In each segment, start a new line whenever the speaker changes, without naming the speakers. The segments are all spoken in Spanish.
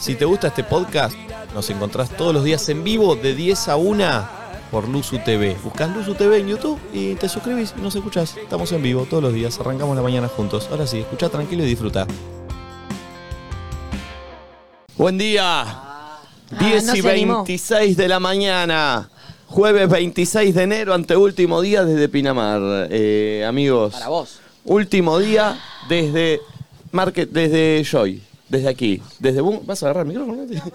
Si te gusta este podcast, nos encontrás todos los días en vivo de 10 a 1 por Luzu TV. Buscás Luzu TV en YouTube y te suscribís y nos escuchás. Estamos en vivo todos los días, arrancamos la mañana juntos. Ahora sí, escucha tranquilo y disfruta. Buen día.
Ah,
10
no
y
se animó.
26 de la mañana. Jueves 26 de enero, anteúltimo día desde Pinamar, eh, amigos.
Para vos.
Último día desde Market, desde Joy, desde aquí, desde Boom. ¿Vas a agarrar el micrófono?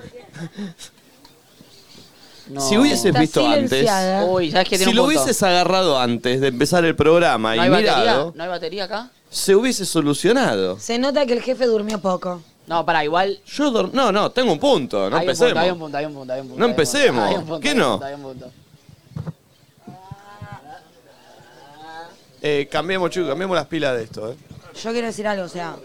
Si hubieses
Está
visto antes,
silenciada.
Uy, ¿sabes qué? Tiene
si
un
lo
punto.
hubieses agarrado antes de empezar el programa
¿No
y
hay, batería?
mirado,
¿No hay batería acá?
se hubiese solucionado.
Se nota que el jefe durmió poco.
No, para igual.
Yo dor- no, no, tengo un punto, no
hay
empecemos.
Un punto, hay un punto, hay un punto, hay un punto.
No
hay un punto,
empecemos.
hay un punto,
¿Qué
hay un
no?
punto, hay un punto.
Eh, cambiemos, chicos, cambiemos las pilas de esto. eh.
Yo quiero decir algo, o sea,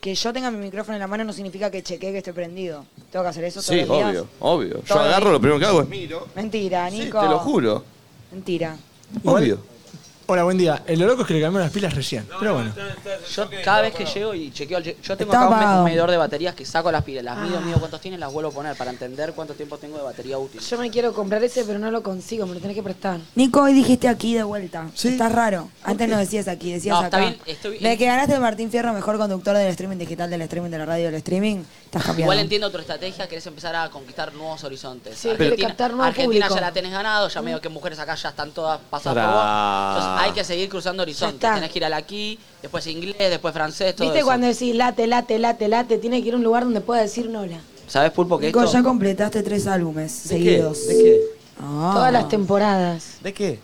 que yo tenga mi micrófono en la mano no significa que chequee que esté prendido. Tengo que hacer eso
Sí,
todos los días.
obvio, obvio. Yo
Todos los
agarro
días.
lo primero que hago es miro.
Mentira,
Sí,
Nico.
te lo juro.
Mentira.
Obvio.
Hola, buen día. El loco es que le cambiaron las pilas recién. pero bueno.
Yo cada vez que llego y chequeo, el- yo tengo
Está
acá un me-
apagado.
un medidor de baterías que saco las pilas, las
Ah.
mido, mido cuántos tienen, las vuelvo a poner para entender cuánto tiempo tengo de batería útil.
Yo me quiero comprar ese, pero no lo consigo, me lo tenés que prestar.
Nico, hoy dijiste aquí de vuelta.
Sí.
Está raro. Antes no decías aquí, decías
No,
acá.
está bien, estoy-
De que ganaste Martín Fierro, mejor conductor del streaming digital, del streaming, de la radio, del streaming, estás cambiando.
Igual entiendo tu estrategia, querés empezar a conquistar nuevos horizontes.
Sí, quiere captar nuevo
Argentina
público.
ya la tenés ganado, ya medio que mujeres acá ya están todas pasadas
Pará.
por vos. Entonces hay que seguir cruzando horizontes.
está.
Tenés que ir al aquí, después inglés, después francés, todo
¿Viste
eso.
cuando decís late, late, late, late? Tiene que ir a un lugar donde pueda decir Nola.
¿Sabés, Pulpo, que
Nico,
esto?
ya completaste tres
¿De
álbumes
qué?
seguidos.
¿De qué?
Ah.
Todas las temporadas.
¿De qué?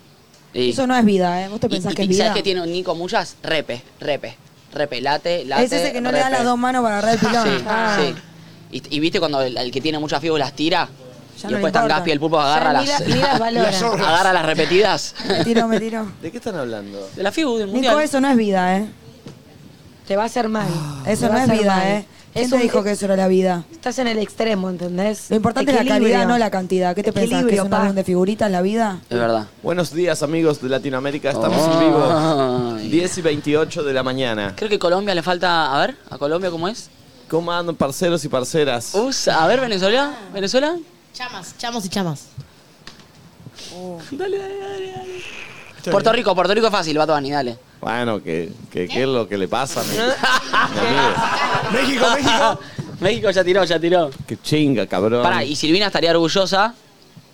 Sí.
Eso no es vida, ¿eh? ¿Vos te
Y,
pensás
y-
que es
y
vida?
¿Sabes qué tiene un Nico Mullas? Repe, repe. Repe, late, late.
es ese que no le da
repe.
las dos manos para agarrar el pilón.
Sí,
Ah.
sí. Y, y viste cuando el, el que tiene muchas fibras las tira.
Ya
y
no le
después tan
importa.
Gaspi el pulpo agarra
Ya
las.
ni la- ni las valora.
las agarra las repetidas.
Me tiro, me tiro.
¿De qué están hablando?
De la FIBU del mundial.
Nico, eso no es vida, ¿eh?
Te va a hacer mal.
Ah. Eso
Te
no
Ah, va a
es
hacer
vida,
mal.
¿eh? ¿Quién
Es
te
un- e
dijo que eso era la vida?
Estás en el extremo, ¿entendés?
Lo importante es la
Equilibrio.
calidad, no la cantidad. ¿Qué te pensás? ¿Que es
Equilibrio,
un
pa.
álbum de figuritas la vida?
Es verdad.
Buenos días, amigos de Latinoamérica. Estamos en vivo.
Ay.
10 y 28 de la mañana.
Creo que Colombia le falta. A ver, ¿a Colombia cómo es?
¿Cómo andan, parceros y parceras?
Usa. A ver, Venezuela. ¿Venezuela?
Chamas, chamos y chamas.
Oh. Puerto Rico, Puerto Rico es fácil, va Dani, dale.
Bueno, que, que- ¿qué es lo que le pasa? mi- mi amigo?
México, México.
México ya tiró, ya tiró.
Qué chinga, cabrón.
Pará, y Silvina estaría orgullosa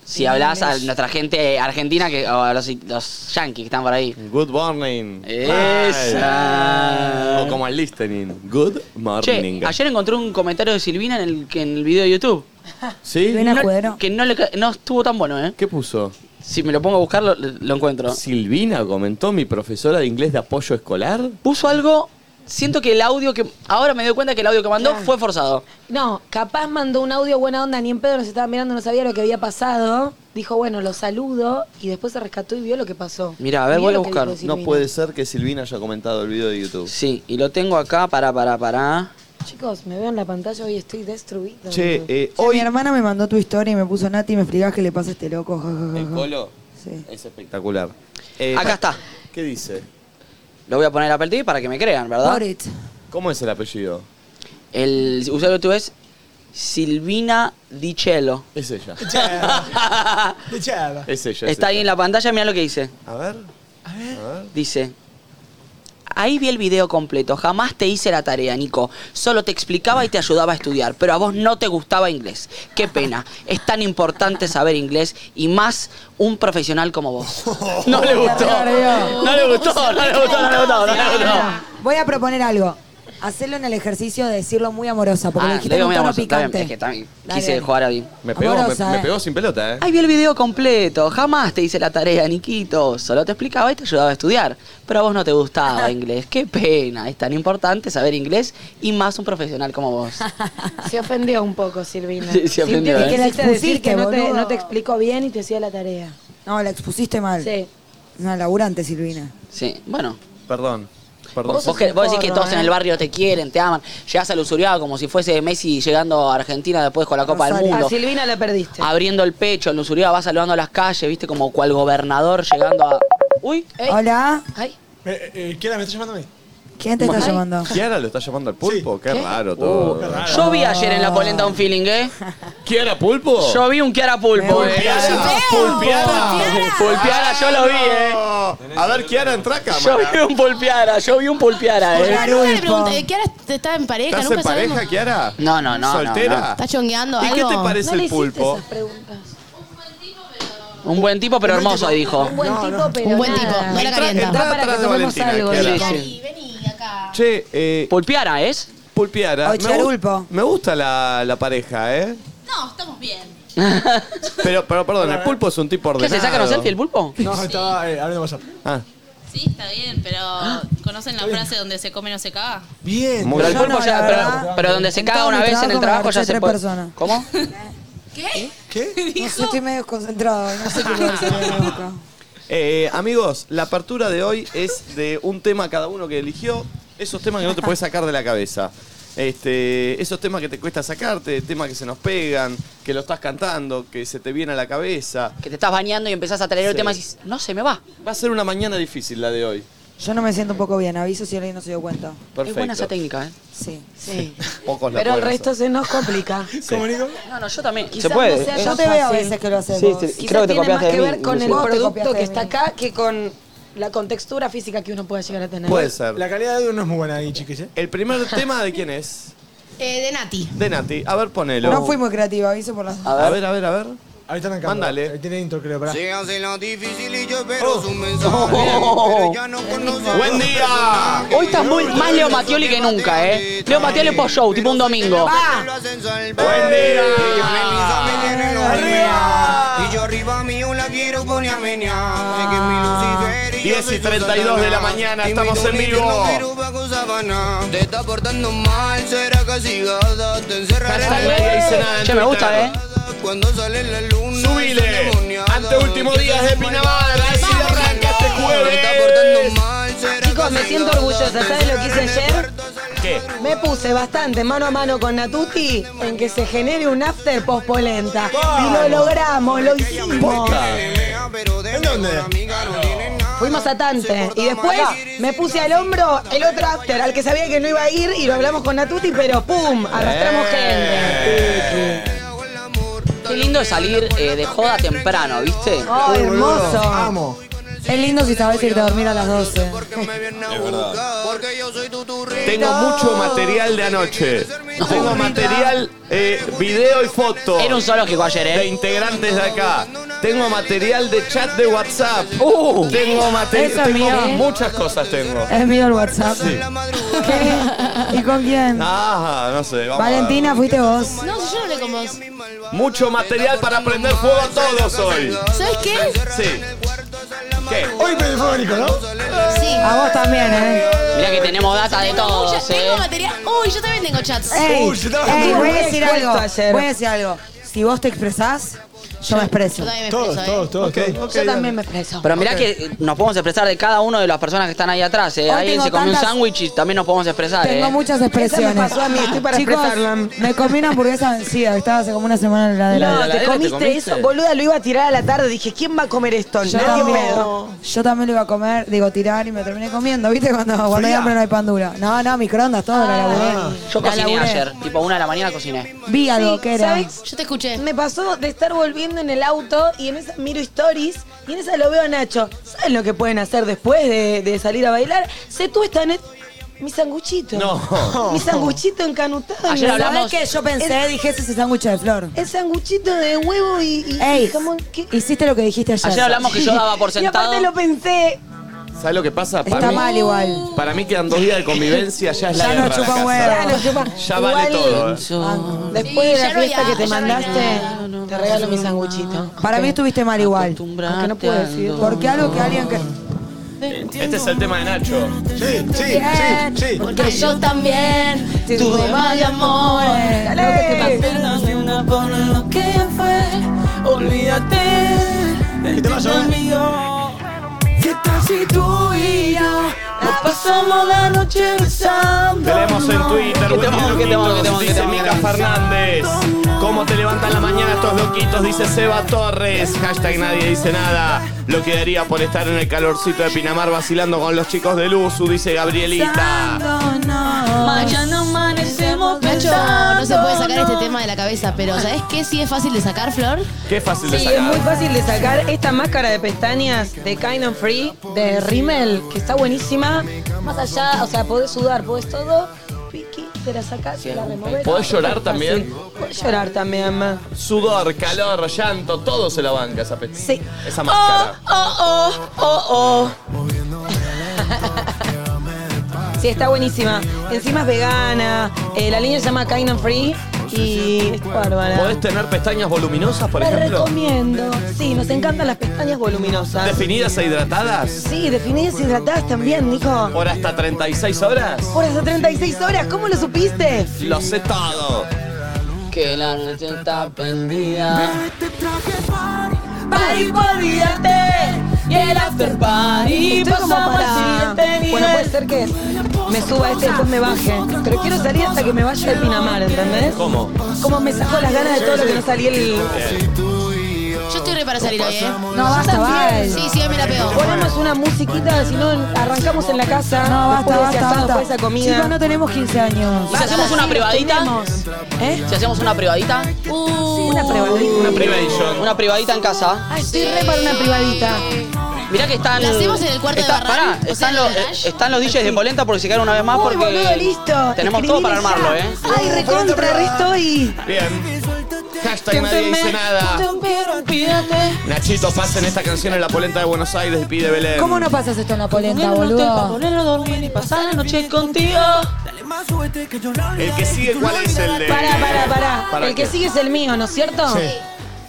si hablas a nuestra gente argentina que, o a los, los yanquis que están por ahí.
Good morning.
Esa.
O como el listening. Good morning.
Che, ayer encontré un comentario de Silvina en el, que en el video de YouTube.
¿Sí?
Silvina
No-
Cuero.
que no, le ca- no estuvo tan bueno, ¿eh?
¿Qué puso?
Si me lo pongo a buscar, lo, lo encuentro.
Silvina comentó mi profesora de inglés de apoyo escolar.
Puso algo. Siento que el audio que. Ahora me doy cuenta que el audio que mandó fue forzado.
No, capaz mandó un audio buena onda, ni en pedo nos estaba mirando, no sabía lo que había pasado. Dijo, bueno, lo saludo. Y después se rescató y vio lo que pasó.
Mirá, a ver,
Vio
voy a
lo que
buscar.
dijo
No
Silvina.
puede ser que Silvina haya comentado el video de YouTube.
Sí, y lo tengo acá para, para, para.
Chicos, me veo en la pantalla hoy estoy destruido.
Che, eh,
Che,
hoy...
Mi hermana me mandó tu historia y me puso Nati y me explicás qué le pasa a este loco. ja, ja, ja,
El
ja".
colo
Sí.
es espectacular. Eh,
Acá está.
¿Qué dice?
Lo voy a poner a partir para que me crean, ¿verdad?
Por it.
¿Cómo es el apellido?
El usuario de YouTube es Silvina Dichello.
Es ella.
De chava.
Es ella. es
Está ahí en
ella.
la pantalla, mira lo que dice.
A ver. A ver.
Dice. Ahí vi el video completo. Jamás te hice la tarea, Nico. Solo te explicaba y te ayudaba a estudiar, pero a vos no te gustaba inglés. Qué pena. Es tan importante saber inglés y más un profesional como vos. No le gustó. No le gustó, no le gustó, no le gustó, no le gustó.
Voy a proponer algo. Hacerlo en el ejercicio de decirlo muy amorosa, porque
Ah,
lo
lo
dijiste
digo
en un
muy
tono
amoroso, está bien,
picante.
es que también
Dale,
quise
dale.
jugar a alguien.
Me pegó, me-
Amorosa,
me,
eh.
pegó sin pelota, ¿eh?
Ahí vi el video completo. Jamás te hice la tarea, Niquito. Solo te explicaba y te ayudaba a estudiar. Pero a vos no te gustaba inglés. Qué pena. Es tan importante saber inglés y más un profesional como vos.
Se ofendió un poco, Silvina.
Sí, se ofendió, ¿eh?
Sintió que quisiste
La
decir que no te,
expusiste,
no te
boludo.
explicó bien y te hacía la tarea.
No, la expusiste mal.
Sí.
Una laburante, Silvina.
Sí, bueno.
Perdón. Perdón.
Vos, que- vos decís que todos en el barrio te quieren, te aman. Llegás al usuriado como si fuese Messi llegando a Argentina después con la Copa del
Rosario.
Mundo.
A Ah, Silvina la perdiste.
Abriendo el pecho, el usuriado va saludando a las calles, viste, como cual gobernador llegando a. Uy,
Ey.
Hola.
Ay,
Eh, eh, ¿Quién la me está llamando a mí?
¿Quién te está llamando?
Kiara lo está llamando al pulpo. Qué, raro todo.
Uh, yo vi ayer en la polenta un feeling, ¿eh?
¿Kiara pulpo?
Yo vi un Kiara Pulpo, eh.
Kiara, pulpiara.
Pulpiara, yo lo vi, eh.
A ver, Kiara, entra
Yo
cámara.
vi un pulpiara, yo vi un pulpiara, eh.
Nunca le pregunté, ¿qué ahora está en pareja?
¿Estás
Nunca
en pareja,
sabemos.
Kiara?
No, no, no, no,
¿Soltera?
¿Está chongueando
¿Y qué
algo?
te parece
No le
el
hiciste
pulpo?
esas preguntas.
Un buen tipo, pero hermoso, dijo.
Un buen tipo, pero
Un buen
nada.
tipo, no la calienta.
Entrá
Entra
para
atrás
que
de
tomemos
Valentina,
algo,
Kiara.
Guille.
Vení, vení acá.
Che, eh,
Pulpiara, ¿es?
pulpiara.
Oye,
me gu-
Charulpo.
Me gusta la, la pareja, ¿eh?
No, estamos bien.
Pero, pero perdón, el pulpo es un tipo
¿Qué
ordenado.
se sacan un selfie el pulpo?
No, estaba eh, hablando de WhatsApp.
Ah,
Sí, está bien, pero ¿conocen la frase donde se come no se caga?
Bien.
muy
Pero el
bien.
Yo
pulpo
no,
ya.
la
Pero,
verdad.
pero donde se
En
caga
todo
una
mi
vez en el
trabajo me
trabajo ya
garché
se
tres
puede.
personas.
¿Cómo?
¿Qué?
¿Qué?
No sé, estoy medio desconcentrado. No sé qué puedo hacer en la boca.
Eh, amigos, la apertura de hoy es de un tema cada uno que eligió. Esos temas que no te puedes sacar de la cabeza. Este, esos temas que te cuesta sacarte, temas que se nos pegan, que lo estás cantando, que se te viene a la cabeza.
Que te estás bañando y empezás a traer el tema y dices, no se me va.
Va a ser una mañana difícil la de hoy.
Yo no me siento un poco bien. Aviso si alguien no se dio cuenta.
Perfecto.
Es buena esa técnica, ¿eh?
Sí.
Sí.
Pocos la
Pero el
pueden
resto se nos complica.
¿Cómo, Nico?
No, no, yo también.
Quizás no sea
Yo te
tan
veo a
fácil.
veces que lo haces
Sí,
vos.
sí.
Quizás
Creo que te
tiene más
copiaste
que
de mí,
ver con el
Lucía. Vos te
producto
copiaste
que
de
está
mí.
acá que con la contextura física que uno pueda llegar a tener.
Puede ser.
La calidad de audio no es muy buena ahí, chiquis, ¿eh?
El primer tema de quién es?
Eh, de Nati.
De Nati. A ver, ponelo.
No fui muy creativa, aviso por las.
A ver, a ver, a ver.
Ahí están acá.
Mándale.
Ahí tiene intro, creo, pará.
Síganse lo difícil y yo
Oh.
espero su mensaje. Pero ya no conozco.
¡Buen día!
Hoy estás muy, más Leo Mattioli que nunca, ¿eh? Leo Mattioli post-show, tipo un domingo. Ah.
¡Buen día!
Ah.
Y yo arriba mío la quiero poner a menear.
10 y 32 de la mañana, estamos en vivo.
Te está portando mal, será castigada. Te encerraré en
Hashtag nadie dice nada en
Che, me
Twitter.
gusta, ¿eh?
Cuando sale la luna.
Subile. Anteúltimo día de Pinamar, así arranca este jueves.
Chicos, me siento orgullosa. ¿Saben lo que hice ayer?
¿Qué?
Me puse bastante mano a mano con Natuti en que se genere un after pospolenta. Y lo logramos, lo hicimos.
¿En dónde?
Fuimos a Tante. Y después me puse al hombro el otro after, al que sabía que no iba a ir y lo hablamos con Natuti, pero ¡pum! Arrastramos gente.
Qué lindo es salir eh, de joda temprano, ¿viste?
¡Oh,
Uy, boludo,
hermoso!
Amo.
Es lindo si sabes irte a dormir a las 12.
Tengo mucho material de anoche. Tengo material, eh, video y foto
Era un zoológico ayer,
de
¿eh?
e integrantes de acá. Tengo material de chat de WhatsApp.
Uh,
Tengo
Eso
material,
es
tengo
mío.
muchas cosas tengo.
Es mío el WhatsApp. ¿Qué? ¿Y con quién?
Ah, no sé, vamos. a ver.
Valentina, fuiste vos.
No, yo no hablé con vos.
Mucho material para prender fuego a todos hoy.
¿Sabes qué?
Sí. ¿Qué?
Hoy prende fuego, Nico, ¿no?
Sí.
A vos también, ¿eh?
mirá que tenemos data de todos, ¿eh?
Tengo material. Uy, yo también tengo chats.
Ey,
Uy, se estaba
ey, voy
sintiendo
a
muy
decir
expuesto
algo.
ayer.
Voy a decir algo. Si vos te expresás, yo me expreso.
Yo también me
Todos,
expreso, ¿eh?
todos, todos. todos.
ok,
Yo
dale.
también me expreso.
Pero mirá que eh, nos podemos expresar de cada uno de las personas que están ahí atrás, ¿eh?
Hoy
Alguien
tengo
se comió un
tantas-
sándwich y también nos podemos expresar,
Tengo
¿eh?
muchas expresiones.
Eso me pasó a mí, estoy para
Chicos,
expresarla.
me comí una hamburguesa vencida, que estaba hace como una semana en la heladera.
No,
No,
heladera
te
te
comiste
comiste?
eso, boluda, lo iba a tirar a la tarde. Dije, ¿quién va a comer esto?
Yo
Nadie
también,
pedo.
yo también lo iba a comer, digo, tirar y me terminé comiendo. ¿Viste cuando, cuando hay hambre no hay pan duro? No, no, microondas, todo lo laburé.
Yo
La
cociné
laburé.
ayer, tipo una de la mañana cociné.
Vi algo que era.
¿Sabes?
Yo te escuché.
Me pasó de estar volviendo en el auto y en esa miro stories y en esa lo veo a Nacho. ¿Saben lo que pueden hacer después de, de salir a bailar? Se tuestan en mi sanguchito.
No.
Mi sanguchito encanutado.
Ayer
¿Sabés
hablamos-
qué?
Yo pensé, dije, ese es el sándwich de flor.
El sanguchito de huevo y, y- y
Ey,
jamón. ¿qué?
hiciste lo que dijiste ayer.
Ayer hablamos que yo daba por
Y
sentado.
aparte lo pensé.
¿Sabes lo que pasa? Para
Está
mí-
mal igual.
Para mí quedan dos días de convivencia, ya es la
Ya no
guerra en la
chupa
casa.
huevo.
Claro, yo pa-
Ya vale
igual,
todo, ¿eh?
Ah.
Después de
Sí,
la
ya no
fiesta que
hay nada,
te
ya no hay
mandaste,
nada,
te regalo mi sanguchito.
Para mí estuviste mal igual.
Aunque no puedo decir.
Porque algo que alguien que.
Este es el tema de Nacho.
Sí, sí, sí, sí.
Porque yo también
tuve
más de amor.
Dale.
¿Qué te pasó?
Tenemos en Twitter,
Qué temón,
buen
qué temón, qué temón,
dice
qué temón.
Mica Fernández. ¿Cómo te levantan la mañana estos loquitos? Dice Seba Torres. Hashtag nadie dice nada. Lo que daría por estar en el calorcito de Pinamar vacilando con los chicos de Luzu, dice Gabrielita.
Mañana amanecemos
Nacho, no se puede sacar este tema de la cabeza, pero ¿sabes qué sí es fácil de sacar, Flor?
Qué fácil de
Sí, es muy
sacar.
fácil de sacar esta máscara de pestañas de Kind and Free de Rimmel, que está buenísima. Más allá, o sea, podés sudar, podés todo. Piqui, te la sacás, te la removés.
Podés llorar
Fácil.
también.
Podés llorar también, mamá.
Sudor, calor, llanto, todo se la banca esa, pe-
Sí.
esa máscara.
Oh, oh, oh,
Sí, está buenísima. Encima es vegana. eh, la línea se llama Kind and Free y es bárbara.
¿Podés tener pestañas voluminosas, por
Te
ejemplo?
recomiendo. Sí, nos encantan las pestañas voluminosas.
¿Definidas e hidratadas?
Sí, definidas y hidratadas también, hijo.
¿Por hasta 36 horas?
Por hasta 36 horas, ¿cómo lo supiste?
Lo sé todo.
oh. Que la noche está prendida.
Party, y el after party.
pasamos al siguiente nivel.
Bueno, puede ser que me suba este y después me baje. Pero quiero salir hasta que me vaya de Pinamar, ¿entendés?
¿Cómo?
Como me saco las ganas de todo lo que no salí el...
Yo estoy re para salir hoy, ¿eh?
No, basta,
Sí, sí, hoy me la pego.
Ponemos una musiquita, si no arrancamos en la casa.
No, basta,
después de ese
basta,
asado,
basta.
después de esa comida.
Chicos, no tenemos 15 años.
¿Y si hacemos una privadita?
¿Eh?
Si hacemos una privadita,
Una prevalencia.
Una prevention.
una privadita en casa.
Ay, estoy re para una privadita.
Mirá que están.
¿La hacemos en el cuarto de
está-
Barran?
pará,
O sea,
están,
en el
los,
garage.
están los DJs de Polenta porque se quedaron una vez más
Uy,
porque.
boludo, listo.
Tenemos
Escribile
todo para armarlo,
ya.
¿eh?
Ay, recontra, re estoy.
Bien. Hashtag nadie dice nada. Nachito, pasen esta canción en la polenta de Buenos Aires y pide Belén.
¿Cómo no pasas esto en la polenta, boludo?
pasar la noche contigo.
El que sigue, ¿cuál es el de...?
Pará, pará, pará.
¿Para
el que
qué?
sigue es el mío, ¿no es cierto?
Sí.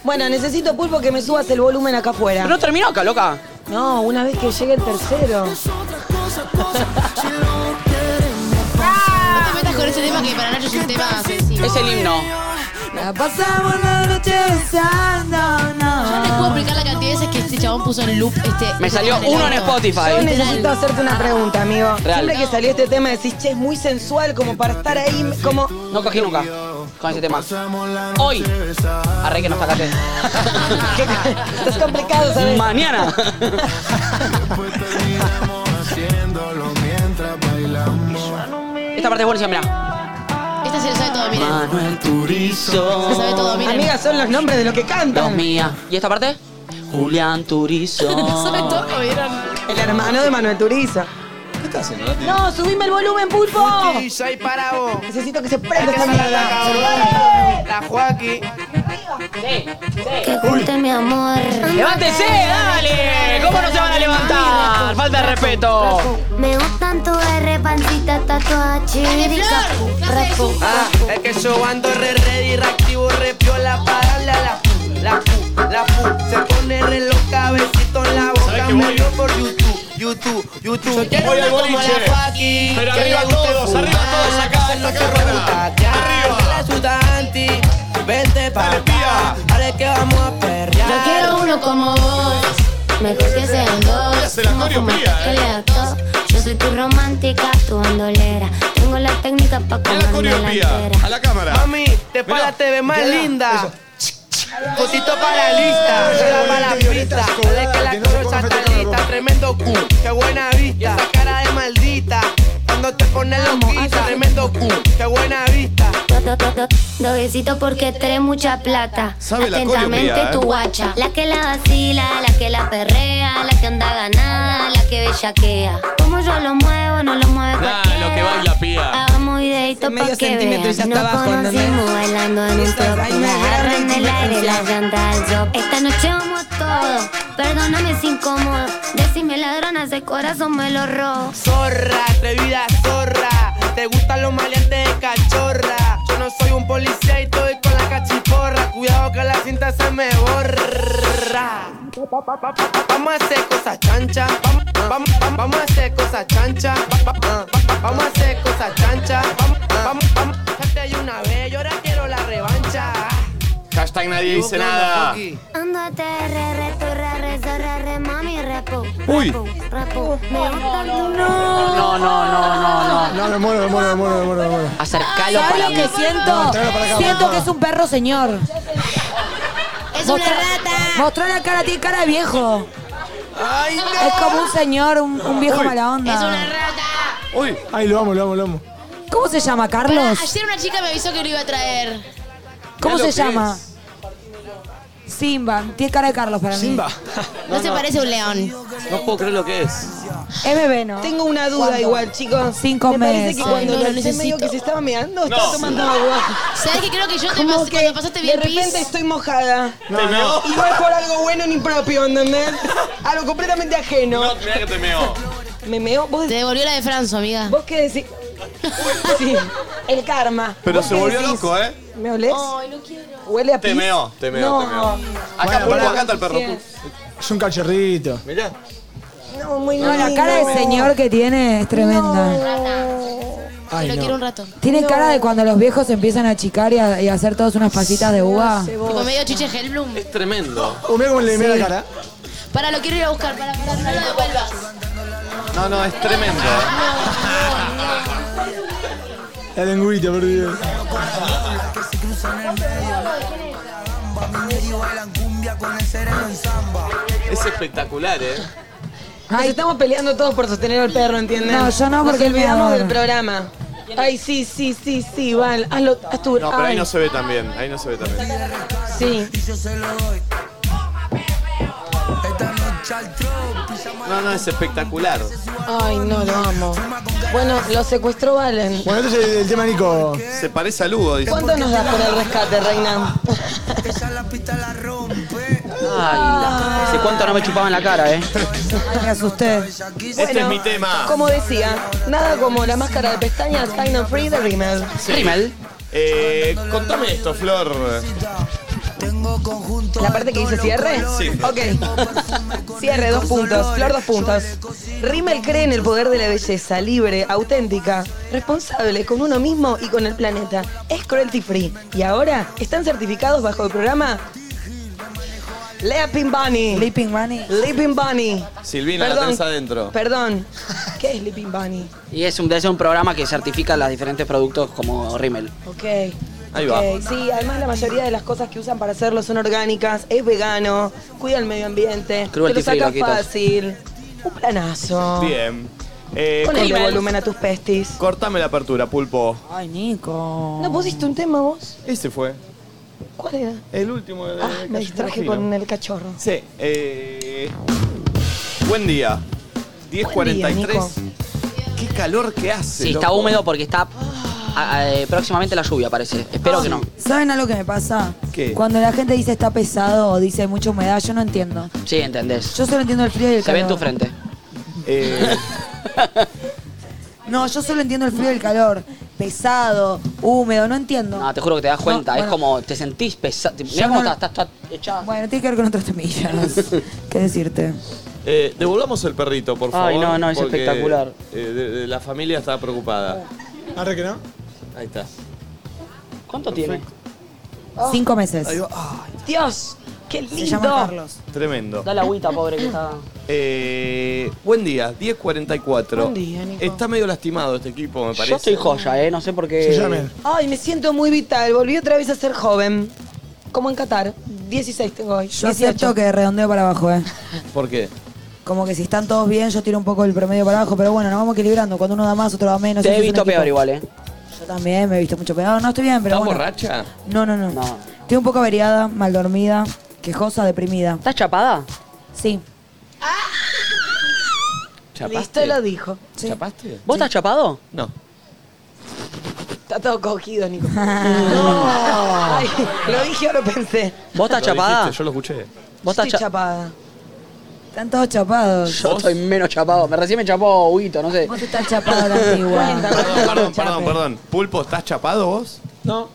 Bueno, necesito pulpo que me subas el volumen acá afuera.
Pero no terminó acá, loca.
No, una vez que llegue el tercero.
No te metas con ese tema que para Nacho es un tema sencillo.
Es el himno.
La pasamos la noche
No les puedo
besándonos.
explicar la cantidad de veces que este chabón puso en loop este.
Me salió uno en
Yo
Spotify.
necesito hacerte una pregunta, amigo.
Real.
Siempre que salió este tema decís, che, es muy sensual como para estar ahí, como...
No cogí nunca con ese tema. Hoy. Arre que no sacaste.
Esto es complicado, ¿sabes?
Mañana. Esta parte es buenísima, mirá.
Esta Este se lo sabe todo, miren.
Manuel
Se lo sabe
Turizo.
todo, miren.
Amigas, son los nombres de lo que
Dos
cantan.
mía. ¿Y esta parte? Julián
Lo sabe
Turizo.
todo, vieron.
El hermano de Manuel Turiza. ¿Qué estás haciendo? No, subime el volumen, pulpo.
soy para vos.
Necesito que se prenda esta mierda.
La Joaquín.
¡Levántese, dale! ¿Cómo no se van a levantar? Falta de respeto.
Me gustan tu R, pancita, tatuada, chirica, rapo.
Ah, Es que yo ando re ready, reactivo, re piola para darle a la pu, la pu, la pu. Se pone re loca, besito en la
¿Sabes
boca.
qué
Me
voy?
vio por YouTube, YouTube, YouTube. Yo quiero
Voy
una
al
como
boliche.
la Joaquín.
Pero
que
arriba
le guste
todos,
fumar,
arriba todos acá,
que no
esta
se
carrera.
rebuta,
Arriba.
que la suda anti. Vente para
Dale, pía.
acá, ahora es que vamos a perrear.
Yo quiero uno como vos, mejor que sean dos.
Se la
Como
coreo
fumar,
fría,
que
eh.
le da tos.
Yo soy tu romántica, tu bandolera. Tengo la técnica pa'
A la
comerme la
coreopía,
entera.
a la cámara.
Mami, te para la TV más linda. Cosito para la lista, sola para la pista. Dale que la cosa está lista, tremendo Q, qué buena vista. Esa cara de maldita, cuando te pones loquita, tremendo Q, qué buena vista.
Do- do- do- do- Doyecito porque trae mucha plata.
Sabe la
Atentamente
coreopía, ¿eh?
tu guacha. La que la vacila, la que la perrea, la que anda ganada, la que bellaquea. Como yo lo muevo, no lo mueve
Nah,
cualquiera.
lo que baila, pía.
Hagamos videito
Medio
pa' que
centímetro y ya está
veas. Nos
abajo, ¿entendés?
conocimos bailando en un
Esto es
top.
ahí, me
La jarra
agarraron
en
y
el
me
aire, la
cancelaron.
llanta al drop. Esta noche vamos todo. Perdóname si incómodo. Decime ladrona, ese corazón me lo robo.
Zorra, atrevida zorra, te gustan los maleantes de cachorra. Yo no soy un policía y estoy con la cachiporra. Cuidado que la cinta se me borra. Vamos a hacer cosas chancha. Vamos, vamos, vamos, vamos a hacer cosas chancha. Va- va- va- va- Vamos a hacer cosas chancha. Vamos, vamos, vamos. Ya te di una vez, yo ahora quiero la revancha.
Hashtag nadie dice nada.
Ando te re, re, tu re, re, zo, re, re, mami, re,
rapo,
Uy.
rapo. Me gusta tu
No, no, no, no, no.
No, me muero, me muero, me muero, me muero, me muero.
Acercalo
¿Sabes
para
lo
mí.
que siento?
tráelo para acá,
Siento
papá.
que es un perro señor.
Es una
Mostrá-
rata.
Mostrá la cara, tiene cara de viejo. Es como un señor, un, un viejo mala onda.
Es una rata.
Uy.
Ay, lo amo, lo amo, lo amo.
¿Cómo se llama, Carlos?
Pará, ayer una chica me avisó que lo iba a traer.
¿Cómo
Mirá
se
lo que
llama?
es.
Simba. Tiene cara de Carlos para mí.
Simba.
No, se parece a un león.
No puedo creer lo que es.
Es bebé, ¿no?
Tengo una duda
¿Cuándo?
igual, chicos.
Cinco
Me parece que
meses.
cuando
Ay, no,
la
lo
Cel me dijo
necesito.
que se estaba meando,
No.
estaba tomando agua.
¿Sabes que creo que yo te
Como
pasé,
que
cuando pasaste
de
bien pis?
repente estoy mojada.
te meó.
Y no es por algo bueno ni propio, ¿entendés? Algo completamente ajeno.
No, mirá que te meó.
Me meo, vos,
Te devolvió la de Franzo, amiga.
vos qué decís. Sí, el karma.
Pero
¿Vos
se
qué
volvió
decís?
loco, ¿eh?
¿Me olés? Ay, no quiero. Huele a pis.
Te meó, te meó,
no,
te meó. Acá,
Bueno,
pulpo,
pará.
acá está el perro.
Sí.
Es un cachorrito.
Mirá.
No, muy
No, la cara de señor que tiene es tremenda.
Ay,
lo quiero un
no.
rato.
Tiene cara de cuando los viejos empiezan a achicar y a, y a hacer todas unas pasitas de uva.
Tipo medio chiche Hellblum.
Es tremendo.
Oh, mirá cómo le mirá la cara.
Para, lo quiero ir a buscar. Para, para, no lo devuelvas.
No, no, es tremendo. eh.
La lengüita perdida.
Es espectacular, ¿eh?
Nos estamos peleando todos por sostener al perro, ¿entienden?
No, yo no, porque
Nos
él me
olvidamos
adora.
del programa. Ay, sí, sí, sí, sí, Val. Hazlo, haz tu...
No, pero ahí
ay,
no se ve tan bien. Ahí no se ve tan bien.
Sí.
No, no, es espectacular.
Ay, no, lo amo. Bueno, lo secuestró Valen.
Bueno, entonces el tema, Nico.
Se parece a Lugo, dice.
¿Cuánto nos das por el rescate, Reina?
Ay, hace cuánto no me chupaban la cara, eh.
Ay, me asusté.
Este es mi tema.
Como decía, nada como la máscara de pestañas Kind and Free de Rimmel.
Rimmel.
Eh, contame esto, Flor.
La parte que dice cierre.
Sí.
Ok. cierre, dos puntos. Flor, dos puntos. Rimmel cree en el poder de la belleza, libre, auténtica, responsable con uno mismo y con el planeta. Es cruelty free. Y ahora están certificados bajo el programa Leaping Bunny.
Sleeping Bunny.
Leaping Bunny.
Silvina, la tenés adentro.
Perdón. ¿Qué es Leaping Bunny?
Y es un, es un programa que certifica los diferentes productos como Rimmel.
Ok.
Ahí
ok,
va.
Sí, además la mayoría de las cosas que usan para hacerlo son orgánicas, es vegano, cuida el medio ambiente, te
Cruelty free,
lo saca
loquitos.
fácil. Un planazo.
Bien. Eh,
Ponle
cortame-
volumen a tus pestis.
cortame la apertura, pulpo.
Ay, Nico.
¿No pusiste un tema vos?
Este fue.
¿Cuál era?
El último de
Ah, me distraje con el cachorro.
Sí. eh, buen día.
Buen día,
10.43.
Nico.
Qué calor que hace.
Sí, está
loco.
húmedo porque está ah, eh, próximamente la lluvia, parece. Espero que no.
¿Saben algo que me pasa?
¿Qué?
Cuando la gente dice está pesado o dice mucha humedad, yo no entiendo.
Sí, entendés.
Yo solo entiendo el frío y el
Se ve
calor.
en tu frente.
Eh,
No, yo solo entiendo el frío y el calor. Pesado, húmedo, no entiendo.
No, te juro que te das
No,
cuenta. es
bueno.
como te sentís pesado.
Yo
Mirá cómo
no-
estás, estás toda echada.
Bueno, tiene que ver con otros temillas. ¿Qué decirte?
eh, devolvamos el perrito, por favor.
Ay, no, no, es
porque,
espectacular.
eh, de- de la familia está preocupada.
Arre que no.
Ahí está.
¿Cuánto tiene?
Cinco meses.
Dios, qué
Se llama
lindo.
Carlos.
Tremendo.
Dale agüita, pobre, que está...
Eh, buen día, 10.44.
Buen día, Nico.
Está medio lastimado este equipo, me parece.
Yo estoy joya, ¿eh? No sé por qué...
Se llamen.
Ay, me siento muy vital. Volví otra vez a ser joven. Como en Qatar. 16 tengo hoy.
Yo acepto que redondeo para abajo, ¿eh?
¿Por qué?
Como que si están todos bien, yo tiro un poco el promedio para abajo, pero bueno, nos vamos equilibrando. Cuando uno da más, otro da menos.
Te
eso
he
es un
visto
equipo.
peor igual, ¿eh?
Yo también me he visto mucho peor. No estoy bien, pero
¿Estás
bueno.
borracha?
No, no, no,
No.
Estoy un poco averiada, mal dormida, quejosa, deprimida.
¿Estás chapada?
Sí.
Listo,
¿Chapaste?
lo dijo.
sí.
¿Chapaste?
¿Vos estás chapado?
No.
Está todo cogido, Nico. No. Ay, lo dije o lo pensé.
¿Vos estás
Lo
chapada?
dijiste, yo lo escuché.
¿Vos estás
Estoy
cha-
chapada.
Están todos chapados.
Yo estoy menos chapado. Me recién me chapó Huguito, no sé.
Vos estás chapada a la antigua.
Cuenta,
Perdón, perdón,
Chape.
perdón, perdón. Pulpo, ¿estás chapado vos?
No.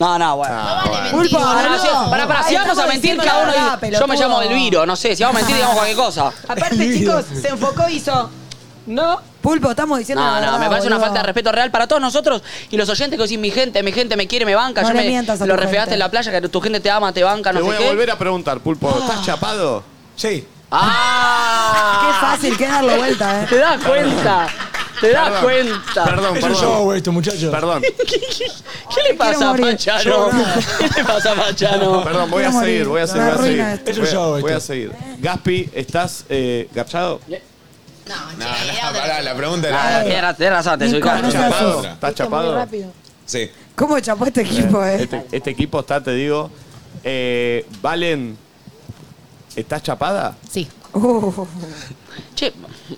No, no, bueno.
Ah, bueno.
Culpa,
Para,
boludo.
para, para, si
Ay,
vamos a
estamos
mentir,
diciendo
cada
la
uno
verdad,
dice, Yo me
pelotudo.
llamo Elviro, no sé, si vamos a mentir, digamos cualquier cosa.
Aparte, chicos, se enfocó y hizo. No.
Pulpo, estamos diciendo. la
No, no,
verdad,
me parece una
boludo.
falta de respeto real para todos nosotros y los oyentes que dicen, mi gente, mi gente me quiere, me banca,
No
yo
le
me
mientas a
lo
tu
refregaste
gente.
en la playa, que tu gente te ama, te banca,
Te
Ah, no
voy
sé
a
qué.
volver a preguntar, Pulpo. ¿Estás chapado?
Sí.
¡Ah!
Qué fácil que es darle vuelta, ¿eh?
¿Te das cuenta? ¿Te das
Perdón.
cuenta?
Perdón, Es un perdón. show esto, muchachos. Perdón.
¿Qué, qué- qué le pasa a
morir.
Pachano?
Yo no.
¿Qué le pasa a Pachano?
Perdón, voy a
Quiero
seguir,
morir.
voy a seguir,
Me
voy a seguir.
arruina esto.
este
Es un
Voy a-
show esto.
Voy a seguir. Gaspi, ¿estás eh, gachado?
Ah, No, no, pará, la pregunta era.
Ah, tienes- tienes razón, te
Nico,
ubicaste.
no
¿Estás
seas
chapado?
sos.
¿Estás chapado?
Sí.
¿Cómo chapó este equipo, eh?
Este, este equipo está, te digo. Eh, Valen, ¿estás chapada?
Sí.
Uh.
Che,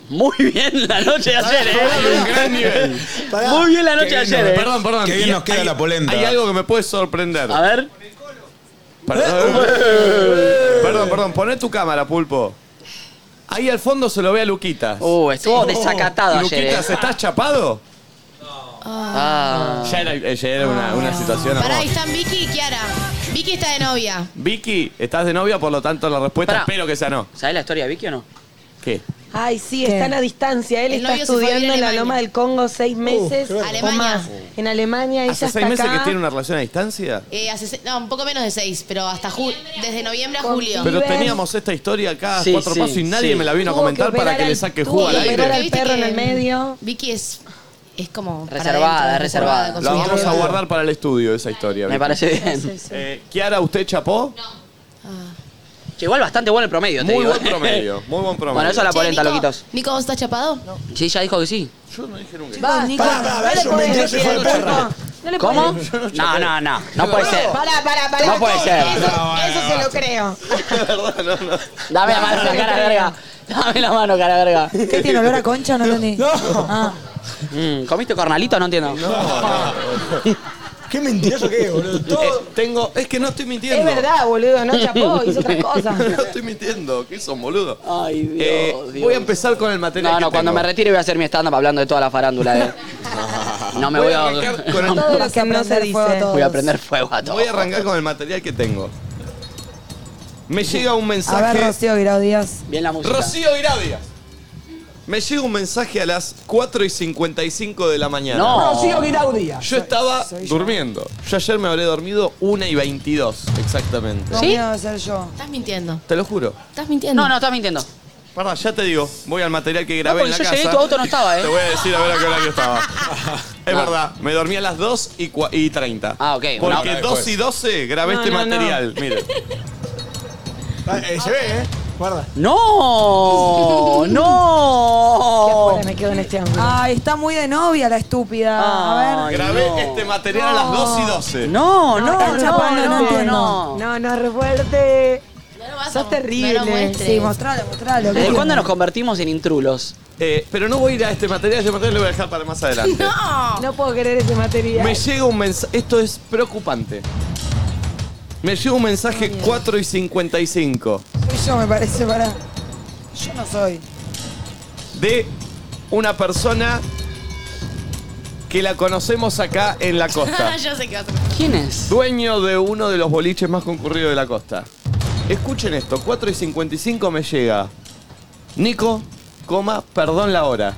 muy bien la noche de ayer,
Un gran
¿eh?
nivel.
Muy bien la noche
Qué
de
bien
ayer,
nos-
¿eh?
Perdón, perdón. Qué bien nos queda la polenta.
Hay algo que me puede sorprender.
A ver.
Perdón, perdón, perdón, poné tu cámara, pulpo. Ahí al fondo se lo ve a Luquitas.
Uh, estuvo desacatado ayer,
Luquitas,
¿eh?
¿estás chapado?
Ah.
Ya era, ya era
Ah.
una, una situación.
Pará, ahí
hermosa.
están Vicky y Kiara. Vicky está de novia.
Vicky, estás de novia, por lo tanto la respuesta
Pará.
espero que sea no.
¿Sabes la historia de Vicky o no?
¿Qué?
Ay, sí, están a distancia. Él
El
está
novio se fue a vivir
estudiando
a
en la
Alemania.
Loma del Congo seis meses.
bueno.
o
Alemania.
más. En Alemania, ella
Uh, ¿Hace
está
seis meses
acá.
que tiene una relación a distancia?
Eh, hace se- no, un poco menos de seis, pero hasta ju- desde noviembre a julio.
Pero teníamos esta historia acá a
Sí,
cuatro
sí,
pasos y nadie
sí.
me la vino a
Tuvo
comentar
que
para
operar
que le
al-
saque
tuvo
jugo al
que operar
aire.
al perro en el medio.
Vicky es, es como. para
Reservada,
adentro,
es reservada.
con
La
su
vamos
vida.
a guardar para el estudio esa historia.
Me
Vicky.
parece bien.
Eh, Kiara, ¿usted chapó?
Che, igual bastante bueno el promedio, te
Muy
digo. eh.
buen promedio, muy buen promedio.
Bueno, eso la
Che,
polenta,
Nico,
loquitos.
Nico, ¿vos estás chapado?
Sí, ya dijo que sí.
Yo no dije nunca.
Basta,
Nico,
pará, pará,
no
es
le
un
podés
mentiroso
decir,
hijo de
Pulpo.
puta. No le
¿Cómo?
podés-
No, no, no. No puede ser.
Pará, pará, pará.
No puede ser.
Eso,
No,
eso
no,
se
basta.
lo creo.
Dame la mano, cara verga. Dame la mano, cara verga.
¿Qué tiene olor a concha? No entendí. Ah.
Mm, ¿Comiste cornalitos? No entiendo.
Qué mentiroso que es, boludo.
Eh,
Todo.
Tengo, es que no estoy mintiendo.
Es verdad, boludo, no chapó, hizo otras cosas.
No estoy mintiendo, ¿qué son, boludo?
Ay, Dios,
Eh,
Dios.
Voy a empezar con el material.
No,
que
no, cuando
tengo.
me retire voy a hacer mi stand-up hablando de toda la farándula. eh. No me voy a...
arrancar con el-
Todo lo que no se dice.
Voy a prender fuego a todo.
Voy a arrancar con el material que tengo. Me llega un
A
mensaje.
ver, Rocío Guirao Díaz.
Bien la música.
Rocío Iradia. Me llega un mensaje a las 4 y 55 de la mañana.
No.
Yo estaba durmiendo. Yo ayer me habré dormido 1 y 22, exactamente.
No
¿Sí?
miedo de ser yo.
Estás mintiendo.
Te lo juro.
Estás mintiendo.
No, no, estás mintiendo.
Pará, ya te digo. Voy al material que grabé
porque
en la
yo
casa.
llegué y tu auto no estaba, ¿eh?
Te voy a decir a ver a qué hora que estaba. Es verdad, me dormí a las 2 y, cua- y 30.
Ah, ok, una
Porque
hora
2 y 12 grabé
No,
este
no, no.
material. Mire.
Ah, eh, se ve, ¿eh? Guarda.
¡No! ¡No!
Ahora me quedo en este ángulo.
Ay, está muy de novia la estúpida.
Ah.
A ver.
Grabé
no.
este material a las 2 y 12.
No, no,
está
no,
chapando, no
no,
entiendo.
no.
No, no, re fuerte.
No lo vas a-
Sos terrible.
No lo muestres.
Sí, mostralo, mostralo.
¿Desde cuándo nos convertimos en intrulos?
Eh, pero no voy a ir a este material, este material lo voy a dejar para más adelante.
No.
No puedo querer ese material.
Me llega un mensaje. Esto es preocupante. Me llega un mensaje 4 y 55
Soy yo, me parece, pará. Yo no soy.
de una persona que la conocemos acá en la costa.
Yo sé que vas a.
¿Quién es?
Dueño de uno de los boliches más concurridos de la costa. Escuchen esto: 4 y 55 me llega. Nico, coma, perdón la hora.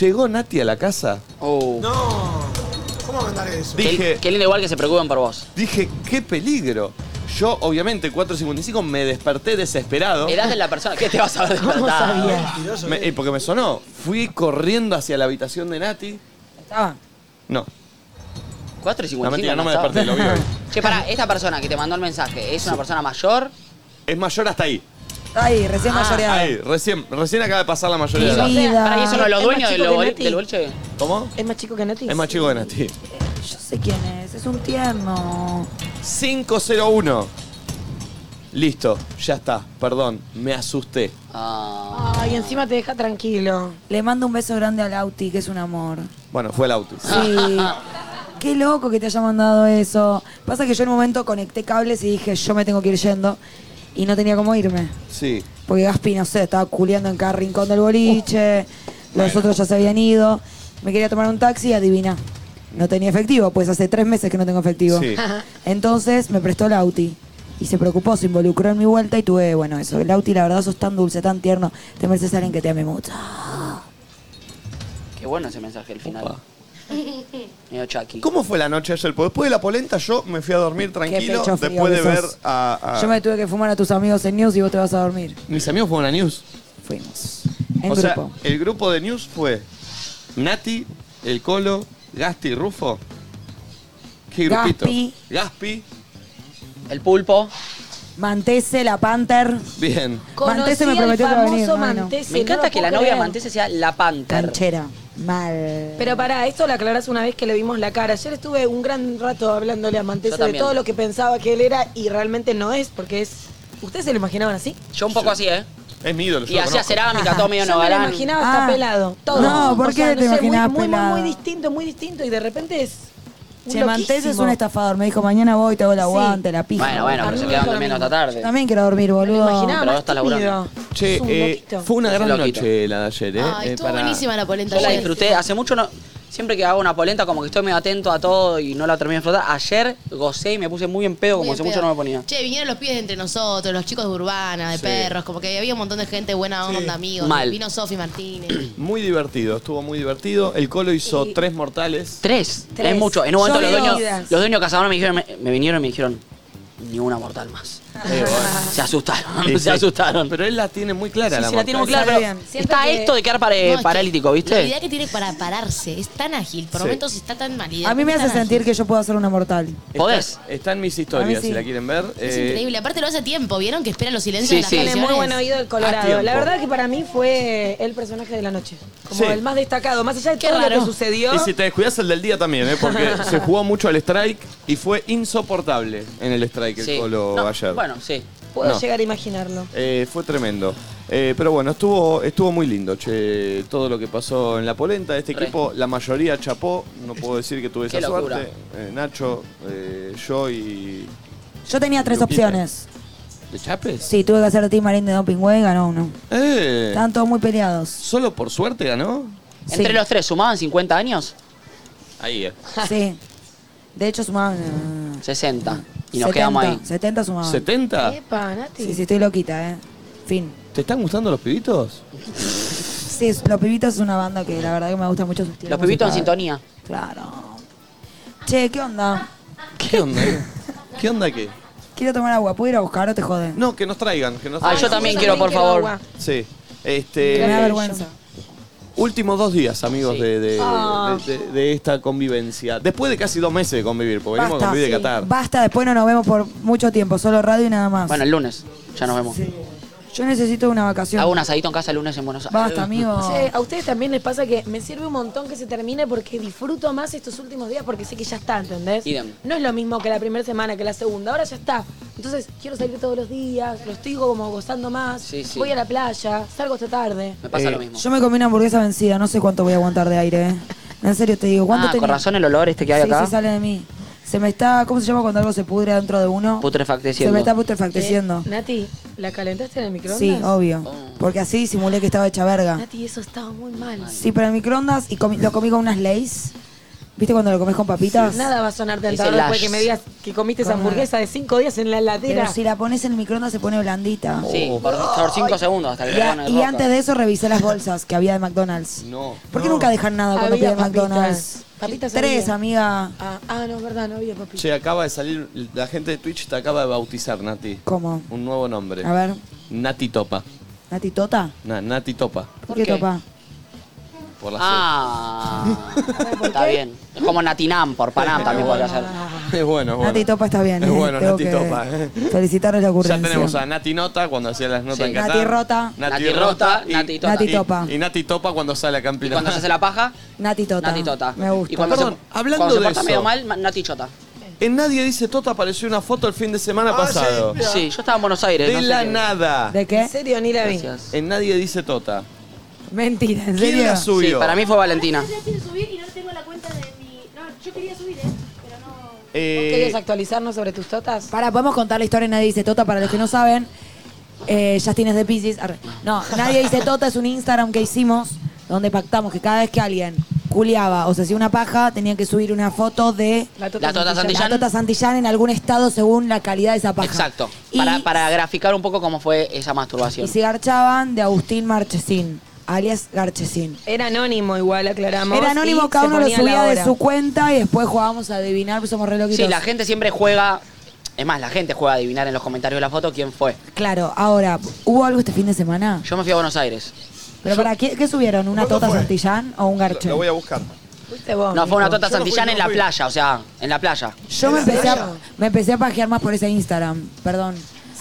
¿Llegó Nati a la casa?
Oh.
No. ¿Cómo mandar eso?
Qué-
Dije.
Qué, lindo igual que se preocupen por vos.
Dije, qué peligro. Yo, obviamente, 4.55 me desperté desesperado.
Edad de la persona. ¿Qué te vas a despertar?
Mentiroso.
Me- eh, porque me sonó. Fui corriendo hacia la habitación de Nati.
Estaba.
No,
4 y 55.
no mentira, no me
estaba.
desperté, lo vi hoy.
Che, pará, esta persona que te mandó el mensaje, ¿es una persona mayor?
Es mayor hasta ahí.
Está ahí, recién
Ah,
mayoreada.
Ahí, recién, recién acaba de pasar la mayoría
Mi
de edad.
vida.
¿Para que es uno de los
Ah, ¿Es más
dueños del,
chico que
boli-
Nati?
del boliche?
¿Cómo?
¿Es más chico que Nati?
Es más chico que Nati.
Yo sé quién es, es un tierno.
501. Listo, ya está. Perdón, me asusté.
Ah.
Ay, encima te deja tranquilo.
Le mando un beso grande a Lauti, que es un amor.
Bueno, fue el auto.
Sí. Qué loco que te haya mandado eso. Pasa que yo en un momento conecté cables y dije, yo me tengo que ir yendo. Y no tenía cómo irme.
Sí.
Porque Gaspi, no sé, estaba culeando en cada rincón del boliche.
Uh,
Los otros ya se habían ido. Me quería tomar un taxi y adivina. No tenía efectivo, pues hace tres meses que no tengo efectivo.
Sí.
Entonces me prestó el Auti. Y se preocupó, se involucró en mi vuelta y tuve, bueno, eso. El Auti, la verdad, sos tan dulce, tan tierno. Te mereces a alguien que te ame mucho.
Qué bueno ese mensaje al final. Medio Chucky.
¿Cómo fue la noche ayer? Porque después de la polenta yo me fui a dormir tranquilo
pecho frío
después de
que
ver
sos.
a, a-
Yo me tuve que fumar a tus amigos en News y vos te vas a dormir.
Mis amigos fueron a News.
Fuimos. En
O sea,
grupo.
el grupo de News fue Nati, El Colo, Gasti y Rufo. ¿Qué grupito?
Gaspi.
Gaspi.
El pulpo.
Mantese, la Panther.
Bien.
Mantese me
al
prometió que va a venir.
famoso
Ay, no.
Mantese,
Me encanta
no lo
que la
puedo
novia
creer.
Mantese sea la Panther.
Canchera. Mal.
Pero pará, esto lo aclarás una vez que le vimos la cara. Ayer estuve un gran rato hablándole a
Yo
Mantese de
también.
todo lo que pensaba que él era y realmente no es, porque es. ¿Ustedes se lo imaginaban así?
Yo un poco así, ¿eh?
Es mi ídolo.
Y hacía cerámica,
Ajá.
todo medio
Yo me lo
novarán.
imaginaba hasta
Ah.
pelado. Todo.
No, ¿por qué te
sé,
imaginabas
muy, muy, muy, muy
pelado?
distinto, muy distinto. Y de repente es. un
Che, Mantés es
loquísimo.
un estafador. Me dijo, mañana voy, te hago el
Sí.
aguante, la pija.
Bueno, bueno, pero se quedaron durmiendo hasta tarde.
También quiero dormir, boludo.
imaginaba
Pero vos estás laburando.
Che,
Es un
eh,
loquito.
fue una
Es un
gran
loquito.
noche la de ayer, ¿eh?
Ay,
Eh,
estuvo buenísima la polenta
Yo la
ayer.
disfruté. Hace mucho no. Siempre que hago una polenta, como que estoy medio atento a todo y no la termino de flotar. Ayer gocé y me puse muy en pedo, como
Muy
hace
en
mucho
pedo.
no me ponía.
Che, vinieron los pibes de entre nosotros, los chicos de Urbana, de
Sí.
perros, como que había un montón de gente buena onda, amigos.
Mal.
Vino Sofi Martínez.
Eh,
Muy divertido, estuvo muy divertido. El Colo hizo tres mortales.
Tres.
Tres.
Es mucho. En un momento los
Sólidas.
dueños, los dueños de Casablanca me, dijeron, me, me vinieron y me dijeron, ni una mortal más. Se asustaron,
Sí, sí.
se asustaron.
Pero él la tiene muy clara,
Sí,
la
sí, la tiene muy
mortal.
clara, pero está esto de quedar pare-
No, es que
paralítico,
La
¿viste?
idea que tiene para pararse es tan ágil, por
Sí.
momentos está tan mal. y de
A mí me
repente
hace
es tan
sentir
ágil.
que yo puedo hacer una mortal.
¿Podés? Está, en mis historias,
A mí sí.
si la quieren ver.
Es
Eh,
increíble, aparte lo hace a tiempo, ¿vieron? Que espera los silencios
Sí,
de las
sí.
Tiene muy
canciones.
buen oído el
A
Colorado.
tiempo.
La verdad que para mí fue el personaje de la noche. Como
Sí.
el más destacado. Más allá de todo lo que sucedió.
Y si te descuidas el del día también, ¿eh? porque se jugó mucho al strike y fue insoportable en el strike el
Sí.
Colo
No,
ayer.
bueno,
sí.
Puedo
No.
llegar a imaginarlo.
Eh, fue tremendo. Eh, pero bueno, estuvo, estuvo muy lindo, che, todo lo que pasó en la polenta. Este
Re.
equipo, la mayoría chapó, no puedo decir que tuve
Qué
esa
locura.
suerte. Eh, Nacho, eh, yo y.
Yo tenía tres
Lupita.
opciones.
¿De Chapes?
Sí, tuve que hacer a Tim Marín de Doping Way, ganó uno.
Eh,
Estaban todos muy peleados.
¿Solo por suerte ganó?
Entre los tres, ¿sumaban 50 años?
Ahí es.
Sí. De hecho, sumaban. eh,
60. Y
70,
nos quedamos ahí.
70
Ah.
sumaban.
¿70?
Epa, Nati.
Sí, sí, estoy loquita, eh. Fin.
¿Te están gustando los pibitos?
Sí, es- Los Pibitos es una banda que la verdad que me gusta mucho su estilo
Los pibitos en
musical.
sintonía.
Claro. Che, ¿qué onda?
¿Qué onda? ¿Qué onda qué?
Quiero tomar agua. ¿Puedo ir a buscar o te jode?
No, que nos traigan. Que nos
Ah, yo
traigan.
también quiero, por favor.
Sí. Este,
Me da vergüenza.
Últimos dos días, amigos, de, de-
Ah.
de- de- de esta convivencia. Después de casi dos meses de convivir, porque venimos a
Basta.
convivir de
Sí.
Qatar.
Basta, después no nos vemos por mucho tiempo. Solo radio y nada más.
Bueno, el lunes. Ya nos vemos.
Yo necesito una vacación.
Hago Eh, un asadito en casa el lunes en Buenos Aires.
Basta, amigo.
Che, a ustedes también les pasa que me sirve un montón que se termine porque disfruto más estos últimos días porque sé que ya está, ¿entendés?
Idem.
No es lo mismo que la primera semana, que la segunda, ahora ya está. Entonces quiero salir todos los días, lo estoy como gozando más,
sí.
voy a la playa, salgo esta tarde.
Me pasa
Eh,
lo mismo.
Yo me comí una hamburguesa vencida. No sé cuánto voy a aguantar de aire, eh. En serio te digo. ¿Cuánto
Ah,
tenía?
con razón el olor este que hay
sí,
acá.
sí, sale de mí. Se me está... ¿Cómo se llama cuando algo se pudre dentro de uno? Se
Putrefacteciendo.
me está putrefacteciendo.
Eh, Nati, ¿la calentaste en el microondas?
Sí, obvio. Porque así simulé que estaba hecha verga.
Nati, eso estaba muy mal.
Sí, pero el microondas y comi- lo comí con unas Lays. ¿Viste cuando lo comes con papitas?
Nada va a sonar
Es
tentador
el
después
Ash.
que me digas que comiste esa
Con-
hamburguesa de cinco días en la heladera.
Pero si la pones en el microondas se pone blandita.
Sí, por, por cinco segundos hasta que
Y,
te
a-
pongan el
y
roca.
antes de eso revisé las bolsas que había de McDonald's.
No.
¿Por qué nunca dejan nada cuando
Había
piden McDonald's?
papitas. Papitas
Tres,
había.
amiga.
Ah, ah, no, es verdad, no había papitas.
Che, acaba de salir, la gente de Twitch te acaba de bautizar, Nati.
¿Cómo?
Un nuevo nombre.
A ver,
Nati Topa.
Nati Tota.
Na- Nati Topa.
¿Por qué, topa?
Por la
Ah, está bien. Es como Natinam por Panam también podría ser.
Es bueno, es bueno.
Nati Topa está bien.
Es
eh,
bueno,
tengo
Nati
que
Topa. eh.
Felicitarles la ocurrencia.
Ya tenemos a Nati Nota cuando hacía las notas
Sí.
en Qatar.
Nati Rota.
Nati
Nati
Rota. y-
Nati
Tota. Nati
y-
Topa.
Y Nati Topa cuando sale a Campina.
Cuando se hace la paja,
Nati Tota.
Nati Tota.
Me gusta.
Y cuando
Perdón,
se,
hablando
cuando se
de
porta
eso.
medio mal, ma- Nati Chota.
En Nadie Dice Tota apareció una foto el fin de semana pasado.
Ah, Sí, yo estaba en Buenos Aires.
De
no sé
la
qué.
nada.
¿De qué?
¿En serio? Ni la vi.
En Nadie Dice Tota.
Mentira, ¿en
¿Quién
serio?
la subió?
Sí, para mí fue Valentina.
subir y no tengo la cuenta de mi... No, yo quería subir, ¿eh?
Eh.
¿Querías actualizarnos sobre tus totas?
Para, podemos contar la historia de Nadie Dice Tota para los que no saben. Eh, Justin es de Pisces. Arre. No, Nadie Dice Tota es un Instagram que hicimos donde pactamos que cada vez que alguien culiaba o se hacía una paja, tenía que subir una foto de
La
Tota La Tota Santillán. Santillán.
La Tota Santillán en algún estado según la calidad de esa paja.
Exacto.
Y-
Para, para graficar un poco cómo fue esa masturbación.
Y se garchaban de Agustín Marchesín. alias Garchesín.
Era anónimo igual, aclaramos.
Era
y
anónimo, cada
se
uno lo
ponía la
subía de
hora.
su cuenta y después jugábamos a adivinar, pues somos re loquitos.
Sí, la gente siempre juega. Es más, la gente juega a adivinar en los comentarios de la foto quién fue.
Claro, ahora, ¿hubo algo este fin de semana?
Yo me fui a Buenos Aires.
¿Pero para qué, qué subieron? ¿Una tota Santillán o un garche?
a buscar.
vos,
No, fue una
Nico.
tota
Yo no fui,
Santillán
no
en la
fui.
playa, o sea, en la playa.
Yo me empecé, a, me empecé a pajear más por ese Instagram, perdón.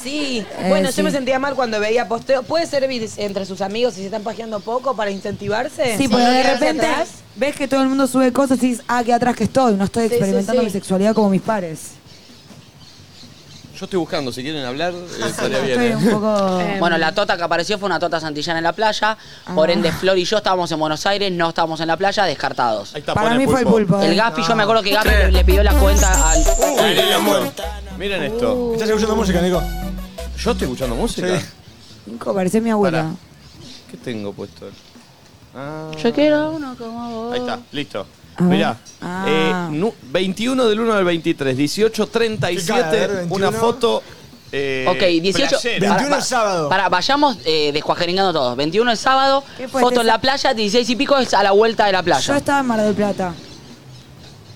Sí,
Eh,
bueno,
sí.
yo me sentía mal cuando veía posteo. ¿Puede servir entre sus amigos si se están pajeando poco para incentivarse?
Sí, porque de
quedarse
repente
atrás?
ves que todo el mundo sube cosas y dices, ah, qué atrás que estoy, no estoy
Sí, sí,
experimentando
sí.
mi sexualidad como mis pares.
Yo estoy buscando, si quieren hablar, eh, estaría bien.
Estoy
eh.
un poco...
Bueno, la tota que apareció fue una tota Santillán en la playa. Por ende,
Ah.
Flor y yo estábamos en Buenos Aires, no estábamos en la playa, descartados.
Para pone mí fue el pulpo. pulpo, eh.
El Gaspi, yo me acuerdo que
No.
Gaspi le, le pidió la cuenta al.
Miren
Uh.
esto.
¿Estás escuchando música, Nico?
Eh, ¿Yo estoy escuchando música?
Nico, parecés mi abuela.
¿Qué tengo puesto? Ah.
Yo quiero uno como vos.
Ahí está, listo.
A ver.
Mirá,
Ah.
eh, nu- 21 del 1 al 23, 18,
Qué cara, a
37,
ver, 21.
una foto. eh,
Ok, 18.
playera.
Para, vayamos eh, descuajeringando todos. 21 es sábado,
fue
foto
este
en la
sa-
playa, 16 y pico es a la vuelta de la
Yo
playa.
estaba en Mar del Plata.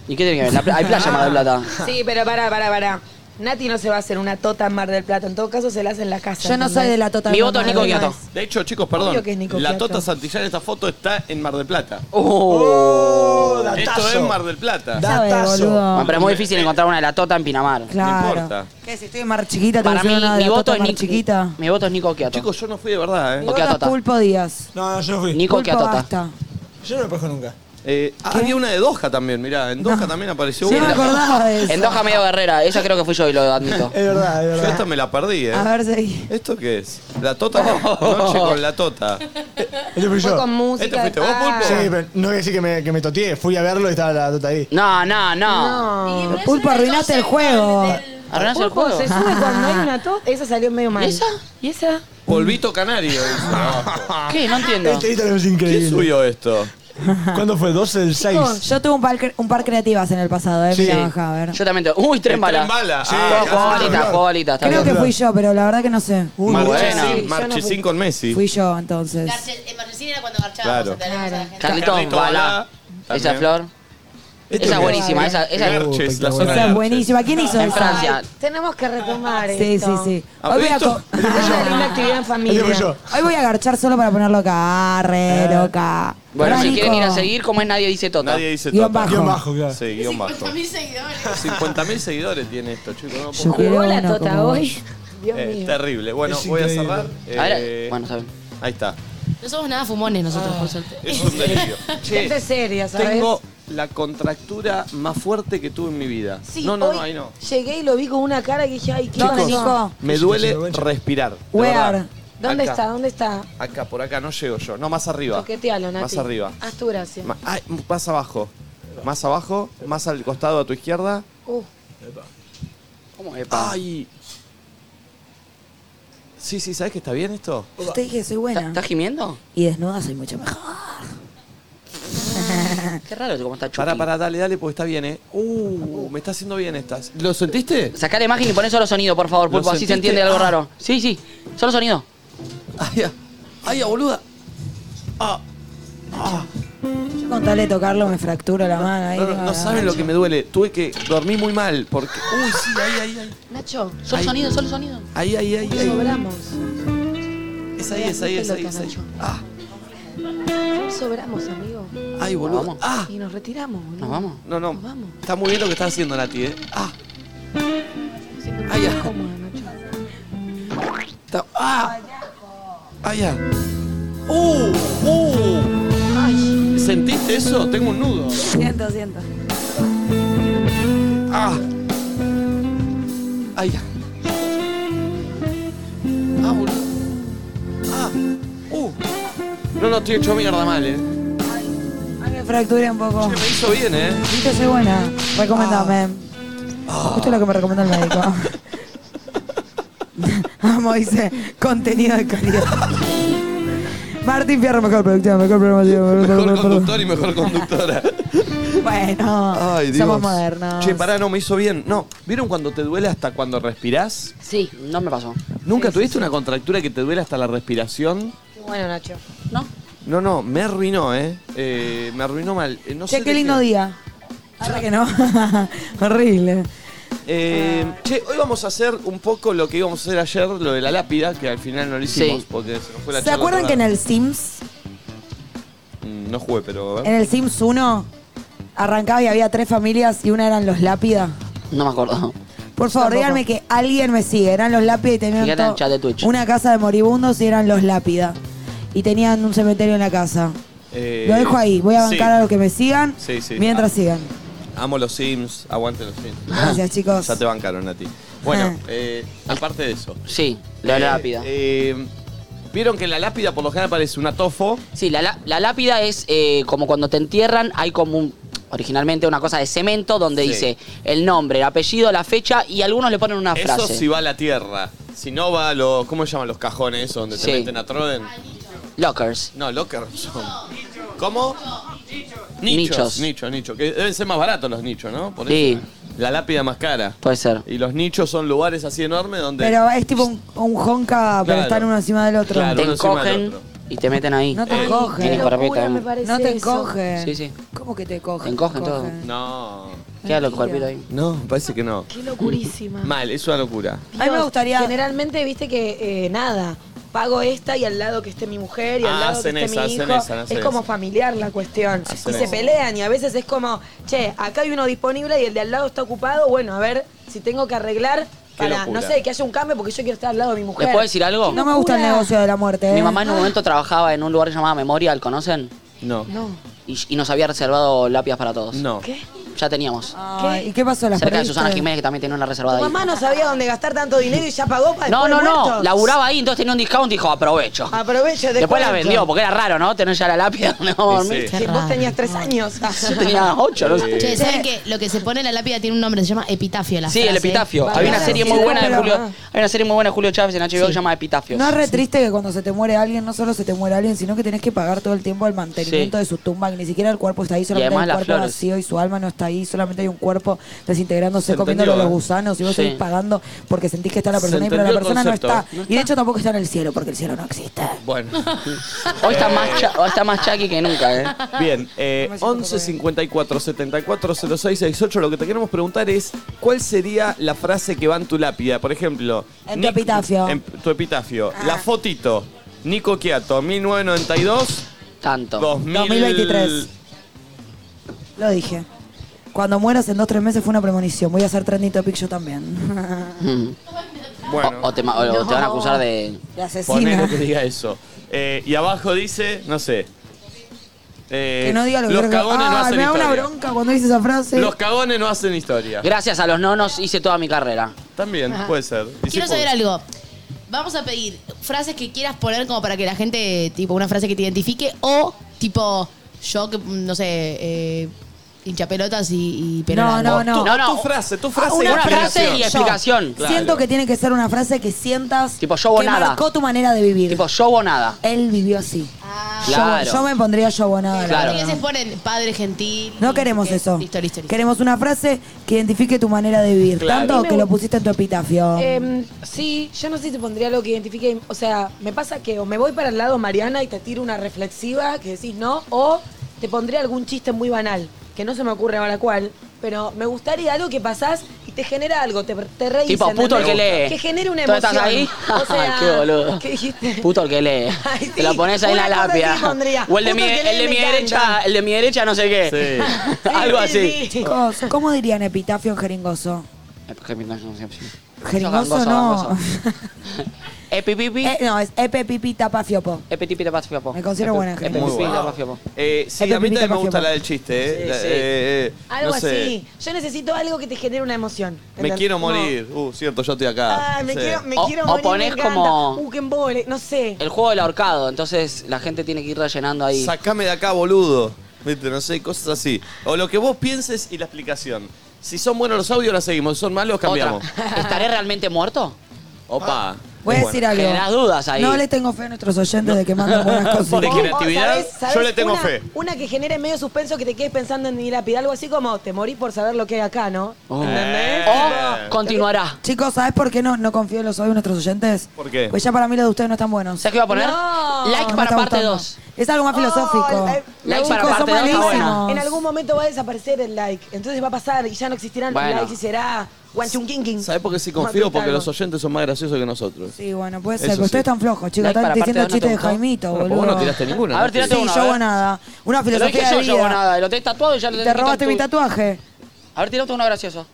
¿Y qué tiene que ver? La pla- hay playa en Mar del Plata.
Sí, pero pará, pará, pará. Nati no se va a hacer una tota en Mar del Plata. En todo caso, se la hace en la casa.
Yo no soy de la tota
Mi voto es Nico Quiato.
Ah, De hecho, chicos, perdón.
Obvio que es Nico
la
Quiato.
Tota Santillán, esta foto está en Mar del Plata.
Oh,
Esto es Mar del Plata.
Sabe, boludo.
Bueno, pero es muy difícil encontrar una de la Tota en Pinamar.
Claro.
importa.
¿Qué? Si estoy en Mar Chiquita, te
Para mí,
menciono una de la
mi voto
Tota
es
Mar
Nico.
Chiquita.
Mi voto es Nico Quiato.
Chicos, yo no fui de verdad, ¿eh?
Mi voto es Pulpo Díaz.
No, yo no fui.
Nico
Pulpo
Quiatota.
basta.
Yo no me pajo nunca.
Eh, ah, había una de Doha también, mirá. En Doha también apareció
Sí,
una.
me acordaba de eso.
En Doha medio guerrera, esa creo que fui yo y lo admito.
Es verdad, es
Yo
verdad.
esta me la perdí, ¿eh?
A ver, seguí.
¿Esto qué es? La Tota. Noche con la Tota.
Este fui yo.
música.
¿Este fuiste vos, Pulpo?
Sí, pero no voy a decir que me, que me toteé. Fui a verlo y estaba la tota ahí.
No, no, no.
No. Pulpo, arruinaste el juego.
¿Arruinaste el
Pulpo,
juego?
se sube cuando hay una tota. Esa salió medio mal.
¿Y esa?
¿Y esa?
Polvito canario. dice.
¿Qué? No entiendo.
Este Instagram es
¿Quién
increíble.
subió esto?
¿Cuándo fue? 12 del 6.
Chicos, Yo tuve un par, cre- un par creativas en el pasado, ¿eh?
Sí.
Mira, baja, a ver.
Yo también. te- Uy, tren
El
bala.
tren bala.
Sí,
Ah,
juego- juego
claro.
balita, juego balita. está
Creo
bien.
que fui yo, pero la verdad que no sé.
Uy,
Marchesín,
bueno.
Marchesín con Messi.
Fui yo, entonces.
Garche- eh, Marchesín era cuando garchábamos.
Claro.
¿entendés? O sea, gente-
Carlitos
Carlitos
bala.
Balá,
Esa
también.
flor.
Este
Esa
es
es buenísima. Esa, esa es
Garches,
Uy,
la zona
Esa
de
es buenísima. ¿Quién hizo
en
esa?
Francia.
Tenemos que retomar
Sí, sí,
esto.
sí.
Ah,
Hoy voy, a
¿esto?
co-
Ah, una actividad en
Este fui
familia.
yo.
hoy voy a garchar solo para ponerlo acá. Arre,
Eh.
loca.
Bueno,
Hola,
si
Nico.
quieren ir a seguir, como es nadie dice Tota.
Nadie dice
Guión
Tota.
bajo.
Guión bajo, claro.
Sí, guión bajo.
50.000 seguidores.
50.000 seguidores tiene esto, chicos. no
Yo
puedo creer.
quiero
Hola,
uno
Tota,
como vos.
hoy. Dios
Eh,
mío.
terrible. Bueno,
Es
voy a
increíble.
cerrar.
A ver,
Eh,
bueno, saben.
ahí está.
No somos nada fumones nosotros, por suerte.
Es un delirio.
Gente seria, ¿sabes?
Tengo la contractura más fuerte que tuve en mi vida.
Sí,
no, no,
hoy
no, ahí no.
Llegué y lo vi con una cara que dije, ay, ¿qué
¿Dónde,
onda, Nico?
Nico?
Me duele respirar. de
Where?
verdad.
¿Dónde
Acá,
está? ¿Dónde está?
Acá, por acá, no llego yo. No, más arriba.
Toquetealo, Nati.
Más arriba.
Haz tu gracia.
Ma- ay, más abajo. Más abajo, más al costado a tu izquierda.
Uh,
¿Cómo es, pa?
Ay. Sí, sí, ¿sabes que está bien esto?
Yo te dije, soy
¿Está-
buena.
¿Estás gimiendo?
Y desnuda soy mucho mejor. Ah.
Qué raro cómo está
Pará,
chupi.
pará, dale, dale, porque está bien, ¿eh? Uh, me está haciendo bien estas. ¿Lo sentiste?
Sacá la imagen y poné solo sonido, por favor,
¿Lo
Pulpo. Así se
sentiste?
entiende algo
Ah.
raro. Sí, sí. Solo sonido.
Ay, ya. ay, ya, boluda.
Yo con tal de tocarlo me fracturo la mano. ahí, Ah,
No, no,
la
no
verdad.
saben lo que me duele. Tuve que dormir muy mal porque. Uy, sí, ahí, ahí, ahí.
Nacho,
Solo
Ay.
sonido, solo sonido.
Ahí, ahí, ahí. ahí.
sobramos.
Es ahí, es ahí, es ahí. Es ahí. Ah,
Sobramos, amigo.
ay,
Nos
boludo.
vamos.
Ah,
Y nos retiramos, boludo.
Nos vamos.
no, no.
Nos vamos.
Está muy bien lo que estás haciendo, Nati, ¿eh? Ah,
Siempre
Ay,
muy
ah.
cómoda, Nacho.
está. Ah, ah, ya. Uh, uh. ¿Sentiste eso? Tengo un nudo.
Siento, siento.
Ah. Ay. Ah, boludo. Ah. Uh. No, no, estoy hecho mierda mal, eh.
Ay, me fracturé un poco.
Me hizo bien, eh.
Viste, soy buena.
Ah.
Recomendame. Justo lo que me recomendó el médico. Amo, dice, contenido de calidad. Martín Fierro, mejor productor, mejor programación.
Mejor conductor y mejor conductora.
Bueno,
Ay, Dios.
somos modernos.
Che, pará, no me hizo bien. No, ¿vieron cuando te duele hasta cuando respirás?
Sí, no me pasó.
¿Nunca tuviste una contractura que te duele hasta la respiración?
Qué Ah, bueno, Nacho.
¿No?
No, no, me arruinó, ¿eh? Eh, me arruinó mal. Eh, no sé
che, qué
de
lindo día. Ahora que no. Horrible.
Eh,
Ah.
che, hoy vamos a hacer un poco lo que íbamos a hacer ayer, lo de la lápida, que al final no lo hicimos
Sí.
porque se nos fue la
¿Se
charla
acuerdan que en
toda.
el Sims,
Mm, No jugué, pero... a ver.
en el Sims 1, arrancaba y había tres familias y una eran los lápida?
No me acuerdo.
Por favor,
Tampoco.
díganme que alguien me sigue. Eran los lápida y tenían
Fíjate en el
to-
chat de Twitch.
una casa de moribundos y eran los lápida. Y tenían un cementerio en la casa.
Eh,
Lo dejo ahí. Voy a bancar
sí.
a los que me sigan
Sí, Ah. sí.
mientras sigan.
Amo los Sims, aguante los Sims.
Gracias, chicos.
Ya te bancaron a ti. Bueno,
Ah.
eh, aparte de eso.
Sí, la lápida.
eh, Vieron que en la lápida por lo general aparece una tofo.
Sí, la, la- la lápida es eh, como cuando te entierran, hay como un- originalmente una cosa de cemento donde
Sí.
dice el nombre, el apellido, la fecha y algunos le ponen una
Eso
frase.
si va a la tierra. Si no va a los. ¿Cómo se llaman los cajones esos donde
Sí.
te meten a Troden?
Lockers.
No, lockers son. ¿Cómo?
Nichos.
Nichos. Nichos, nichos. Que deben ser más baratos los nichos, ¿no? Por
Sí.
eso, La lápida más cara.
Puede ser.
Y los nichos son lugares así enormes donde.
Pero es tipo un, un jonca, pero
Claro.
están uno encima del otro.
Claro,
te
uno encima del
encogen y te meten ahí. Eh,
No te encogen.
Tienen
Qué
corpita.
locura, me parece. No te
encogen.
encogen.
Sí, sí.
¿Cómo que te cogen?
Te encogen todo.
No.
Queda los
Mentira.
cuerpitos ahí.
No, me parece que no.
Qué locurísima.
Mal, es una locura.
A mí me
Dios,
gustaría-
Generalmente, viste que eh, nada. Pago esta y al lado que esté mi mujer y al
Ah,
lado que
hacen
esté
esa,
mi
hacen
hijo.
esa, hacen
es como
esa.
familiar la cuestión.
Hacen
y se
esa.
pelean y a veces es como, che, acá hay uno disponible y el de al lado está ocupado. Bueno, a ver si tengo que arreglar para,
locura.
no sé, que haya un cambio porque yo quiero estar al lado de mi mujer.
¿Les puedo decir algo?
No me gusta el negocio de la muerte.
Mi
¿eh?
mamá en un momento trabajaba en un lugar llamado Memorial, ¿conocen?
No.
No.
Y, y nos había reservado lápidas para todos.
No.
¿Qué?
Ya teníamos.
Ay, ¿Y qué pasó? ¿Las
Cerca de
Ah, perdiste?
Susana Jiménez, que también tenía una reservada
Tu
ahí.
mamá no sabía dónde gastar tanto dinero y ya pagó para
No,
después
no,
de
no.
muertos.
Laburaba ahí, entonces tenía un discount y dijo, aprovecho.
Aprovecho de
Después la
cuento.
vendió, porque era raro, ¿no? Tener ya la lápida donde vamos a dormir.
Sí, vos tenías tres años.
Yo tenía ocho, no
Eh,
sé.
Che, ¿saben que lo que se pone en la lápida tiene un nombre? Se llama epitafio la
Sí, el
frase.
epitafio. Había una serie muy buena de Julio. Hay una serie muy buena de Julio Chávez en HBO que se llama Epitafio.
No es re triste que cuando se te muere alguien, no solo se te muere alguien, sino que tenés que pagar todo el tiempo el mantenimiento
Sí.
de su tumba, que ni siquiera el cuerpo está ahí, solamente
además
hay un
las
cuerpo
flores.
vacío y su alma no está ahí, solamente hay un cuerpo desintegrándose,
Se entendió,
comiéndolo los
¿eh?
gusanos y vos
Sí.
seguís pagando porque sentís que está la
Se
persona ahí, pero la
entendió el
persona no
concepto,
está. Y de hecho tampoco está en el cielo, porque el cielo no existe.
Bueno.
Hoy está más, cha- hoy está más Chucky que nunca, ¿eh?
Bien, eh, 11 54 74 06 68. Lo que te queremos preguntar es: ¿cuál sería la frase que va en tu lápida? Por ejemplo,
En tu
Nic-
epitafio. Ah.
En tu epitafio. La fotito: Nico Quiato, 1992.
Tanto.
2023. Lo dije. Cuando mueras en dos tres meses fue una premonición. Voy a hacer trending topic yo también.
Bueno,
Mm. O, o te, ma- o te van a acusar de.
De asesina.
ponele que diga eso. Eh, y abajo dice: no sé. eh,
Que no diga lo que
los
creo que-
cagones no
Ay,
hacen
me da una
historia.
bronca cuando dice esa frase.
Los cagones no hacen historia.
Gracias a los nonos hice toda mi carrera.
También,
Ajá.
puede ser. Y sí
Quiero
puede
saber algo. Vamos a pedir frases que quieras poner como para que la gente, tipo, una frase que te identifique o, tipo, yo que, mm, no sé, eh, hinchapelotas y, y
No,
peronas.
no, no. Ah,
Tu, tu frase, tu frase.
una
y
Una frase
explicación.
y explicación.
Claro.
Siento que tiene que ser una frase que sientas
Tipo, yo o
que
nada.
marcó tu manera de vivir.
Tipo, yo o nada.
Él vivió así.
Ah.
Yo-
Claro.
Yo, me pondría yo abonada. la
Claro.
verdad.
Entonces ponen padre gentil.
No queremos
sé qué.
eso.
Listo, listo, listo.
Queremos una frase que identifique tu manera de vivir.
Claro.
Tanto que lo pusiste en tu epitafio.
Eh,
Em, sí, yo no sé si te pondría algo que identifique. O sea, me pasa que o me voy para el lado Mariana y te tiro una reflexiva que decís no, o te pondría algún chiste muy banal, que no se me ocurre ahora cuál, pero me gustaría algo que pasás y te genera algo, te, te reís.
Tipo,
¿entendés?
puto el que lee.
Que genere una
¿Tú
emoción.
estás ahí?
O sea,
Qué boludo.
¿Qué dijiste?
Puto el que lee.
Ay, sí.
Te lo pones ahí en la
Una cosa
lápida.
así pondría.
O el de
Puto
mi,
el que lee
el de mi
me encanta.
derecha, el de mi derecha no sé qué.
Sí.
Algo así.
Chicos, ¿cómo dirían epitafio en jeringoso? Jeringoso
Gangoso,
no.
gangoso. Epipipi.
Eh, no, es epepipi tapafiopo.
Epitipi tapafiopo.
Me considero buena, gente.
Muy
Epipipi
buena.
tapafiopo.
Eh, sí,
Pepe
a mí también
Pinita
me
Mafia
gusta
Pop.
la del chiste, ¿eh?
Sí,
La-
sí.
eh, eh,
Algo
no sé.
así. Yo necesito algo que te genere una emoción.
Me
¿entendés?
quiero
Como,
morir. Uh, cierto, yo estoy acá.
Ay, me
Sí.
quiero, me
O-
quiero
o
morir.
ponés
me encanta.
como-
Uh, qué embole, no sé.
El juego del ahorcado, entonces la gente tiene que ir rellenando ahí.
Sacame de acá, boludo. Viste, no sé, cosas así. O lo que vos pienses y la explicación. Si son buenos los audios, la seguimos. Si son malos,
Otra.
cambiamos.
¿Estaré realmente muerto?
Opa.
Voy a
Bueno.
decir algo.
Generás dudas ahí.
No le tengo fe a nuestros oyentes de que mandan buenas cosas.
De creatividad,
¿sabés- sabés
yo le tengo
una,
fe.
Una que genere medio suspenso que te quedes pensando en mi lápida. Algo así como, te morí por saber lo que hay acá, ¿no?
Eh,
O continuará.
Chicos, ¿sabes por qué no, no confío en los oídos de nuestros oyentes?
¿Por qué?
Pues ya para mí los de ustedes no están buenos.
¿Sabes qué iba a poner?
No,
like
No
para
está
parte
gustando.
2.
Es algo más filosófico.
eh,
Like
Chicos,
para parte
son
dos está
malísimos.
buena.
En algún momento va a desaparecer el like. Entonces va a pasar y ya no existirán
Bueno.
likes y será guanchunquinquin.
¿Sabés por qué sí confío? Porque los oyentes son más graciosos que nosotros.
Sí, bueno, puede ser.
Eso
pero ustedes
sí.
están flojos, chicos.
Like para
están
parte
diciendo
dos, ¿no te
chistes de
gustó?
Jaimito,
Bueno,
boludo.
pues vos no tiraste ninguno, A ver, ¿no? tirate
sí,
uno, a
yo
ver.
hago nada. Una
Te lo dije
filosofía
yo,
de
yo hago
vida.
nada. Lo tenés tatuado y ya le
Te robaste mi tatuaje.
A ver, tirate uno gracioso.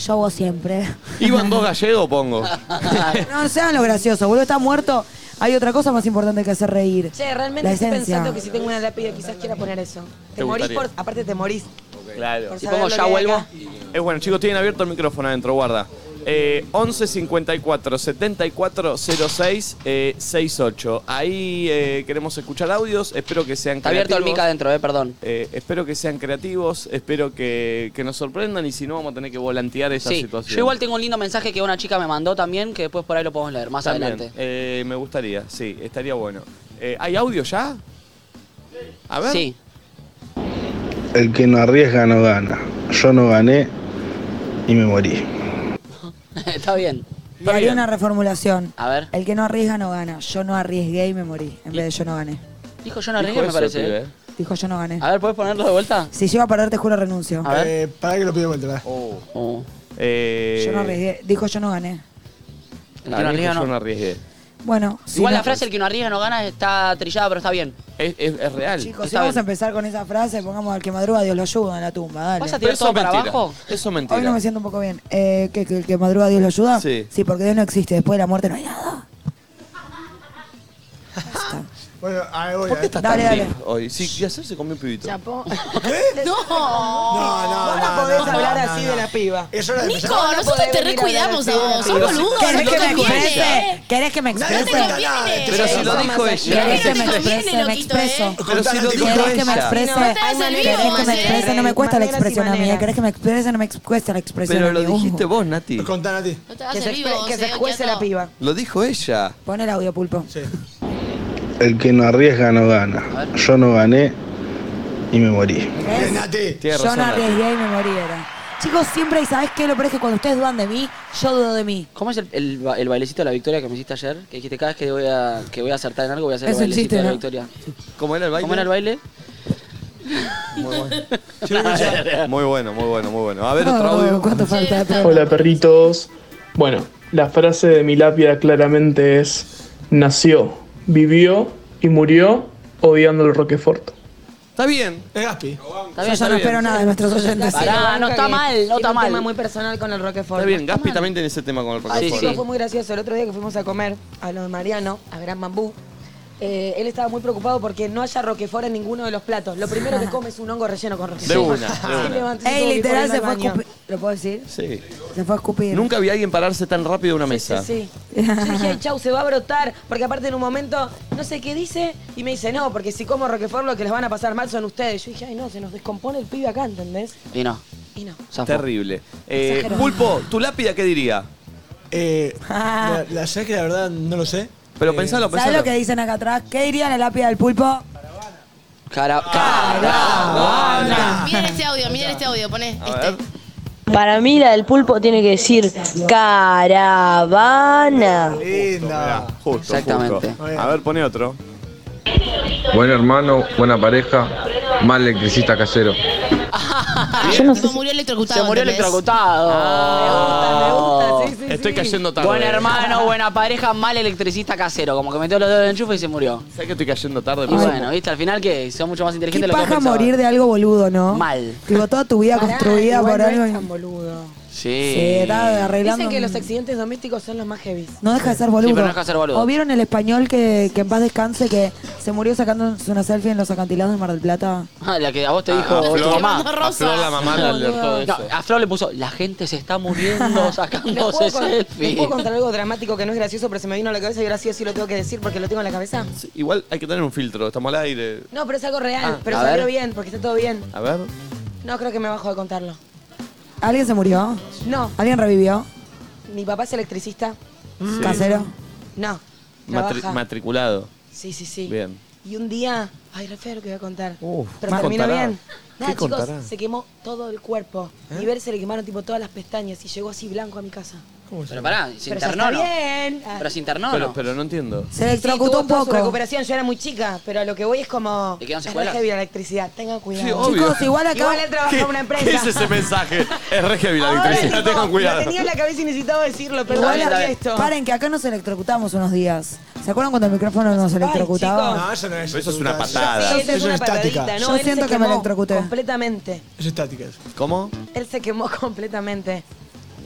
Yo hago siempre.
Iban dos gallegos, pongo.
No sean los graciosos, boludo. Está muerto. Hay otra cosa más importante que hacer reír.
Che, realmente
La
estoy
esencia.
pensando que si tengo una lápida quizás quiera poner eso. Te,
Te
morís por.
gustaría.
Aparte te morís.
Claro.
Por saber lo que hay acá.
Es Eh, bueno, chicos, tienen abierto el micrófono adentro, guarda. Eh, 11 54 74 06 eh, 68. Ahí eh, queremos escuchar audios. Espero que sean
Está abierto el
creativos.
mica adentro, eh, perdón.
Eh, espero que sean creativos. Espero que, que nos sorprendan. Y si no, vamos a tener que volantear esa
Sí,
situación.
yo igual tengo un lindo mensaje que una chica me mandó también, que después por ahí lo podemos leer más
También,
adelante.
eh, me gustaría, sí, estaría bueno. Eh, ¿Hay audio ya? A ver.
Sí.
El que no arriesga no gana. Yo no gané y me morí.
Está bien.
Y haría una reformulación.
A ver.
El que no arriesga no gana. Yo no arriesgué y me morí. En vez de yo no gané.
Dijo yo no arriesgué, me parece. ¿eh?
Dijo yo no gané.
A ver, ¿puedes ponerlo de vuelta?
Si llego a perder, te juro renuncio.
Eh, pará que lo pido de vuelta. pará.
Oh. Eh,
Yo no arriesgué. Dijo yo no gané.
el que
Yo no
no
arriesgo,
arriesga,
no.
yo no arriesgué.
Bueno, si
Igual
no-
la frase el que no arriesga no gana está trillada, pero está bien.
Es, es- es real.
Chicos, si
Está
vamos
bien.
a empezar con esa frase, pongamos al que madruga, Dios lo ayuda en la tumba. Dale.
¿Vas a
Pero
tirar
eso
todo
es
para
mentira.
abajo?
Eso es
Hoy no
mentira.
me siento un poco bien. Eh, ¿que, que el que madruga Dios lo ayuda?
Sí.
porque Dios no existe. Después de la muerte no hay nada.
Bueno, ahí voy.
¿Por qué estás
Dale,
tan
dale.
deep hoy? Sí, ¿qué hacer se comió un pibito?
No. No,
no,
Vos no
no,
podés
no,
hablar
no,
así
no.
de la piba.
Eso era de
Nico,
empezar.
nosotros podés te venir a recuidamos hablar a así de vos, la sos piba. boludo,
¿Querés
no
que
te
me
conviene,
exprese?
¿eh?
¿Querés que me
No te
exprese?
conviene.
Pero si lo dijo ella.
¿Querés que me
No te conviene,
exprese? Me
loquito, ¿eh?
expreso.
Pero si lo dijo
¿Querés que me
ella.
exprese?
No te hagas el vivo,
¿Querés que me
Maciel.
exprese? No me cuesta la
Maneras y
expresión a mí.
maneras.
¿Querés que me exprese? No me cuesta la expresión
Pero lo
amigo.
dijiste vos, Nati.
Contá a ti.
Que se,
vivo, eh,
escue- que se escuece la piba.
Lo dijo ella.
Uh, Pon el audio, Pulpo.
El que no arriesga no gana. Yo no gané y me morí.
¿Ves?
Tiene
Yo
razón.
no
Nati.
arriesgué y me morí, era. Chicos, siempre, ¿y sabes qué? Lo peor es que cuando ustedes dudan de mí, yo dudo de mí.
¿Cómo es el, el ba- el bailecito de la victoria que me hiciste ayer? Que dijiste cada vez que voy a, que voy a acertar en algo voy a hacer
Es
el
un
bailecito
chiste,
de la
¿no?
victoria.
¿Cómo era el baile?
¿Cómo era el baile?
Muy bueno, muy bueno, muy bueno. A ver, otro audio.
Oh, ¿Cuánto falta?
Hola perritos. Bueno, la frase de mi lápida claramente es nació, vivió y murió odiando el Roquefort.
Está bien.
Es Gaspi.
Está
Yo ya no espero nada de nuestros oyentes.
Pará, no está mal, no está
Tiene
mal.
un tema muy personal con el Roquefort.
Está bien, Gaspi también tiene ese tema con el
Ay,
Roquefort.
chicos, fue muy gracioso. El otro día que fuimos a comer a lo de Mariano, a Gran Bambú, eh, él estaba muy preocupado porque no haya roquefort en ninguno de los platos. Lo primero que come es un hongo relleno con roquefort.
De una, de
Se
una.
levantó y
Ey,
tuvo que
literal
ir al
se fue a
baño.
escupir. ¿Lo puedo decir?
Sí.
Se fue a escupir.
Nunca vi a alguien pararse tan rápido de una mesa.
Sí. Yo dije, ay, chau, se va a brotar. Porque aparte en un momento, no sé qué dice, y me dice, no, porque si como roquefort lo que les van a pasar mal son ustedes. Yo dije, ay, no, se nos descompone el pibe acá, ¿entendés?
Y no.
Y no.
zafó.
Terrible. Eh,
Exagerado.
Pulpo, ¿tu lápida qué diría?
Eh, la, la sé que la verdad no lo sé.
Pero pensalo,
¿Sabes
pensalo.
Eh, lo que dicen acá atrás? ¿Qué diría la lápida del pulpo?
Cara,
Ah,
Miren este audio, miren este audio, poné este.
Para mí la del pulpo tiene que decir caravana.
Linda.
Justo,
Exactamente.
justo. A ver, pone otro.
Buen hermano, buena pareja, mal electricista casero.
Yo no sé. Ah, murió electrocutado.
Se murió
¿entendés?
electrocutado.
Ah,
me gusta, sí, sí,
Estoy cayendo tarde.
Buen hermano, buena pareja, mal electricista casero. Como que metió los dedos en el enchufe y se murió.
¿Sabes que estoy cayendo tarde?
Y bueno, viste, al final que son mucho más
¿Qué
inteligentes de lo que
paja
yo pensaba.
morir de algo boludo, no?
Mal.
Tipo, toda tu vida construida
Igual
por
no
algo.
es tan boludo.
Sí.
Sí, está arreglando.
Dicen que
un-
los accidentes domésticos son los más heavy.
No deja de ser boludo.
Sí, pero no deja de ser boludo.
¿O vieron el español que, que en paz descanse que se murió sacándose una selfie en los acantilados de Mar del Plata?
Ah, la que a vos te dijo
a
tu
Flor,
mamá.
a Flor la mamá le alertó de
No,
eso.
a Flor le puso, la gente se está muriendo
¿Les puedo,
sacándose
con- les
selfie.
puedo contar algo dramático que no es gracioso, pero se me vino a la cabeza y ahora sí o sí lo tengo que decir porque lo tengo en la cabeza?
Sí, Igual hay que tener un filtro, estamos al aire.
No, pero es algo real,
Ah,
pero
a
salió
ver.
bien, porque está todo bien.
A ver.
No, creo que me bajo de contarlo.
¿Alguien se murió?
No,
¿Alguien revivió?
mi papá es electricista.
Mm. ¿Casero?
No,
Matri-
trabaja.
matriculado.
Sí, sí, sí.
Bien.
y un día. Ay, re feo lo que voy a contar.
Uf,
Pero
¿qué
termina
contará?
bien. Nada,
¿Qué
chicos,
contará?
se quemó todo el cuerpo.
¿Eh?
Nivel se le quemaron tipo todas las pestañas y llegó así blanco a mi casa.
Pero pará, se
Pero ya
internó,
está
¿no?
bien. Ah.
Pero se internó,
Pero,
¿no?
pero no entiendo.
Sí,
electrocutó
tuvo
un
toda su
poco.
recuperación, yo era muy chica, pero a lo que voy es como.
¿Le quedan
es re
secuelas?
heavy la electricidad, tengan cuidado.
Sí, obvio. Chicos,
igual
acá-
Igual él trabaja
¿Qué,
en una empresa.
qué es ese mensaje? Es re heavy la electricidad, tengan cuidado.
Lo tenía en la cabeza y necesitaba decirlo, pero
Igual,
bueno, esto.
Paren que acá nos electrocutamos unos días. ¿Se acuerdan cuando el micrófono nos electrocutaba?
No, eso no es.
Eso es una
electrocutación.
patada.
Esa es
Eso
una
es estática.
patadita, ¿no?
Yo
Él se
siento que me
quemó
electrocuté.
Completamente.
Es estática eso.
¿Cómo?
Él se quemó completamente.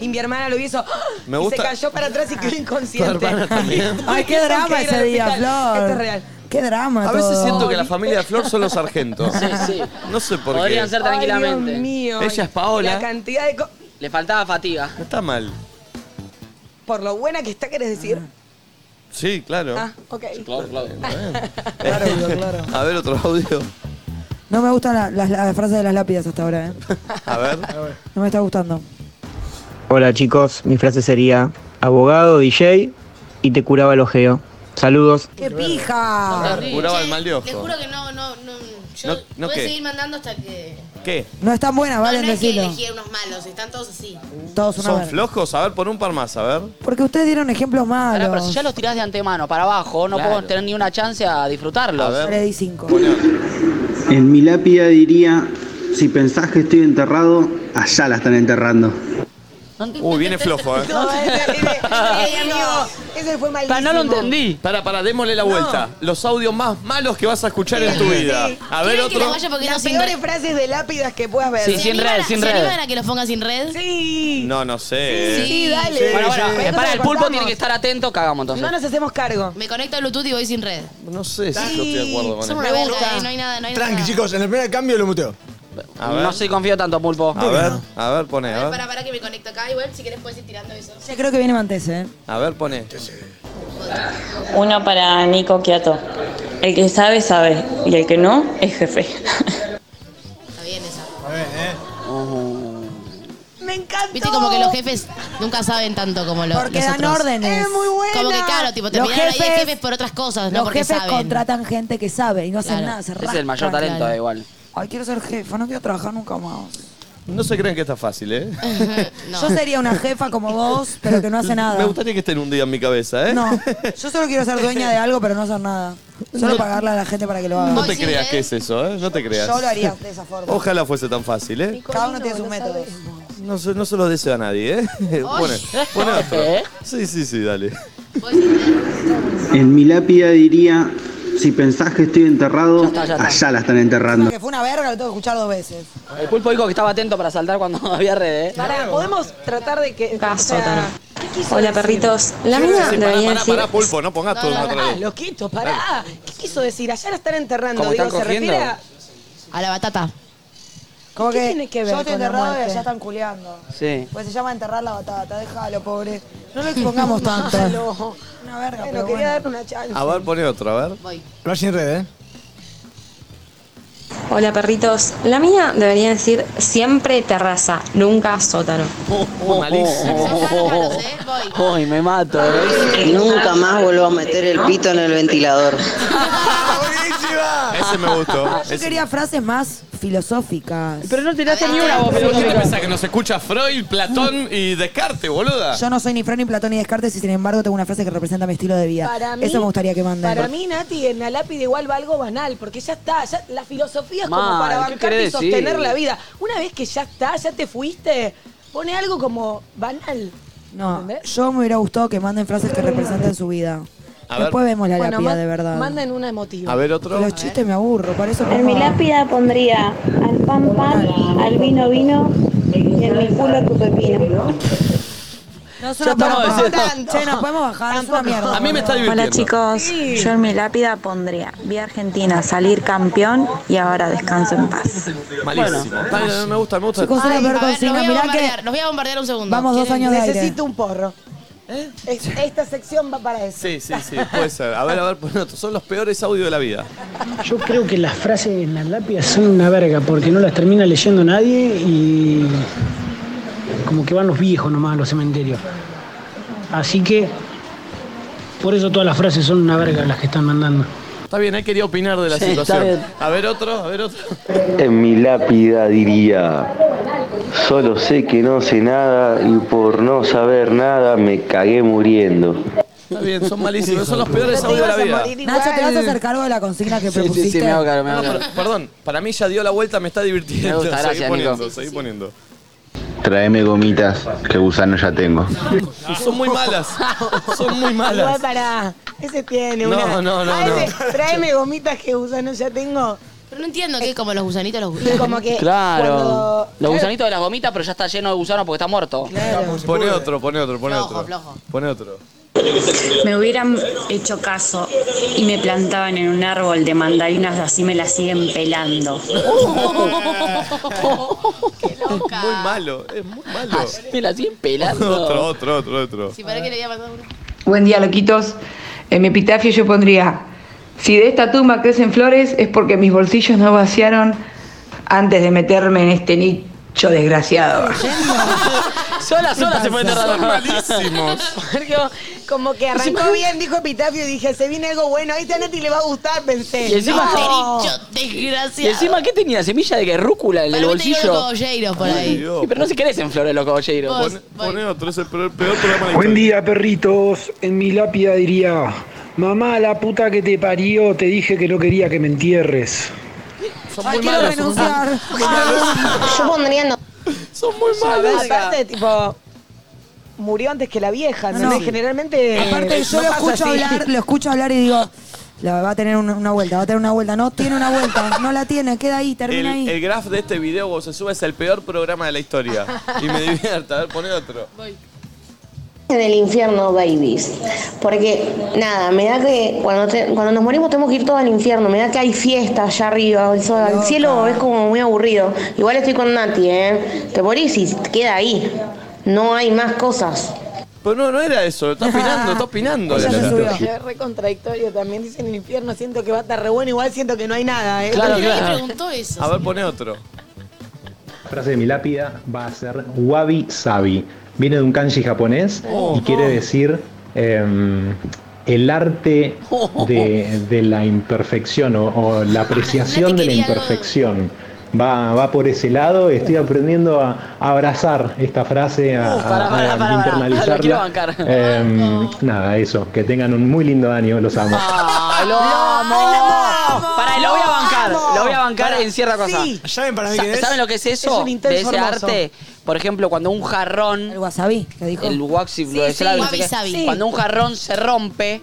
Y mi hermana lo hizo.
Me
y
gusta-
se cayó para atrás y quedó inconsciente.
hermana también.
Ay, qué
Tuvieron
drama
que ir al
ese día,
hospital.
Flor.
Esto es real.
Qué drama.
A veces
todo.
siento que la familia de Flor son los sargentos.
Sí, sí.
No sé por
Podrían
qué.
ser tranquilamente.
Ay, Dios mío.
Ella es Paola.
La cantidad de. co-
Le faltaba fatiga.
No está mal.
Por lo buena que está, ¿querés decir?
Sí, claro. Eh,
Ah, ok.
Claro, claro.
A ver otro audio.
No me gustan la- las, las frases de las lápidas hasta ahora, ¿eh?
A ver.
No me está gustando.
Hola chicos, mi frase sería abogado, DJ y te curaba el ojeo. Saludos.
¡Qué pija!
Curaba el mal de
Les
ojo.
juro que no, no, no. Yo
No- no
voy
qué.
a seguir mandando hasta que.
¿Qué?
No están buenas,
No,
valen
no es que
decirlo.
elegir unos malos, están todos así.
Todos una
¿Son
verga.
flojos? A ver, pon un par más, a ver.
Porque ustedes dieron ejemplos malos.
Pará, pero si ya los tirás de antemano para abajo, no
Claro.
puedo tener ni una chance a disfrutarlos.
A ver.
Le di cinco.
En mi lápida diría, si pensás que estoy enterrado, allá la están enterrando.
Uy, viene flojo, ¿eh?
No, ese, ese- ese, amigo, ese fue malísimo.
Para, para, démosle la vuelta. Los audios más malos que vas a escuchar en tu
Sí.
vida. A ver
¿Quieren que
otro.
la vaya porque no
Las
sin
peores
red?
frases de lápidas que puedas ver.
Sí, sin
¿Se
red,
animan a-
sin
¿Se
red.
animan a que los pongan sin red?
Sí.
No, no sé.
Sí,
¿eh?
dale.
Bueno, bueno,
sí.
eh, para, el pulpo
Cortamos.
tiene que estar atento, cagamos entonces.
No nos hacemos cargo.
Me conecto a Bluetooth y voy sin red.
No sé si yo estoy de acuerdo con
Son
eso.
una
Me
verga,
gusta.
eh, no hay nada, no hay
Tranqui,
nada.
chicos, en el primer cambio lo muteo.
A ver. Ah.
No soy confío tanto, pulpo.
A ver, a ver, pone, a ver.
Para, para que me conecto acá, igual si querés puedes ir tirando eso.
Ya creo que viene Mantese, ¿eh?
A ver, pone.
Una para Nico Quiato. El que sabe, sabe. Y el que no, es jefe.
Está bien esa.
Me encanta.
Viste como que los jefes nunca saben tanto como los,
Porque
los
dan
otros.
órdenes.
Es muy buena.
Como que claro, tipo,
Los
terminaron ahí de
jefes-
jefes por otras cosas, no
Los
porque
jefes
saben.
contratan gente que sabe y no hacen
Claro.
nada. Se
Ese es el mayor
rascan.
talento, eh, igual.
Ay, quiero ser jefa, no quiero trabajar nunca más.
No se crean que está fácil, ¿eh?
No.
Yo sería una jefa como vos, pero que no hace nada.
Me gustaría que estén un día en mi cabeza, ¿eh?
No, yo solo quiero ser dueña de algo, pero no hacer nada. Solo pagarle a la gente para que lo haga.
No te creas que es eso, ¿eh? No te creas.
Yo lo haría de esa forma.
Ojalá fuese tan fácil, ¿eh?
Cada uno tiene sus métodos.
No se, no se lo deseo a nadie, ¿eh? Pone, pone otro.
¿Eh?
Sí, sí, sí, dale.
En mi lápida diría, si pensás que estoy enterrado,
está, ya está.
allá la están enterrando.
Que fue una verga, lo tengo que escuchar dos veces.
El pulpo dijo que estaba atento para saltar cuando había red, ¿eh?
Pará, podemos tratar de que.
Caso,
o sea,
Tano.
¿qué quiso
Hola,
decir?
perritos. La
Sí,
mía
sí, pará,
debería
pará,
decir.
pará, pulpo, no pongas todo en otra
Ah,
vez.
loquito, pará. ¿Qué quiso decir? Allá la están enterrando.
¿Cómo
Digo,
están
se refiere
cogiendo?
a.
A la batata.
Como
¿Qué tiene que ver
Yo estoy
con la
enterrado y
muerte?
allá están culeando.
Sí.
Pues se llama enterrar la batata, déjalo, pobre. No lo expongamos tanto.
Malo.
Una verga,
Bueno,
pero
quería
bueno.
darle una chance.
A ver, pone otro, a ver.
Voy.
Lo sin red, ¿eh?
Hola perritos. La mía debería decir siempre terraza, nunca sótano.
Oh,
Malos, eh, voy.
Uy, me mato, ¿eh?
Nunca más vuelvo a meter el pito en el ventilador.
Ese me gustó.
Yo quería frases más filosóficas.
Pero no tiraste ni una vos,
¿Pero
pero
qué te pensás que nos escucha Freud, Platón y Descartes, boluda?
Yo no soy ni Fran ni Platón ni Descartes y sin embargo tengo una frase que representa mi estilo de vida.
Para mí,
Eso me gustaría que manden.
Para mí, Nati, en la lápida igual va algo banal, porque ya está. ya- la filosofía es como
Mal,
para
¿qué
bancarte y
querés
sostener
decir?
la vida. Una vez que ya está, ya te fuiste, pone algo como banal.
No,
¿entendés?
yo me hubiera gustado que manden frases que representen su vida.
A ver.
Después vemos la lápida,
ma-
de verdad.
Manden una emotiva.
A ver, otro.
Los chistes me aburro, para eso
En mi lápida pondría al pan pan, al vino vino y en mi culo tu pepino.
No
Ya estamos diciendo-
Che, nos podemos bajar, es una mierda.
A mí me está divirtiendo.
Hola chicos, yo en mi lápida pondría vi a Argentina salir campeón y ahora descanso en paz.
Malísimo. Está bien, me gusta, me gusta.
Chicos, era
Ay,
peor
a ver, los
consigna,
voy a
mirá
bombardear,
que
los voy a bombardear un segundo.
vamos dos
¿Quieren?
años de aire.
Necesito un porro. Es- esta sección va para eso.
¿Eh? Sí, sí, sí, puede ser. A ver, a ver, pon otro. Son los peores audios de la vida.
Yo creo que las frases en las lápidas son una verga porque no las termina leyendo nadie y como que van los viejos nomás a los cementerios. Así que por eso todas las frases son una verga las que están mandando.
Está bien, ahí quería opinar de la
Sí, está
situación.
bien.
A ver otro, a ver otro.
En mi lápida diría, solo sé que no sé nada y por no saber nada me cagué muriendo.
Está bien, son malísimos. Son los peores audios de la vida.
Nacho, te vas a hacer cargo de la consigna que propusiste.
No, no, pero- perdón, para mí ya dio la vuelta, me está divirtiendo.
Me gusta,
Seguí
gracias, Nico.
poniendo, seguí poniendo.
Traeme gomitas, que gusano ya tengo.
Son muy malas. Son muy malas.
Igual para. Ese tiene
No,
una.
no, no,
Ah,
no.
ese, Tráeme gomitas que gusano ya tengo.
Pero no entiendo que como los gusanitos
Eh,
los gusanitos.
Como que.
Claro.
cuando- eh,
Los gusanitos de las gomitas, pero ya está lleno de gusanos porque está muerto.
Pone otro, pone otro, pone
Flojo,
otro.
flojo.
Pone otro.
Me hubieran hecho caso y me plantaban en un árbol de mandarinas, así me las siguen pelando.
Muy malo, es muy malo.
Me la siguen
Otro, otro, otro, otro.
Si para que le voy a mandar uno.
Buen día, loquitos. En mi epitafio yo pondría, si de esta tumba crecen flores es porque mis bolsillos no vaciaron antes de meterme en este nicho desgraciado.
Sola,
sola
se fue enterrando.
Son malísimos. Marco, como que arrancó bien, dijo Epitafio, y dije, se viene algo bueno, ahí está Nati le va a gustar, pensé.
Y encima-
No.
Este
Desgraciado.
Y encima, ¿qué tenía? ¿Semilla de que rúcula en el
Para mí te digo los
bolsillo?
cogolleiros por ahí.
Sí, pero no se crecen flores los cogolleiros.
Pone, pone otro, es el peor, peor programa de la
Buen
historia.
día, perritos. En mi lápida diría: Mamá, la puta que te parió, te dije que no quería que me entierres.
Son
muy quiero malos. renunciar.
Yo pondría no.
Son muy
malos.
malos.
Aparte, tipo, murió antes que la vieja, ¿entendés?
no.
Generalmente.
Aparte, yo
no
lo
pasa
escucho
así.
hablar, lo escucho hablar y digo, la va a tener una, una vuelta, va a tener una vuelta. No tiene una vuelta, no la tiene, queda ahí,
El,
termina ahí.
el graph de este video cuando se sube es el peor programa de la historia. Y me divierte. A ver, pone otro.
En el infierno, babies. Porque, nada, me da que cuando, te- cuando nos morimos tenemos que ir todos al infierno. Me da que hay fiesta allá arriba. Eso, al cielo es como muy aburrido. Igual estoy con Nati, ¿eh? Te morís y te queda ahí. No hay más cosas.
Pero no, no era eso. Está opinando, está opinando.
Ella se
Pero Es re contradictorio también. Dicen el infierno, siento que va a estar re bueno, igual siento que no hay nada, ¿eh?
Claro,
Porque nadie
Ah,
claro.
preguntó eso.
A ver, pone otro.
frase de mi lápida va a ser wabi sabi. Viene de un kanji japonés y quiere decir em, el arte de, de la imperfección o, o la apreciación de la imperfección. Va, va por ese lado, estoy aprendiendo a, a abrazar esta frase, a,
Uh, para,
a-
para,
a
para, para.
internalizarla.
Lo quiero bancar.
Em, Nada, eso, que tengan un muy lindo año, los amo.
Ah, lo amo. Para, lo voy a bancar. Lo voy a bancar
Pará,
en cierta cosa.
sí. ¿Saben para mí qué es?
¿Saben lo que es eso?
Es un intenso
de ese
hermoso.
arte. Por ejemplo, cuando un jarrón. El
wasabi, que dijo.
El waxi, lo de
sí,
Slavi, no sé
wabi
qué.
sabi. Sí.
Cuando un jarrón se rompe,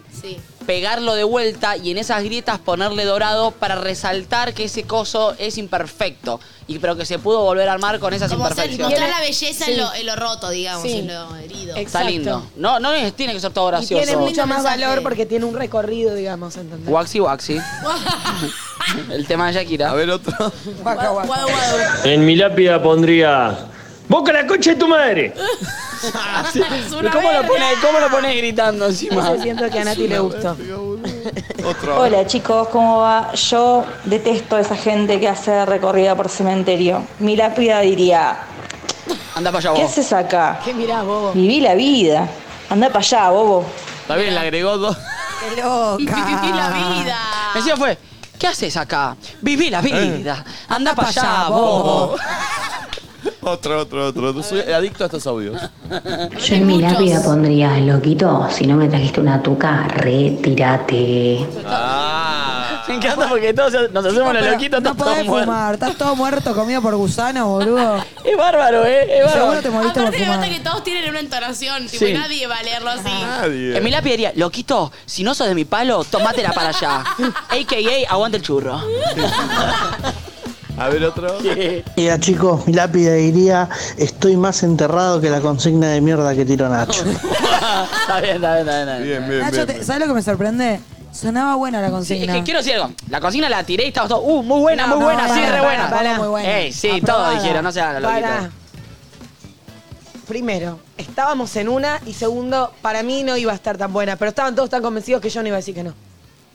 pegarlo de vuelta y en esas grietas ponerle dorado para resaltar que ese coso es imperfecto. Y pero que se pudo volver a armar con esas
Como hacer,
imperfecciones.
mostrar la belleza en,
Sí.
lo, en lo roto, digamos,
Sí.
en lo herido.
Está lindo. No, no es- tiene que ser todo
Y
gracioso.
tiene mucho más valor porque tiene un recorrido, digamos, ¿entendés?
Waxi Waxi. El tema de Shakira. A
ver otro.
En mi lápida pondría. ¡Boca la concha de tu madre!
¿Cómo lo, pone, ¿Cómo lo pone gritando encima?
Eso siento que a Nati le gustó.
Otro.
Hola chicos, ¿cómo va? Yo detesto a esa gente que hace recorrida por cementerio. Mi lápida diría,
Anda para allá
Oh.
¿qué
vos.
haces acá?
Eh,
¿Qué mirás, bobo?
Viví la vida. Anda para allá, bobo.
Está bien, le agregó dos.
¡Qué loca!
Viví la vida. Encima fue, ¿qué haces acá? Viví la vida. Anda para allá, bobo.
Otro, otro, otro. Soy adicto a estos audios.
Yo en mi lápida pondría, loquito, si no me trajiste una tuca, retírate.
Me encanta porque todos nos hacemos los
Pero
loquitos,
no
estamos todos
podés
muertos.
fumar, estás todo muerto, comido por gusano, boludo.
Es bárbaro, ¿eh? Es bárbaro.
Seguro te moriste por
Aparte me
fumar.
gusta que todos tienen una entonación, tipo,
Sí.
nadie va a leerlo así.
Ah,
En mi lápida diría, loquito, si no sos de mi palo, tomátela para allá. AKA, aguante el churro.
A ver otro.
Mira chicos, mi lápida diría, estoy más enterrado que la consigna de mierda que tiró Nacho.
está bien, está bien, está bien.
Nacho, te- ¿sabes lo que me sorprende? Sonaba buena la
Sí, es
consigna.
que quiero decir algo. La cocina la tiré y estabas todos, uh, muy buena,
No,
muy
no,
buena, sí,
para,
re
para,
buena.
para, muy buena.
Ey, sí,
Aprobada.
todos dijeron, no se hagan los
Pará.
loquitos.
Primero, estábamos en una y segundo, para mí no iba a estar tan buena, pero estaban todos tan convencidos que yo no iba a decir que no.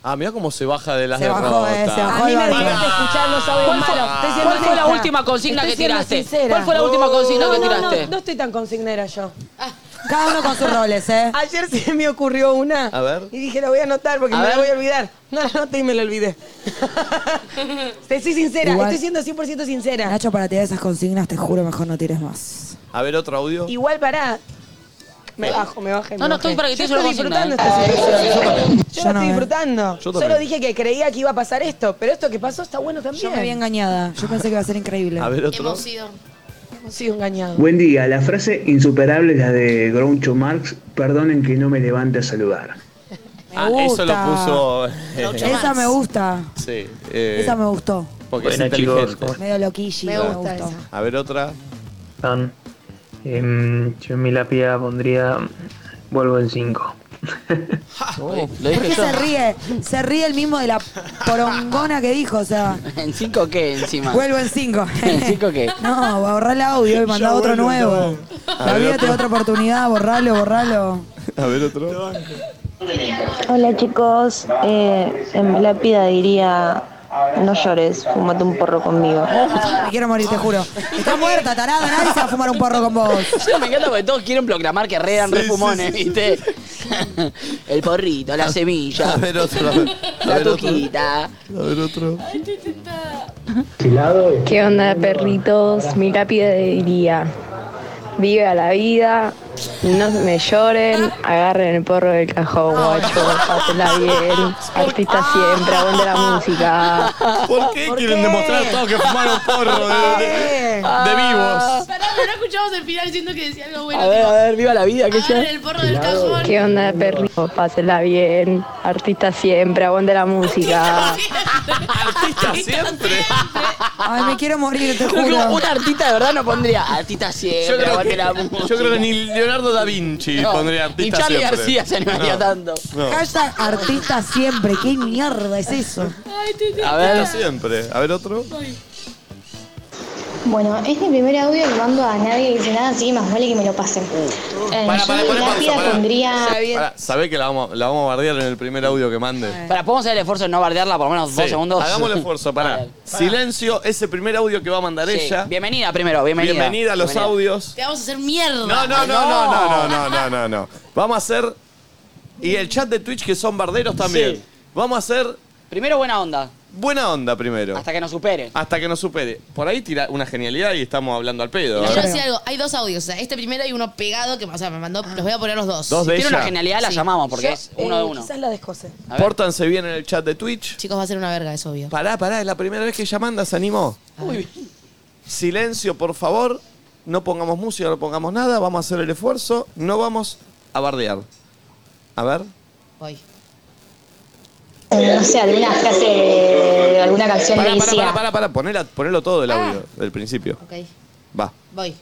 Ah, mirá cómo se baja de las
Se bajó, eh, se bajó
A mí me
Bárbaro.
divierte escuchar los audios
¿Cuál fue-
malos. Estoy siendo
cuál fue la
honesta.
última consigna
Estoy
que
siendo
tiraste?
sincera.
¿Cuál fue la última consigna
No,
que
no,
tiraste?
No, no estoy tan consignera yo.
Cada uno con sus roles, ¿eh?
Ayer se me ocurrió una.
A ver.
Y dije, la voy a anotar porque
A
me la
ver.
voy a olvidar. No la anoté y me la olvidé. Te soy sincera,
Igual-
estoy siendo 100% sincera.
Nacho, para tirar esas consignas, te juro, mejor no tires más.
A ver, otro audio.
Igual pará. Me bajo, me bajo.
No, no, estoy para que
Yo
tires una
estoy
consigna,
disfrutando
¿eh?
esta situación. Yo
Yo
la
no,
estoy
¿eh?
disfrutando.
Yo también.
Solo dije que creía que iba a pasar esto, pero esto que pasó está bueno también.
Yo me vi engañada. Yo pensé que iba a ser increíble.
A ver, otro.
sido, hemos sido engañados.
Buen día, la frase insuperable es la de Groucho Marx, perdonen que no me levante a saludar.
Ah, eso lo
gusta.
puso.
Esa me gusta.
Sí. eh,
Esa me gustó.
Porque es
Buena, chicos.
inteligente.
Medio loquillo. Me,
Me gusta
gustó.
A ver, otra.
Tan. Em, yo en mi lápida pondría. Vuelvo en 5.
Lo
¿Por
dije
qué
yo.
se ríe? Se ríe el mismo de la porongona que dijo, o sea.
¿En 5 qué encima?
Vuelvo en cinco.
¿En 5 qué?
No, borrá el audio y mandá
Yo
otro
vuelvo,
nuevo.
no.
La
A ver,
vida te da otra
otro.
oportunidad, borralo, borralo.
A ver, otro.
Hola chicos, eh, en mi lápida diría, no llores, fumate un porro conmigo.
Me quiero morir, te juro. Está muerta, tarada, nadie se va a fumar un porro con vos.
Yo me encanta porque todos quieren proclamar que redan
Sí,
refumones, ¿viste? El porrito, la semilla.
A ver, otro. A
La
ver, otro.
tuquita.
A ver, otro.
¿Qué onda, perritos? Mi lápida diría: Viva la vida, no me lloren, agarren el porro del cajón, guacho, pásenla bien, artista siempre, aguante la música.
¿Por qué quieren demostrar a todos que fumaron porro de, de- de vivos?
Pará, pero no escuchamos el final diciendo que decía algo bueno.
A ver,
tipo,
a ver, viva la vida, que
agarren
sea.
el porro del cajón.
¿Qué onda, perrito? Pásenla bien, artista siempre, aguante la música.
Ah,
Artista siempre.
Ay, me quiero morir, te
Creo que
juro.
un artista de verdad no pondría artista siempre.
Yo creo,
aguante
que,
la música.
yo creo que ni Leonardo da Vinci
No,
pondría artista
ni Charlie
siempre.
García se animaría
No,
tanto.
no.
Hashtag artista siempre, qué mierda es eso.
A ver, siempre. A ver, otro.
Bueno, es mi primer audio, lo mando a nadie dice nada, así que más vale que me lo pasen. Eh,
Para,
yo
para,
en
para, pausa,
lápida
para.
pondría...
Pará, sabés que la vamos, la vamos a bardear en el primer audio que mande.
Para, ¿podemos hacer el esfuerzo de no bardearla por lo menos dos
Sí,
segundos?
Hagamos el esfuerzo, pará. Silencio, ese primer audio que va a mandar
Sí,
ella.
Bienvenida primero, bienvenida.
Bienvenida a los
Bienvenida.
audios.
Te vamos a hacer mierda.
No, no, no, no, no, no, no, no, no. Vamos a hacer. Y el chat de Twitch que son barderos también. Vamos a hacer
Primero buena onda,
buena onda primero.
hasta que nos supere.
Hasta que nos supere. Por ahí tira una genialidad y estamos hablando al pedo.
Quiero
¿eh?
decir algo, hay dos audios, o sea, este primero y uno pegado que, o sea, me mandó, los voy a poner los dos.
Dos de
Tiene
ella.
una genialidad, la
Sí.
llamamos
porque
porque
Yo,
es
es
uno de
eh,
uno.
uno.
Quizás
la descose.
A ver.
Pórtanse bien en el chat de Twitch.
Chicos, va a ser una verga, es obvio.
Pará, pará, es la primera vez que ella manda, se animó. Silencio, por favor. No pongamos música, no pongamos nada. Vamos a hacer el esfuerzo. No vamos a bardear. A ver.
Voy.
eh, No sé, alguna frase de alguna canción
Pará,
de
pará,
Isia.
pará, pará, pará. Ponela- ponelo todo del audio, del principio.
Ok,
Va.
voy.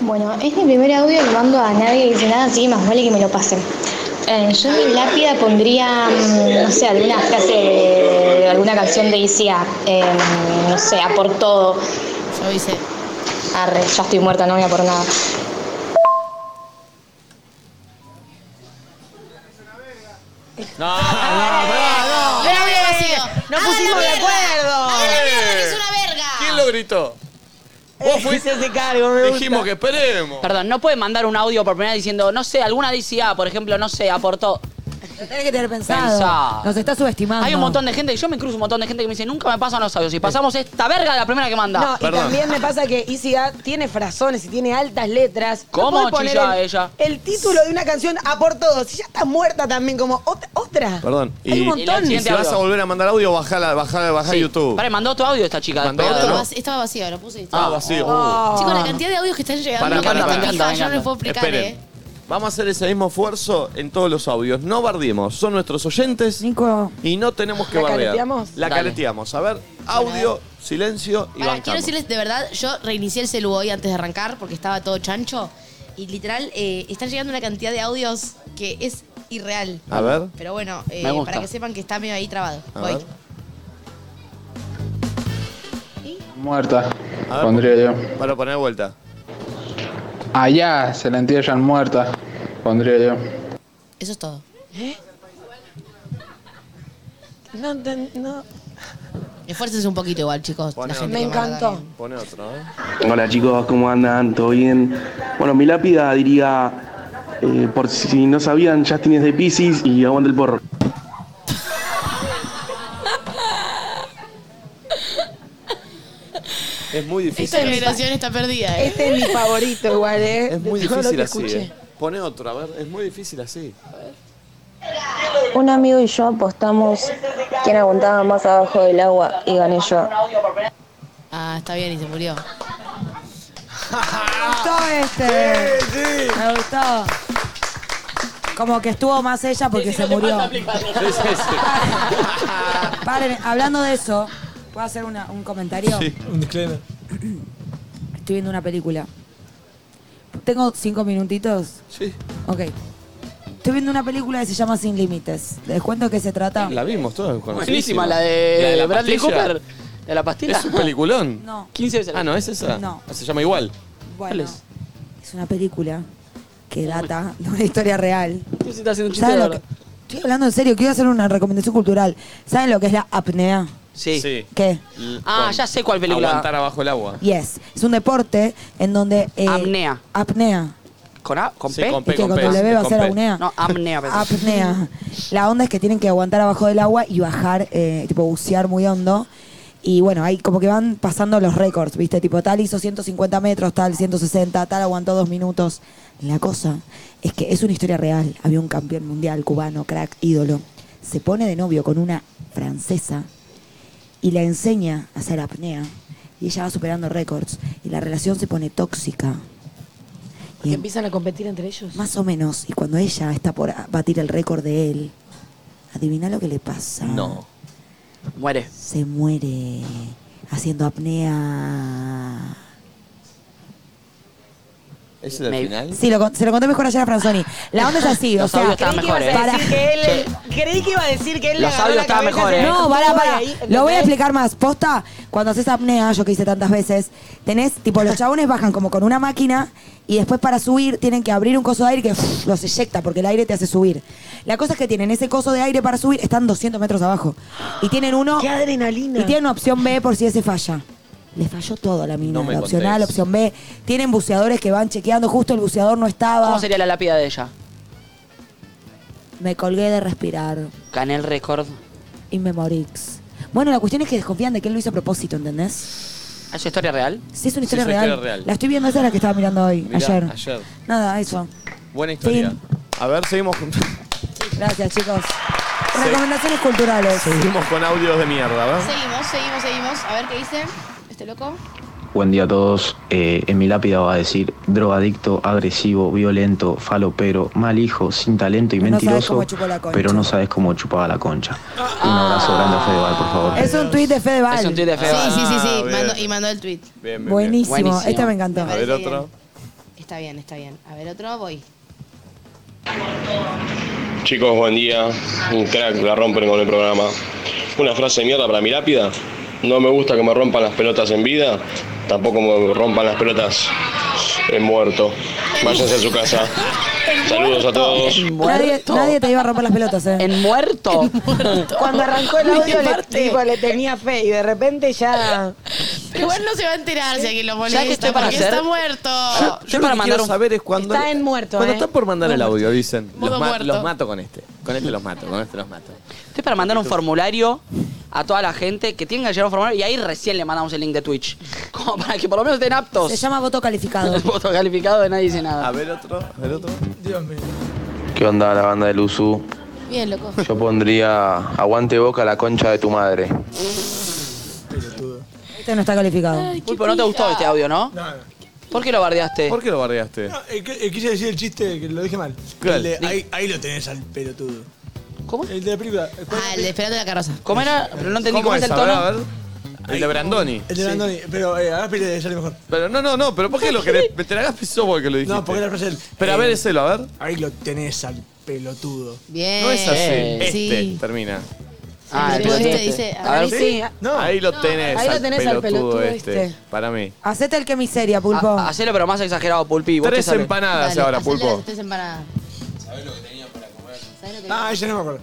Bueno, es mi primer audio, lo mando a nadie dice nada, así que más vale que me lo pasen. Eh, yo en mi lápida pondría, mm, no sé, alguna frase de alguna canción de Isia. Eh, no sé, a por todo.
Yo hice.
Arre, ya estoy muerta, no voy a por nada.
No, no, pará, no.
Pero bien, vacío.
No
Hagan la
pusimos de
mierda.
acuerdo.
Hagan la mierda, que es una verga.
¿Quién lo gritó? Vos fuiste
ese cargo, me gusta.
Dijimos que esperemos.
Perdón, no puede mandar un audio por primera vez diciendo, no sé, alguna DCA, por ejemplo, no sé, aportó.
Lo tenés que tener pensado.
Pensá.
Nos está subestimando.
Hay un montón de gente, yo me cruzo un montón de gente que me dice, nunca me pasan los audios. Y pasamos esta verga de la primera que manda.
Ah,
No, y también me pasa que ICA tiene frasones y tiene altas letras. No
¿Cómo
podés poner
chilla
el,
ella?
El título de una canción a por todos. Si ya estás muerta también, como ot- otra.
Perdón.
Hay un montón.
Y si vas a volver a mandar audio, bajala, bajala, bajá
Sí.
YouTube.
Pará, mandó otro audio esta chica.
¿Mandó
despegada,
otro?
¿no?
Vac- Estaba vacío, lo puse. y
Ah,
estaba-
vacío.
Oh,
Uh.
Chicos, la cantidad de audios que están llegando.
Pará, pará,
me
pará.
encanta, yo no les puedo explicar,
Esperen.
eh.
Vamos a hacer ese mismo esfuerzo en todos los audios. No bardiemos, son nuestros oyentes y no tenemos que
¿La
bardear.
careteamos?
La
Dale.
careteamos. A ver, audio, silencio y
Pará,
bancamos.
quiero decirles de verdad, yo reinicié el celu hoy antes de arrancar porque estaba todo chancho. Y literal, eh, están llegando una cantidad de audios que es irreal.
A ver.
Pero bueno, eh,
Me gusta.
para que sepan que está medio ahí trabado.
A
Voy.
ver.
Muerta,
A ver,
pondría yo.
Para poner vuelta.
Allá se la entierran muerta, pondría yo.
Eso es
¿Eh?
todo.
No, no, no.
Esfuércense un poquito igual, chicos. La gente
Me
que guarda
encantó.
bien.
Pone otro, ¿eh?
Hola chicos, ¿cómo andan? ¿Todo bien? Bueno, mi lápida diría, eh, por si no sabían, Justin es de Pisces y aguanta el porro.
Es muy difícil.
Esta generación está perdida, ¿eh?
Este es mi favorito igual, ¿eh?
Es muy
De todo lo
difícil
que
así.
escuché.
eh. Pone otro, a ver, es muy difícil así.
Un amigo y yo apostamos quién aguantaba más abajo del agua y gané yo.
Ah, está bien y se murió.
Me gustó este. Me gustó. Como que estuvo más ella porque se murió. Paren, hablando de eso, ¿puedo hacer una- un comentario?
Sí, un disclaimer.
Estoy viendo una película. ¿Tengo cinco minutitos?
Sí.
Ok. Estoy viendo una película que se llama Sin Límites. ¿Les cuento de qué se trata?
La vimos todos. conocidísima.
Buenísima la de,
la
Bradley
pastilla.
Cooper. La de la pastilla.
¿Es un peliculón?
No.
15 veces.
Ah, no, es esa.
No.
Se llama igual.
Bueno, es? una película que data de una historia real.
Tú sí estás haciendo un chiste
¿Saben
de
lo
verdad.
que- Estoy hablando en serio, quiero hacer una recomendación cultural. ¿Saben lo que es la apnea?
Sí.
¿Qué?
Ah, ya sé cuál película.
Aguantar abajo el agua.
Yes. Es un deporte en donde. eh,
Apnea.
Apnea.
¿Con A? ¿Con
Sí,
P?
con
Es que con W va a ser apnea.
No, apnea. perdón.
Apnea. La onda es que tienen que aguantar abajo del agua y bajar, eh, tipo bucear muy hondo. Y bueno, ahí como que van pasando los récords, ¿viste? Tipo, tal hizo 150 metros, tal 160, tal aguantó dos minutos. La cosa es que es una historia real. Había un campeón mundial cubano, crack, ídolo. Se pone de novio con una francesa y la enseña a hacer apnea. Y ella va superando récords. Y la relación se pone tóxica.
Que empiezan a competir entre ellos.
Más o menos. Y cuando ella está por batir el récord de él, adivina lo que le pasa.
No. Muere.
Se muere haciendo apnea.
¿Es el del final?
Sí, lo con- se lo conté mejor ayer a Franzoni. La onda es así, o
Los
sea,
audios estaban
creí que ibas a
mejores,
decir
¿eh?
que él-
Creí que iba a decir que él le
Los
agarró
audios
la
estaban
cabeza. y se
No,
la
para,
tuvo
para.
ahí, ¿entendés?
Lo voy a explicar más. Posta, cuando haces apnea, yo que hice tantas veces, tenés, tipo, los chabones bajan como con una máquina y después para subir tienen que abrir un coso de aire que uf, los eyecta porque el aire te hace subir. La cosa es que tienen ese coso de aire para subir, están 200 metros abajo. Y tienen uno. ¡Qué
adrenalina!
Y tienen opción B por si ese falla. Les falló todo a la mina.
No me
la opción A, la
contés.
opción B. Tienen buceadores que van chequeando, justo el buceador no estaba.
¿Cómo sería la lápida de ella?
Me colgué de respirar.
Gané el récord.
Y Memorix. Bueno, la cuestión es que desconfían de que él lo hizo a propósito, ¿entendés?
¿Es historia real?
Sí, es una
Sí,
historia,
es una
real.
historia real.
La estoy viendo, esa es la que estaba mirando hoy,
Mirá,
ayer.
Ayer.
Nada, eso.
Buena historia.
Fin.
A ver, seguimos con,
Gracias, chicos. Recomendaciones culturales.
seguimos con audios de mierda, ¿verdad?
Seguimos, seguimos, seguimos. A ver qué dice este loco.
Buen día a todos. Eh, en mi lápida va a decir drogadicto, agresivo, violento, falopero, mal hijo, sin talento y
No sabes
mentiroso,
cómo chupó la concha.
pero no sabes cómo chupaba la concha. Un abrazo grande a Fedeval, por favor.
Es un tuit de Fedeval.
Es un tuit de
Sí,
Fedeval.
sí, sí,
Ah,
sí.
bien.
Mandó- y mandó el tweet.
Bien, bien,
Buenísimo.
bien.
Esta me encantó.
A ver
Me parece
otro.
Está bien, está bien. A ver, otro voy.
Chicos, buen día. Un crack, la rompen con el programa. Una frase de mierda para mi lápida. No me gusta que me rompan las pelotas en vida, tampoco me rompan las pelotas en muerto. Váyanse a su casa. Saludos a todos.
Nadie, nadie te iba a romper las pelotas, ¿eh?
En muerto.
Cuando arrancó el
Mi
audio le,
parte.
tipo, le tenía fe y de repente ya...
Pero igual no se va a enterar si alguien lo molesta.
Ya que estoy para
porque
hacer-
está muerto.
Yo, yo lo que quiero saber es cuando.
Está en muerto,
Cuando
eh.
están por mandar el audio, dicen.
Modo
Los, ma-
muerto.
los mato con este. Con este los mato, con este los mato.
Estoy para mandar un formulario a toda la gente que tiene que llenar un formulario y ahí recién le mandamos el link de Twitch. Como para que por lo menos estén aptos.
Se llama voto calificado.
El voto calificado de nadie dice nada.
A ver otro, a ver otro.
Dios mío.
¿Qué onda la banda del Usu?
Bien, loco.
Yo pondría aguante boca la concha de tu madre.
Este no está calificado.
Uy, pero no te gustó este audio, ¿no?
No,
¿Por qué lo bardeaste?
¿Por qué lo bardeaste?
No, eh, que- eh, quise decir el chiste que lo dije mal.
¿Cuál?
El de, ahí, ahí lo tenés al pelotudo.
¿Cómo?
El de la película.
Ah, el de Esperando la carroza.
¿Cómo era? Pero no entendí cómo es el
A ver,
tono.
a ver. El de Brandoni.
El de Brandoni. Pero eh, a Gaspi le sale mejor.
Pero no, no, no, pero ¿por qué lo querés? Te la hagas vos que lo dijiste.
No, porque era la frase del-
Pero a ver,
eh,
ese a ver.
Ahí lo tenés al pelotudo.
Bien.
No es así.
Eh,
Este
sí.
termina.
Ah, el pelotudo este dice-
A ver,
ahí
sí.
ah,
sí.
No. Ahí lo tenés,
ahí lo
al,
tenés
pelotudo
al pelotudo
este.
este.
Para mí.
Hacete el que miseria, pulpo.
Hacelo, pero más exagerado, Pulpi. Vos
Tres
te sabés.
empanadas
Dale,
ahora,
hacele
pulpo.
las Tres empanadas.
Ah.
Ah, ese no me acuerdo.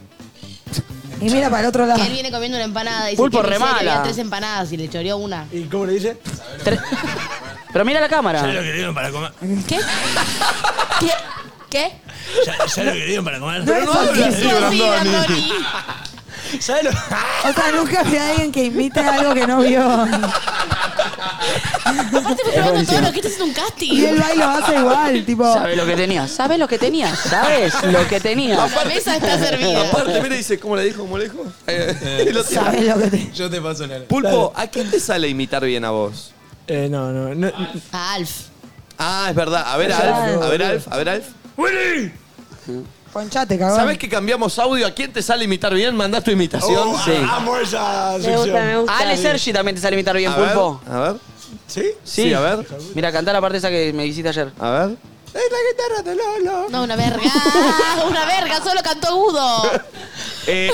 Y mira para el otro lado.
Que él viene comiendo una empanada y dice
Pulpo
que le hice,
remala.
le dieron tres empanadas y le choreó una.
¿Y cómo le dice?
Pero mira la cámara.
¿Sabes lo que le dieron para comer?
¿Qué? ¿Qué? ¿Qué?
¿Sabes lo que le dieron para comer?
No es
habla
así, Brandoni.
Brandoni.
¿Sabes lo
O sea, nunca vi a alguien que imite algo que no vio.
Aparte fue probando todo lo que estás haciendo un casting.
Y el baile lo hace igual, tipo.
¿Sabes lo que tenías? ¿Sabes lo que tenías? ¿Sabes lo que tenías?
La mesa está servida.
Aparte, mira, dice, ¿cómo le dijo? ¿Cómo le dijo? Y
Eh.
lo tira.
¿Sabes lo que te.?
Yo te paso la.
Pulpo, ¿a quién te sale imitar bien a vos?
Eh, no, no. no,
A Alf.
Ah, es verdad. A ver, Alf. A ver, Alf. A ver, Alf. ¡Willy!
Ponchate,
Ah.
cagón.
¿Sabes que cambiamos audio? ¿A quién te sale imitar bien? ¿Mandás tu imitación?
Oh,
sí.
Amo esa
Me gusta,
sección.
me gusta.
Ale Sergi también te sale imitar bien, Pulpo.
A ver.
¿Sí?
Sí.
Sí, a ver.
Mira, cantá la parte esa que me hiciste ayer.
A ver.
Es la guitarra de Lolo.
No, una verga. Una verga, solo cantó agudo.
Eh,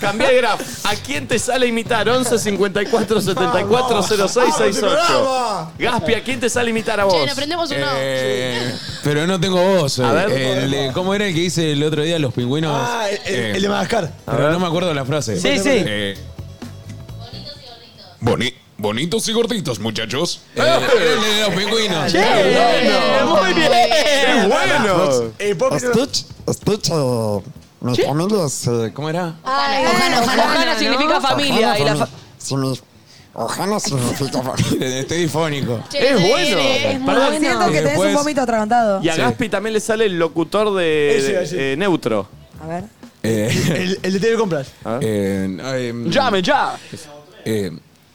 cambiá de graf. ¿A quién te sale imitar? 11 54 74 06
Ah,
68. Gaspi, ¿a quién te sale imitar a vos?
Che, le prendemos uno.
Eh, pero no tengo voz.
A
eh.
ver.
El de- ¿Cómo era el que hice el otro día los pingüinos?
Ah, el- el-
Eh,
el de Madagascar.
Pero no me acuerdo la frase.
Sí, sí.
Eh, boni- bonitos y gorditos, muchachos. Eh, el de los pingüinos.
muy bien.
¡Qué
Ah, bueno!
Eh, ¿puedo pedir una-
Estucho. Mi familia ¿Cómo era?
Ah,
Ay, ojalá, ojalá,
Ojana
¿no?
significa familia. y la fa-
Ojalá significa Estoy Este difónico.
Che,
Es
sí,
bueno.
es muy
Perdón.
bueno.
Y
Siento que tenés un
después-
vómito atragantado.
Y a Gaspi también le sale el locutor de,
Ese,
de-
ese.
eh, neutro.
A ver.
Eh,
El, el de TV Compras.
eh, no,
Em,
eh,
Llame ya.
eh,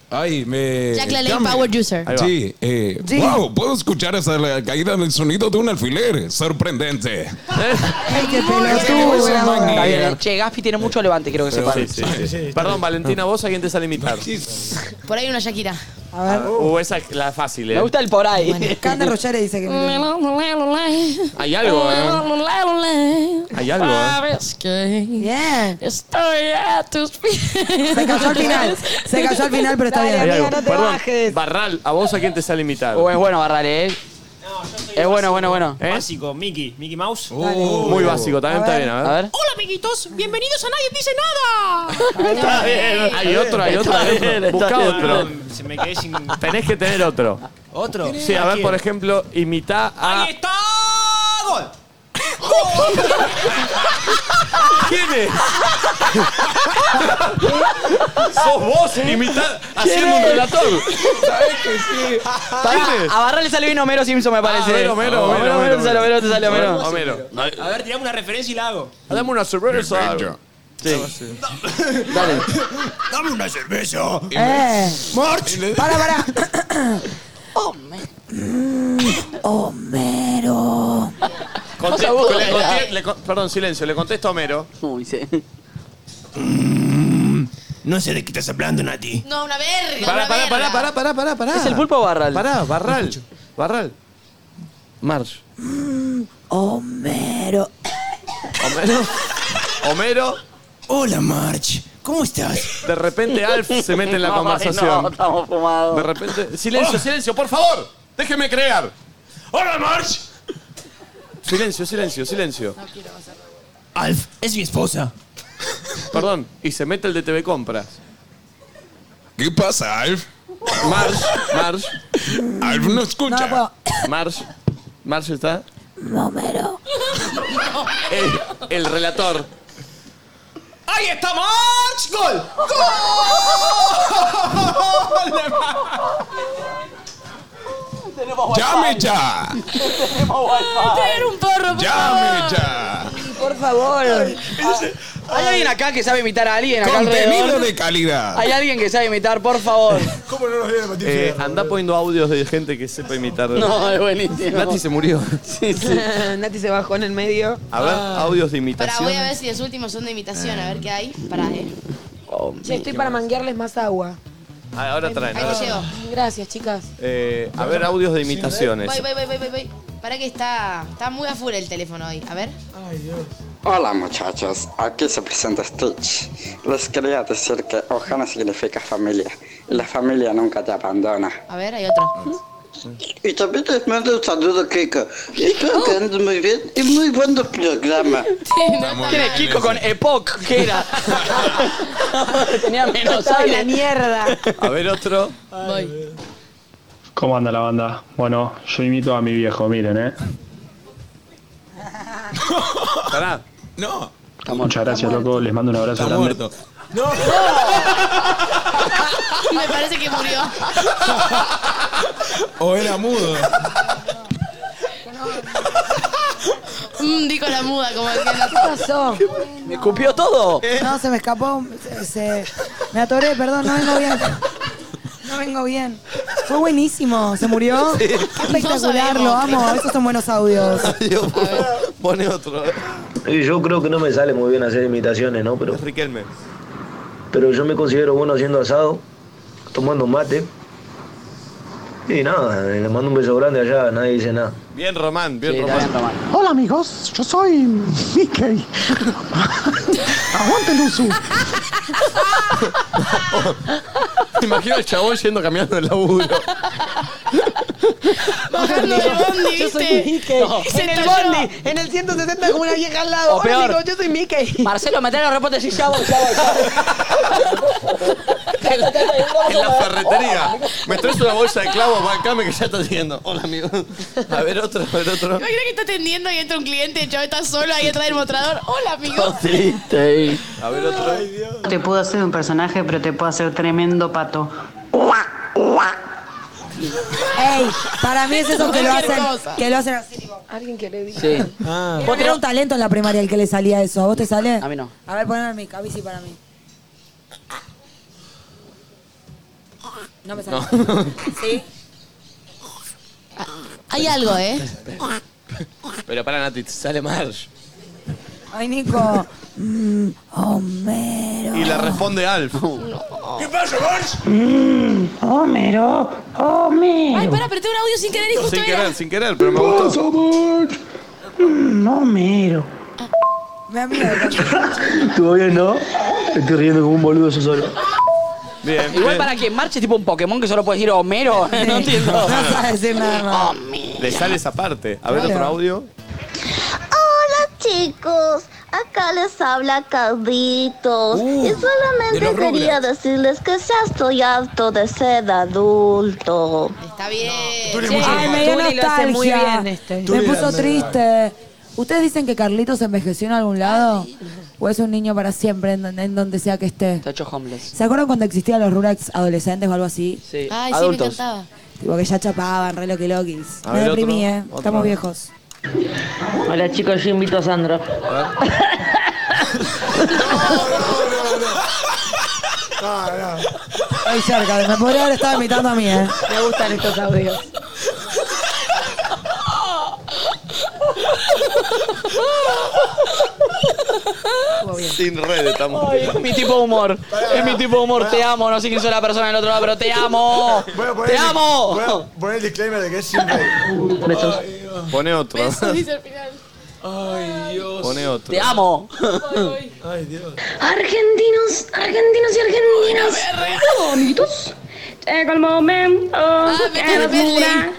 ay, me.
Jack LaLanne,
llame.
Power User.
Eh, Ahí va.
Sí, eh,
Sí.
wow, puedo escuchar hasta la caída del sonido de un alfiler. Sorprendente.
Ay, qué
Eso
pelotudo.
es
bravo.
magnífico.
Está bien, eh. Che, Gaspi tiene mucho levante, creo que sepa.
Sí, sí, sí. Perdón, Valentina, ¿vos a quién te sale imitar? Ah,
Por ahí una Shakira.
A ver.
O esa la fácil,
Me
¿eh?
gusta el por ahí.
Cande Rochelle dice que. me-
Hay algo, ¿eh? Hay algo, ¿eh?
Sabes que
Bien.
estoy a tus pies.
Se cayó al final. Se cayó al final, pero está
Dale,
Hay
bien.
algo.
no te
Perdón,
bajes.
Barral, ¿a vos a quién te sale imitar?
Oh, es bueno, Barrale, eh. Es bueno, bueno, bueno.
¿Eh?
Básico, Mickey, Mickey Mouse.
Uh, Muy básico, también
A
está
ver.
bien, a ver.
A ver.
Hola, amiguitos, bienvenidos a Nadie Dice Nada.
Está bien. Hay otro, hay otro. hay otro. Busca otro.
Se me quedé sin.
Tenés que tener otro.
¿Otro?
Sí, a ver, por ejemplo, imitá a.
¡Ahí está! ¡Gol!
¿Quién es? Sos vos imitá haciendo un relator.
¿Sabes que sí?
Pará, a Barral le sale bien Homero Simpson, me parece.
Ah, Homero, Homero, Homero,
Homero,
Homero,
te sale Homero, te sale Homero.
Homero.
A ver, tirame una referencia y la hago.
Dame una cerveza.
Sí. Dale.
¡Dame una cerveza!
Eh. Para, para. Homero.
Conte-
Vos sabés.
le conte- le con- perdón, silencio. Le contesto a Homero.
Uy, sí.
No sé de qué estás hablando, Nati.
No, una verga.
Pará,
una
pará,
verga.
pará, pará, pará, pará, pará.
¿Es el pulpo o Barral?
Pará, Barral. Barral. March.
Homero.
Homero. Homero.
Hola, March. ¿Cómo estás?
De repente Alf se mete en la conversación.
No, estamos Oh.
De
fumados.
repente. Silencio, silencio, por favor. Déjeme crear.
¡Hola, March!
Silencio, silencio, silencio.
Alf, es mi esposa.
Perdón. Y se mete el de TV Compras.
¿Qué pasa, Alf?
Marsh, Marsh,
Alf no
No,
escucha.
no puedo.
Marsh. Marsh está.
Homero.
El, Eh, el relator.
¡Ahí está March! ¡Gol! ¡Gol!
¡Llame ya!
Tener un porro, por
¡Llame
favor.
ya!
Por favor. Ah,
¿Hay alguien acá que sabe imitar a alguien acá
Contenido
alrededor?
de calidad.
¿Hay alguien que sabe imitar, por favor?
¿Cómo no nos viene Matías?
Eh, andá poniendo audios de gente que sepa imitar.
No, es buenísimo.
Nati se murió.
Sí, sí. Ah.
Nati se bajó en el medio.
A ver, audios de
Pará,
imitación.
voy a ver si los últimos son de imitación, a ver qué hay. Pará, eh.
Che, estoy para manguearles más agua.
Ah, Ahora traen.
Ahí
ahora
te llevo.
Gracias, chicas.
Eh, a ver, audios de imitaciones.
Voy, voy, voy, voy, voy, voy. Pará que está, está muy a full el teléfono hoy. A ver.
Ay, Dios.
Hola muchachos, aquí se presenta Stitch. Les quería decir que Ohana significa familia y la familia nunca te abandona.
A ver, hay otro.
Y también les mando un saludo, Kiko. Espero
Oh.
que andes muy bien y muy bueno programa.
¿Quién es Kiko con Epoch? ¿Qué era? Tenía menos
Estaba en
aire.
la mierda.
A ver otro.
¿Cómo anda la banda? Bueno, yo imito a mi viejo, miren, ¿eh?
Pará.
No.
Muchas gracias, loco. Les mando un abrazo
Está
grande.
muerto.
Me parece que murió.
O era mudo.
Mm, dijo la muda, como diciendo.
¿Qué pasó?
¿Me escupió todo?
No, se me escapó. se- se- me atoré, perdón, no vengo bien. No vengo bien. Fue buenísimo, se murió.
Sí.
Qué Espectacular,
No
lo
sabemos.
amo. Esos son buenos audios.
Dios, Pone otro. eh,
Y Ah, yo creo que no me sale muy bien hacer imitaciones, ¿no? Pero,
Riquelme.
pero yo me considero bueno haciendo asado, tomando mate. Y nada, eh, le mando un beso grande allá, nadie dice nada.
Bien Román, bien Román.
Hola amigos, yo soy Mickey. Aguante Luzu.
Me imagino al chabón yendo caminando del laburo.
Bajando
del
bondi,
Yo soy
¿viste?
Mickey.
No.
Y se
En
en
el
el bondi, en el 170 como una vieja al lado.
O
Hola,
peor.
amigo, yo soy Mickey.
Marcelo, metele los repotes y ya voy, ya voy,
en, en
Oh,
la ferretería. Me traes una bolsa de clavos, bancame que ya está yendo. Hola, amigo. A ver otro, a ver otro.
Imagina que está atendiendo y entra un cliente, el chavo está solo ahí atrás del mostrador. Hola, amigo.
A ver otro.
No te puedo hacer un personaje, pero te puedo hacer tremendo pato.
Ey, para mí es eso que lo hacen. Que lo hacen así.
Alguien que le diga.
Sí.
Ah.
Vos tenés un talento en la primaria el que le salía eso. ¿A vos te sale?
A mí no.
A ver, poner mi bici para mí. No me sale. ¿Sí?
Hay algo, ¿eh?
Pero para Nati, te sale Marge.
Ay, Nico. Mm, Homero.
Y le responde Alf. ¿Qué pasa, Marge?
Homero, Homero.
Ay, pará, apreté un audio sin querer y justo
Sin
era.
querer, sin querer, pero me gustó.
Homero.
Me da miedo.
¿Estuvo bien, no? Me estoy riendo como un boludo yo solo.
Bien.
Igual para que marche tipo un Pokémon que solo puede decir Homero. No entiendo.
No sabe
decir nada
Le sale esa parte. A ver
Claro.
otro audio.
Hola chicos, acá les habla Carlitos y
de
solamente
los
quería decirles que ya estoy harto de ser adulto.
Está bien.
Sí. Ay, me dio
Tuli lo hace
nostalgia.
muy bien, este.
Me
Tuli
puso
lo hace
triste. ¿Ustedes dicen que Carlitos envejeció en algún lado? ¿O es un niño para siempre en donde, en donde sea que esté?
Está hecho homeless.
¿Se acuerdan cuando existían los Rurax adolescentes o algo así?
Sí. Ay, sí, me Adultos. encantaba.
Tipo que ya chapaban, re loki lokis.
A
Me
ver,
deprimí,
otro,
eh.
otro.
Estamos viejos.
Hola chicos, yo invito a Sandro.
Ay, cerca, me podría haber estado imitando a mí, eh.
Me gustan estos audios.
Sin red estamos.
Es mi tipo de humor. Es mi tipo de humor. Te amo. No sé quién soy la persona del otro lado, pero te amo.
Voy a poner
Te
el-
amo.
Voy a poner el disclaimer de que es sin rey.
Besos. Pone otro.
Ay, Dios.
Pone otro.
Te amo.
Ay, Dios.
Argentinos, argentinos y argentinas. Bonitos. Llega el momento.
Ah,
me peleé.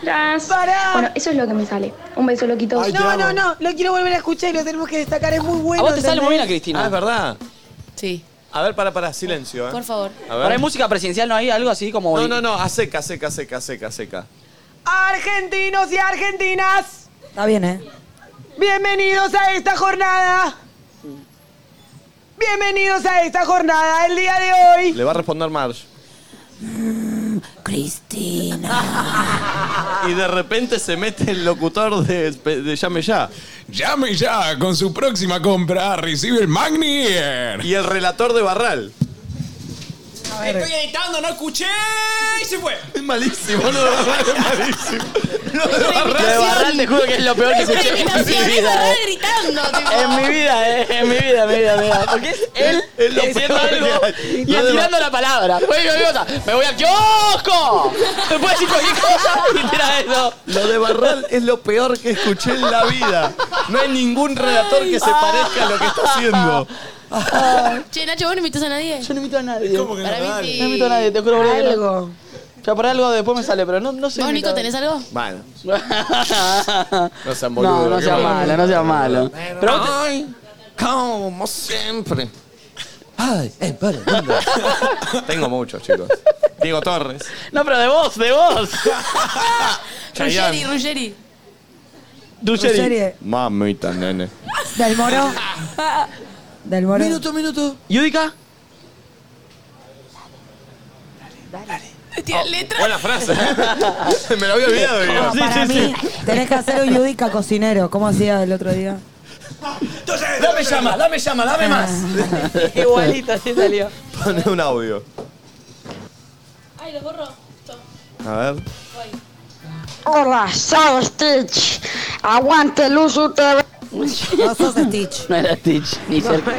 Bueno, eso es lo que me sale. Un beso loquito.
No, no, no, lo quiero volver a escuchar y lo tenemos que destacar, es muy bueno.
A vos te sale muy bien,
¿entendés?
Cristina.
Ah, es verdad.
Sí.
A ver, para, para, silencio, eh.
Por favor.
A ver.
Ahora hay música presidencial, ¿no hay algo así como.?
No, no, no, a seca, seca, seca, seca, seca.
Argentinos y argentinas,
Está bien, eh.
bienvenidos a esta jornada. Bienvenidos a esta jornada, el día de hoy.
Le va a responder Marge. Y de repente se mete el locutor de, de Llame Ya.
Llame ya con su próxima compra. Recibe el Magnier.
Y el relator de Barral.
Estoy editando, no escuché y se fue.
Es malísimo, lo de Barral es malísimo. Lo de
Lo de Barral, te juro que es lo peor que
Es una
escuché en mi
imitación, es
vida.
Barral
eh.
gritando, tipo.
En mi vida, eh. En mi vida, en mi vida, en mi vida. Porque es él
Es lo
diciendo
peor
algo
que hay.
y
Lo de
tirando
Barral.
la palabra. Después digo, "Otra, Me voy al kiosco. Me puede decir cualquier cosa y tira eso.
Lo de Barral es lo peor que escuché en la vida. No hay ningún relator que se parezca a lo que está haciendo.
Che, Nacho, ¿vos no invitas a nadie? Yo
no invito a nadie.
Para mí sí.
No invito a nadie, te juro por Dios que no.
Algo.
Yo por algo después me sale, pero no, no sé.
¿Vos, Nico, tenés algo?
Bueno.
no
sean
boludo. No, no
qué
sea
malo.
malo, no sea malo. Pero vos te-
Ay, como siempre.
Ay, eh, vale, Tengo muchos, chicos. Diego Torres.
No, pero de vos, de vos.
Ruggeri, Ruggeri.
Ducheri. Mamita, nene.
Del Moro. Del Moro. Minuto,
minuto. ¿Yudica?
Tiene letra.
Buena frase. Me la había olvidado, Diego.
para mí, tenés que hacer un Yudica cocinero. ¿Cómo hacía el otro día?
Dame llama, dame llama, dame más.
Igualito, así salió.
Pone un audio.
Ay, los borro.
A ver.
Hola, soy Stitch. Aguante el uso TV.
No sos Stitch.
No era Stitch, ni cerca.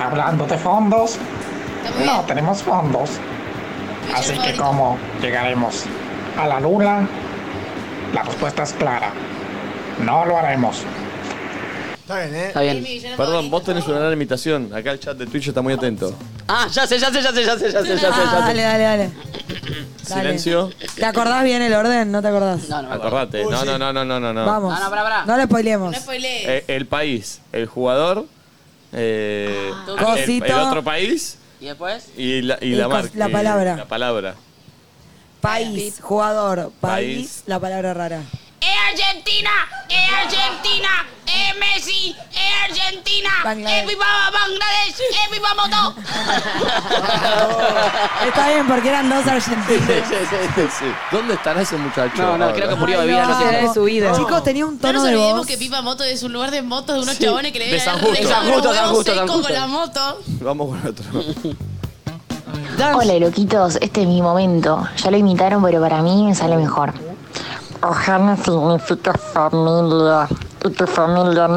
Hablando de fondos, no tenemos fondos. Así que ¿cómo llegaremos a la luna? La respuesta es clara. No lo haremos.
Está bien, ¿eh?
Está bien. Perdón, vos tenés una gran imitación. Acá el chat de Twitch está muy atento.
Ah, ya sé, ya sé, ya sé, ya sé, ya sé, ya sé.
Ah,
ya sé.
dale, dale, dale. Dale.
Silencio.
¿Te acordás bien el orden? ¿No te acordás? No,
Acordate. No, no, no, no, no, no. no.
Vamos.
No, no, pará, pará.
No le spoilemos.
Eh, el país, el jugador, eh,
Ah.
el,
Cosito.
el otro país
¿Y después?
y la, y
Y
la
cos-
marca.
la
y
palabra.
La palabra.
País, jugador, país,
País.
la palabra rara.
¡Eh, Argentina! ¡Eh, Argentina! ¡Eh, Messi! ¡Eh, Argentina! ¡Eh, viva Bangladesh! ¡Eh, viva Moto!
Está bien, porque eran dos argentinos.
¿Dónde estará ese muchacho?
No, no, creo que murió Ah, de vida, no sé.
de su vida. Chicos, tenía un
No
tono
nos
de
olvidemos
voz.
que Pipa Moto es un lugar de motos de unos
Sí.
chabones que le
De
deben
San
haber
Justo.
dejado
San Justo,
los
San
huevos
Justo, San
secos
Justo.
con la moto.
Vamos con otro.
Hola, loquitos. Este es mi momento. Ya lo imitaron, pero para mí me sale mejor. Ojana significa familia. Y tu familia
Ah,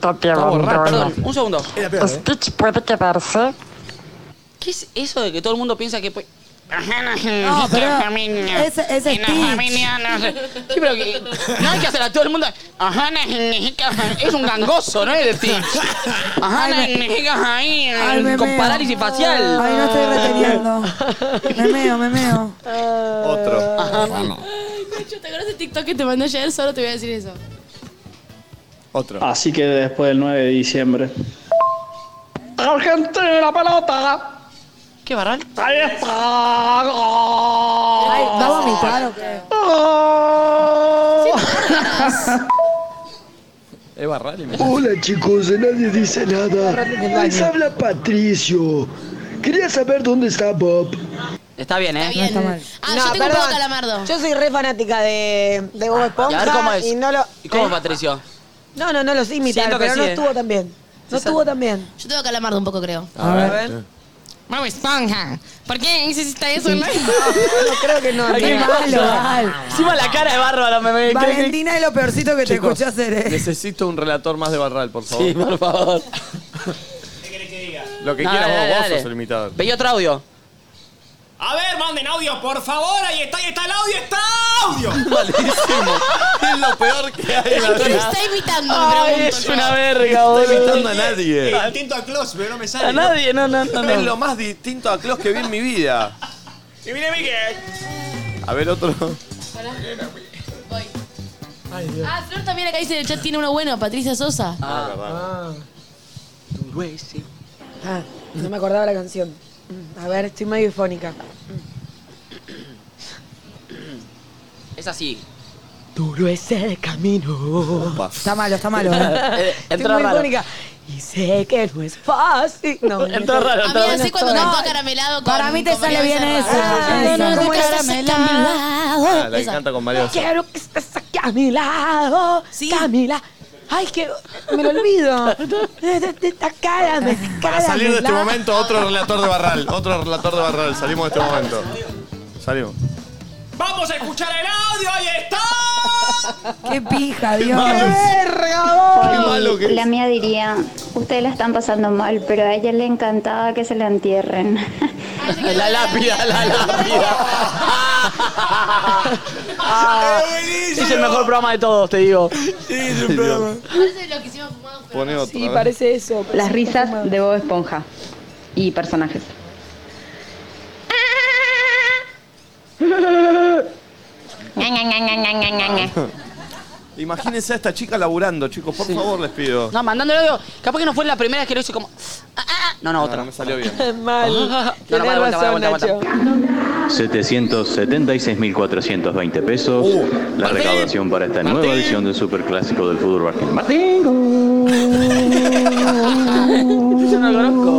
no te abandona.
Perdón, un segundo.
¿eh?
Stitch puede quedarse.
¿Qué es eso de que todo el mundo piensa que... pues-
No, pero
Familia.
ese- ese
En la
Stitch.
familia, no sé. Sí, pero que, no hay que hacer a todo el mundo. Ajá, na, jijica, es un gangoso, ¿no es de Stitch? Ajá, na, jijica, ahí, eh,
Ay, me
con
meo.
parálisis facial.
Ay, no estoy reteniendo. Me meo, me meo.
Otro.
Ay, Nacho, ¿te acuerdas de TikTok que te mandé ayer? Solo te voy a decir eso.
Otro.
Así que después del 9 de diciembre.
Argentina, la pelota.
¿Qué barral?
Ahí está. Ay,
¿Va a vomitar o qué?
Eva Rally.
Hola chicos, de nadie dice nada.
Arranquen del baño.
Les habla Patricio. Quería saber dónde está Bob.
Está bien, ¿eh?
No está mal.
Ah, yo tengo un
perdón.
poco de calamardo.
Yo soy re fanática de, de Bob
Y
Esponja.
Ah, a ver cómo es.
Y no, lo,
¿Y cómo,
¿Eh?
Patricio?
no, no, no los imitar,
Siento que
pero no
sí, eh.
estuvo tan bien. No estuvo tan bien.
Yo tengo calamardo un poco, creo.
A ver. A ver.
Bob Esponja. ¿Por qué hiciste eso? No,
no creo que no.
Ay,
Qué malo, mal.
Encima la cara de bárbaro me- me
Valentina es lo peorcito que te
Chicos,
escuché hacer. eh.
Necesito un relator más de Barral, por favor.
Sí, por favor.
Lo que
No,
quieras vos,
dale,
vos
dale.
sos el imitador.
Veí otro audio.
A ver, manden audio, por favor. Ahí está, ahí está el audio, está audio.
Malísimo. Es lo peor que hay. la
¿Quién
verdad.
está imitando? Me
Ay,
pregunto
es
yo.
una
No
verga,
estoy
boludo.
imitando a nadie.
Eh, Intento a Klaus, pero no me sale.
A nadie, no, no, no.
Es lo
no.
más distinto a Klaus que vi en mi vida.
Y mire, Miguel.
A ver, otro.
Voy. Ah, Flor también acá dice en el chat tiene uno bueno, Patricia Sosa.
Ah, verdad.
Ah, no me acordaba la canción. A ver, estoy medio ifónica.
Es así.
Duro es el camino.
Está malo, está malo.
Eh,
¿eh?
entró
Estoy muy
raro.
fónica. Y sé que no es fácil. No,
Entró raro, entró
Amiga,
raro.
sé cuando
No,
cantó caramelado con
Para mí te
con
sale
María
bien
Becerra.
esa. esa.
¿Cómo
¿Cómo
era?
era?
Ah, la que
Esa.
canta con Mario.
Quiero que estés aquí a mi lado. Camila. Ay, que me lo olvido. Esta cara me
Para salir de este momento, otro relator de Barral. Otro relator de Barral. Salimos de este momento. Salimos.
Vamos a escuchar el audio, ahí está.
Qué pija, Dios.
La mía diría, ustedes la están pasando mal, pero a ella le encantaba que se la entierren.
La lápida, la lápida. Ah, es el mejor programa de todos, te digo.
Parece lo que hicimos fumados, pero
Pone
no.
otro. a ver.
eso.
Las risas de Bob Esponja y personajes.
Imagínense a esta chica laburando, chicos, por favor les pido.
No, mandándole audio. Capaz que no fue la primera vez que lo hice como. ah, ah. No, no, otra.
No me salió bien.
Mal.
No, no, para,
Tenés
aguanta, aguanta,
razón,
aguanta.
776.420 pesos. la recaudación para esta nueva edición del Superclásico del fútbol argentino.
Yo no lo
conozco.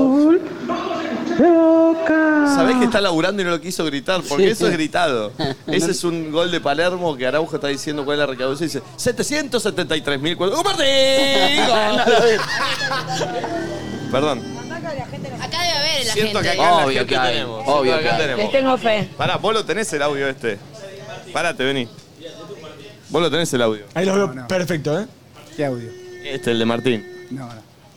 Sabés que está laburando y no lo quiso gritar, porque eso es gritado. Ese es un gol de Palermo que Araujo está diciendo cuál es la recaudación y dice 773 mil Perdón.
Acá debe haber la
Siento que
gente.
acá en la
Obvio
gente
que hay,
tenemos.
obvio
Siento
que
acá
hay.
tenemos.
Les tengo fe.
Pará, vos lo tenés el audio este. Parate, vení. Vos lo tenés el audio.
Ahí los veo perfecto, ¿eh?
¿Qué audio?
Este, el de Martín.
No, no.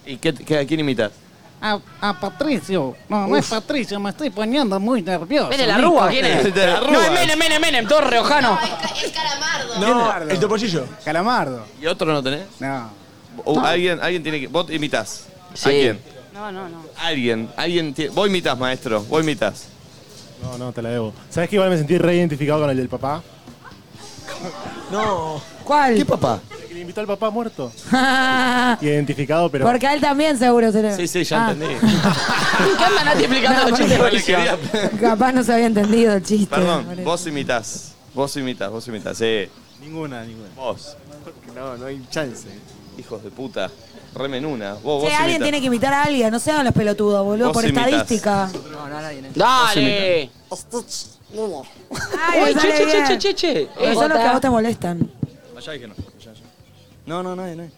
¿Y qué, qué- a quién imitas?
A, a Patricio. No, no es
Uf.
Patricio, me estoy poniendo muy nervioso.
Mire, la rúa, ¿quién es?
De la
No,
Rúa.
es Menem, Menem, Menem, todo riojano.
No,
el topollillo.
Calamardo.
¿Y otro no tenés?
No.
O ¿Alguien, alguien tiene que. Vos imitás.
Sí.
¿A quién?
No, no, no.
Alguien, alguien tiene. Vos imitás, maestro. Vos imitás.
No, no, te la debo. ¿Sabes que igual me sentí re identificado con el del papá?
No.
¿Cuál? ¿Qué papá? El que le invitó al papá muerto. Identificado, pero.
Porque a él también seguro se le...
Sí, sí, ya
Ah,
entendí.
¿Qué anda Nati explicando
No,
los chistes?
porque-
No le quería-
Capaz no se había entendido el chiste.
Perdón, vos imitás. Vos imitás, vos imitás. Sí.
Ninguna, ninguna.
Vos.
No, no hay chance.
Hijos de puta. Remenuna. Vos,
Che,
vos
alguien
imitás.
tiene que imitar a alguien, no sean los pelotudos, boludo,
Vos
por
imitás.
estadística.
Dale.
Ay,
Uy,
me
che,
sale
che,
bien.
che, che, che.
Porque Eh, son los que a vos te molestan.
Allá dije no.
No, no, no, no.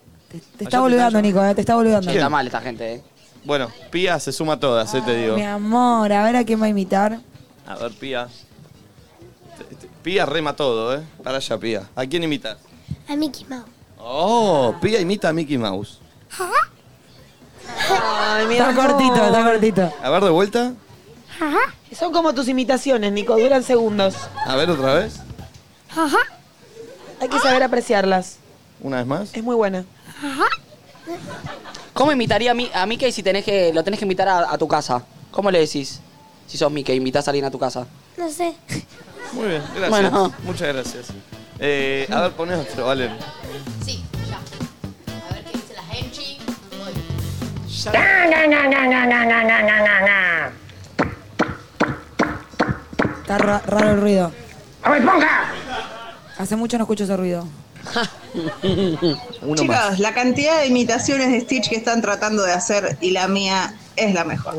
Te está boludeando, Nico, eh, te está boludeando.
¿Quién?
Está mal esta gente, eh.
Bueno, Pía se suma a todas, eh, te digo.
Mi amor, a ver a quién va a imitar.
A ver, Pía. Te- te- Pía rema todo, ¿eh? Para allá, Pía. ¿A quién imitas?
A Mickey Mouse.
Oh, Pía imita a Mickey Mouse.
Ay, mi
Está
amor.
cortito, está cortito.
A ver, de vuelta.
Son como tus imitaciones, Nico, duran segundos.
A ver, otra vez.
Hay que saber apreciarlas.
Una vez más.
Es muy buena.
¿Cómo imitaría a, mi, a Mickey si tenés que, lo tenés que invitar a, a tu casa? ¿Cómo le decís? Si sos Mickey, invitás a alguien a tu casa.
No sé.
Muy bien, gracias.
Bueno.
Muchas gracias. Eh, a ver, poné otro, Valen.
Sí, ya. A ver qué dice la Henchi.
Está ra- raro el ruido. Hace mucho no escucho ese ruido.
Chicos, la cantidad de imitaciones de Stitch que están tratando de hacer y la mía es la mejor.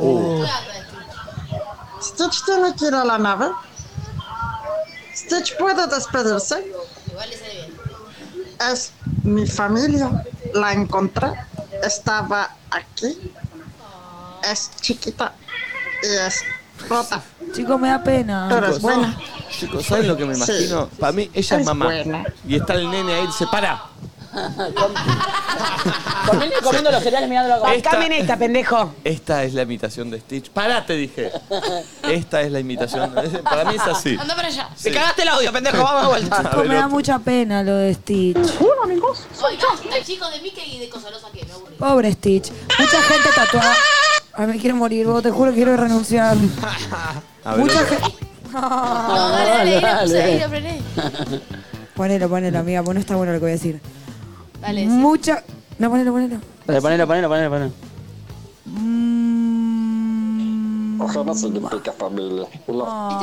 Stitch tiene que ir a la nave. Stitch puede despedirse. Es mi familia. La encontré. Estaba aquí. Es chiquita y es rota.
Chicos, me da pena.
Pero es buena.
Chicos, ¿saben lo que me
Sí.
imagino? Para mí, ella es,
Es
mamá.
buena.
Y está el nene ahí, dice, para.
comiendo los cereales mirando la
Esta-
Bancame en esta, pendejo.
Esta es la imitación de Stitch. Pará, te dije. Esta es la imitación. de- Para mí es así.
Anda para allá.
Sí.
Te cagaste el audio, pendejo, vamos de vuelta.
A ver,
me da
otro.
mucha pena lo de Stitch. amigos.
Oigan, el chico de Mickey y de Cosalosa que me aburrí.
Pobre Stitch. Mucha gente tatuada. Ay, me quiero morir, vos te juro que quiero renunciar.
A ver,
Mucha
otro.
gente.
Ah,
No, dale, dale, ahí la puse, ahí la frené.
Ponelo, ponelo, amiga, porque no está bueno lo que voy a decir.
Dale, este
Mucha. No, ponelo, ponelo.
Dale, ponelo, ponelo, ponelo, ponelo.
Ojalá se le peca familia.
Este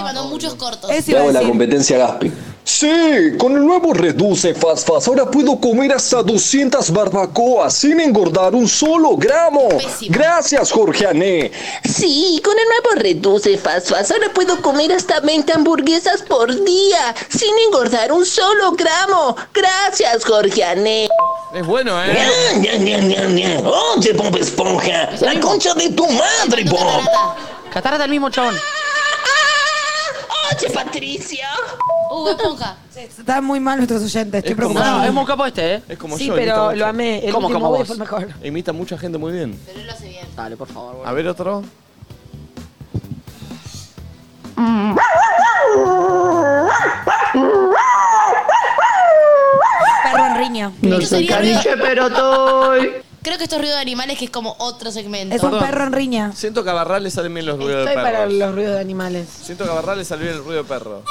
mandó muchos cortos.
Le hago la competencia a Gaspi. Sí, con el nuevo Reduce Fast Fast ahora puedo comer hasta 200 barbacoas sin engordar un solo gramo. Gracias, Jorge Ané.
Sí, con el nuevo Reduce Fast Fast ahora puedo comer hasta 20 hamburguesas por día sin engordar un solo gramo. Gracias, Jorge Ané.
Es bueno, ¿eh?
Oye, Bob Esponja, la concha de tu madre, Bob.
Catarata el mismo chabón.
Ah.
Oye, Patricio.
Uh, esponja.
Están muy mal nuestros oyentes, estoy preocupada.
No,
Ah,
es muy capo este, ¿eh?
Es como
Sí,
yo.
pero
imita mucho.
lo amé. El último audio fue el
mejor.
Imita mucha gente muy bien.
Pero él lo hace bien.
Dale, por favor.
A ver, otro.
Perro en riña.
No soy caniche,
pero estoy.
Creo que esto es ruido de animales que es como otro segmento.
Es un perro en riña.
Siento que a Barral le salen bien los ruidos
Estoy
de perro.
para los ruidos de animales.
Siento que a Barral le sale bien el ruido de perro.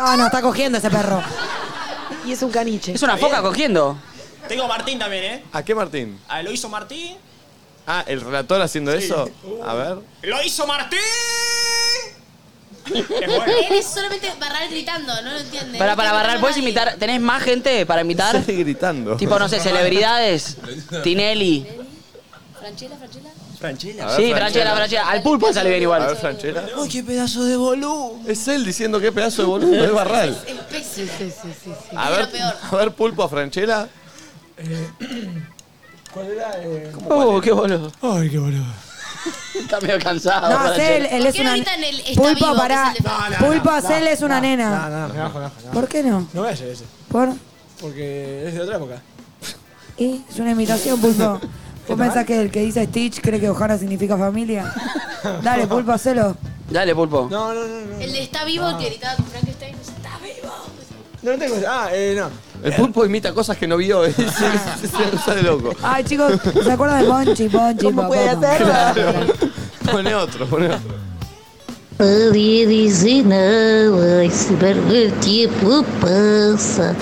No, no, está cogiendo ese perro.
Y es un caniche.
Es una foca cogiendo.
Tengo a Martín también, ¿eh?
¿A qué Martín?
Ah, lo hizo Martín.
Ah, ¿el relator haciendo eso? A ver.
¡Lo hizo Martín!
Él es solamente barral gritando, no lo entiende.
Para, para barrar, ¿puedes invitar? ¿Tenés más gente para invitar?
Estoy gritando.
Tipo, no sé, celebridades. Tinelli.
Franchela, Franchela.
Franchela.
Sí, Franchella, Franchella. Al pulpo sale bien igual.
A ver, Franchella.
Uy, qué pedazo de boludo.
Es él diciendo qué pedazo de boludo, es barral.
Es pésimo. Sí, sí, sí. sí.
A
Es
ver,
lo peor.
a ver pulpo a Franchella.
¿Cuál era? Eh?
Oh, qué boludo.
Ay, qué boludo.
Está medio
Ah,
cansado.
No, Cel, él es
qué no
una.
gritan el está
Pulpo,
vivo, que
pará.
es el de Fran?
Pulpo, Cel es una nena.
No, no, me bajo, me bajo, me bajo.
¿Por qué no?
No voy a hacer ese.
¿Por?
Porque es de otra época.
¿Y? Es una imitación, Pulpo. ¿Vos pensás que el que dice Stitch cree que Ojana significa familia? Dale, Pulpo, hacelo.
Dale, pulpo.
No, no, no.
El de está vivo que gritaba con este. Frankenstein. ¡Está vivo!
No, no tengo. Ah, eh, no.
El pulpo imita cosas que no vio. eh. Se- Se se- sale loco.
Ay, chicos, ¿se acuerdan de Bonchi? Bonchi, ¿Cómo puede
Pone otro, pone otro.
Nadie dice nada, sin ver el tiempo pasa.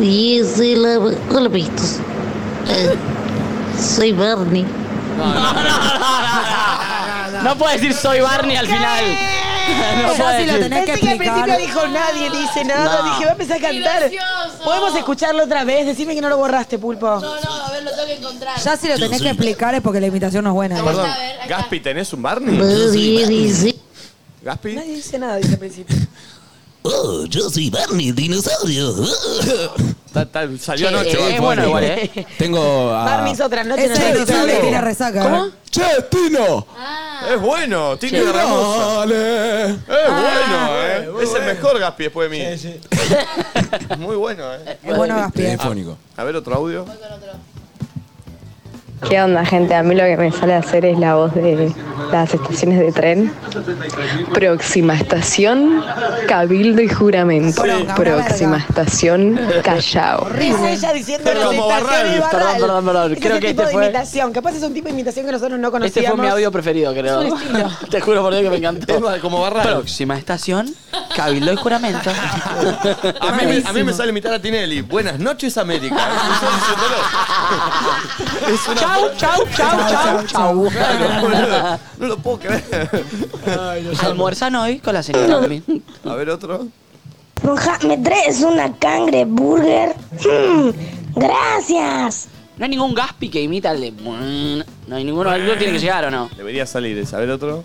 Dice la. Hola, amiguitos. Eh, soy Barney.
No puede decir soy Barney al final. No puede
si lo
decir.
tenés que
Pensé que al
explicar. al principio dijo nadie dice nada.
No.
Dije, va a empezar a cantar. Podemos escucharlo otra vez. Decime que no lo borraste, pulpo.
No, no, a ver, lo tengo que encontrar.
Ya si lo tenés que explicar es porque la imitación no es buena.
Perdón.
a ver, ahí está.
Gaspi, ¿tenés un Barney? Gaspi.
Nadie dice nada, dice al principio.
Oh, yo soy Barney, el dinosaurio.
Ta- ta- salió
Che,
anoche.
eh,
Bad
bueno,
Bunny.
igual, eh. Tengo
Ah.
a...
Barney otra noche.
Ese
no
es
necesito
el
hablar.
que tiene resaca. ¿Cómo?
¡Che, Tino!
Ah.
Es bueno, Tino
Che,
de Ramosa.
Dale.
Es bueno, eh. es el mejor Gaspi después de mí. Muy bueno, eh.
Es bueno Gaspi. eh.
Telefónico.
A ver, otro audio.
¿Qué onda, gente? A mí lo que me sale hacer es la voz de las estaciones de tren. Próxima estación, Cabildo y Juramento.
Poronga,
Próxima estación, Callao.
Es ella diciendo
Pero
las
como
estaciones de
Barral. Perdón, perdón, perdón.
Es
Creo
ese
que
tipo
este
de
fue-
imitación. Capaz es un tipo de imitación que nosotros no conocíamos.
Este fue mi audio preferido, creo.
Es un estilo.
Te juro por Dios que me encantó.
como barral.
Próxima estación, Cabildo y Juramento.
A mí, me, a mí me sale imitar a Tinelli. Buenas noches, América. Eso diciéndolo. Es una-
Chau, chau, chau, chau, chau.
Claro, boludo. No lo puedo creer.
Almuerzan hoy con la señora también.
A ver, otro.
Roja, ¿me traes una cangre burger? Mm, gracias.
No hay ningún Gaspi que imita al de. No hay ninguno. Alguno tiene que llegar o no.
Debería salir ese. A ver, otro.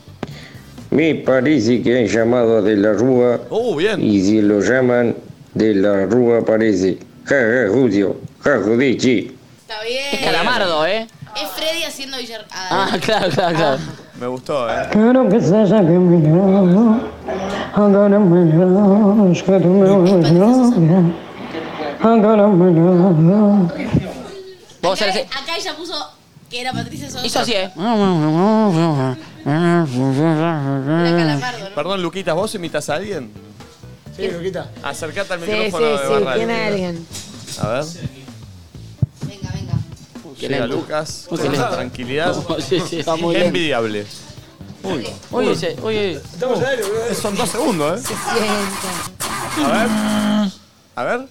Me parece que han llamado a De la Rúa.
Uh,
Y si lo llaman, De la Rúa aparece. Ja, ja, judío. Ja, judici.
Está bien.
Es calamardo, ¿eh?
Es Freddy haciendo Villar.
Ah, claro, claro, claro.
Me gustó, ¿eh?
Quiero que se haya que mirar, agárrame ya, es que tú me vuelves loca. Agárrame ya.
Vos
acá,
eres-
acá ella puso que era Patricia Sosa.
Hizo así, ¿eh?
Perdón, Luquitas, ¿vos imitas a alguien?
Sí, Luquita.
Acercate al
Sí,
micrófono
sí,
de
sí,
Barral.
tiene alguien.
A ver.
Qué
Llega
lento.
Lucas.
Uy, qué
con
lento.
tranquilidad.
Sí, sí, va muy lento.
Envidiable. Uy.
Oye, ese- oye.
Estamos en aire, boludo.
Son dos segundos, ¿eh? A ver. A ver.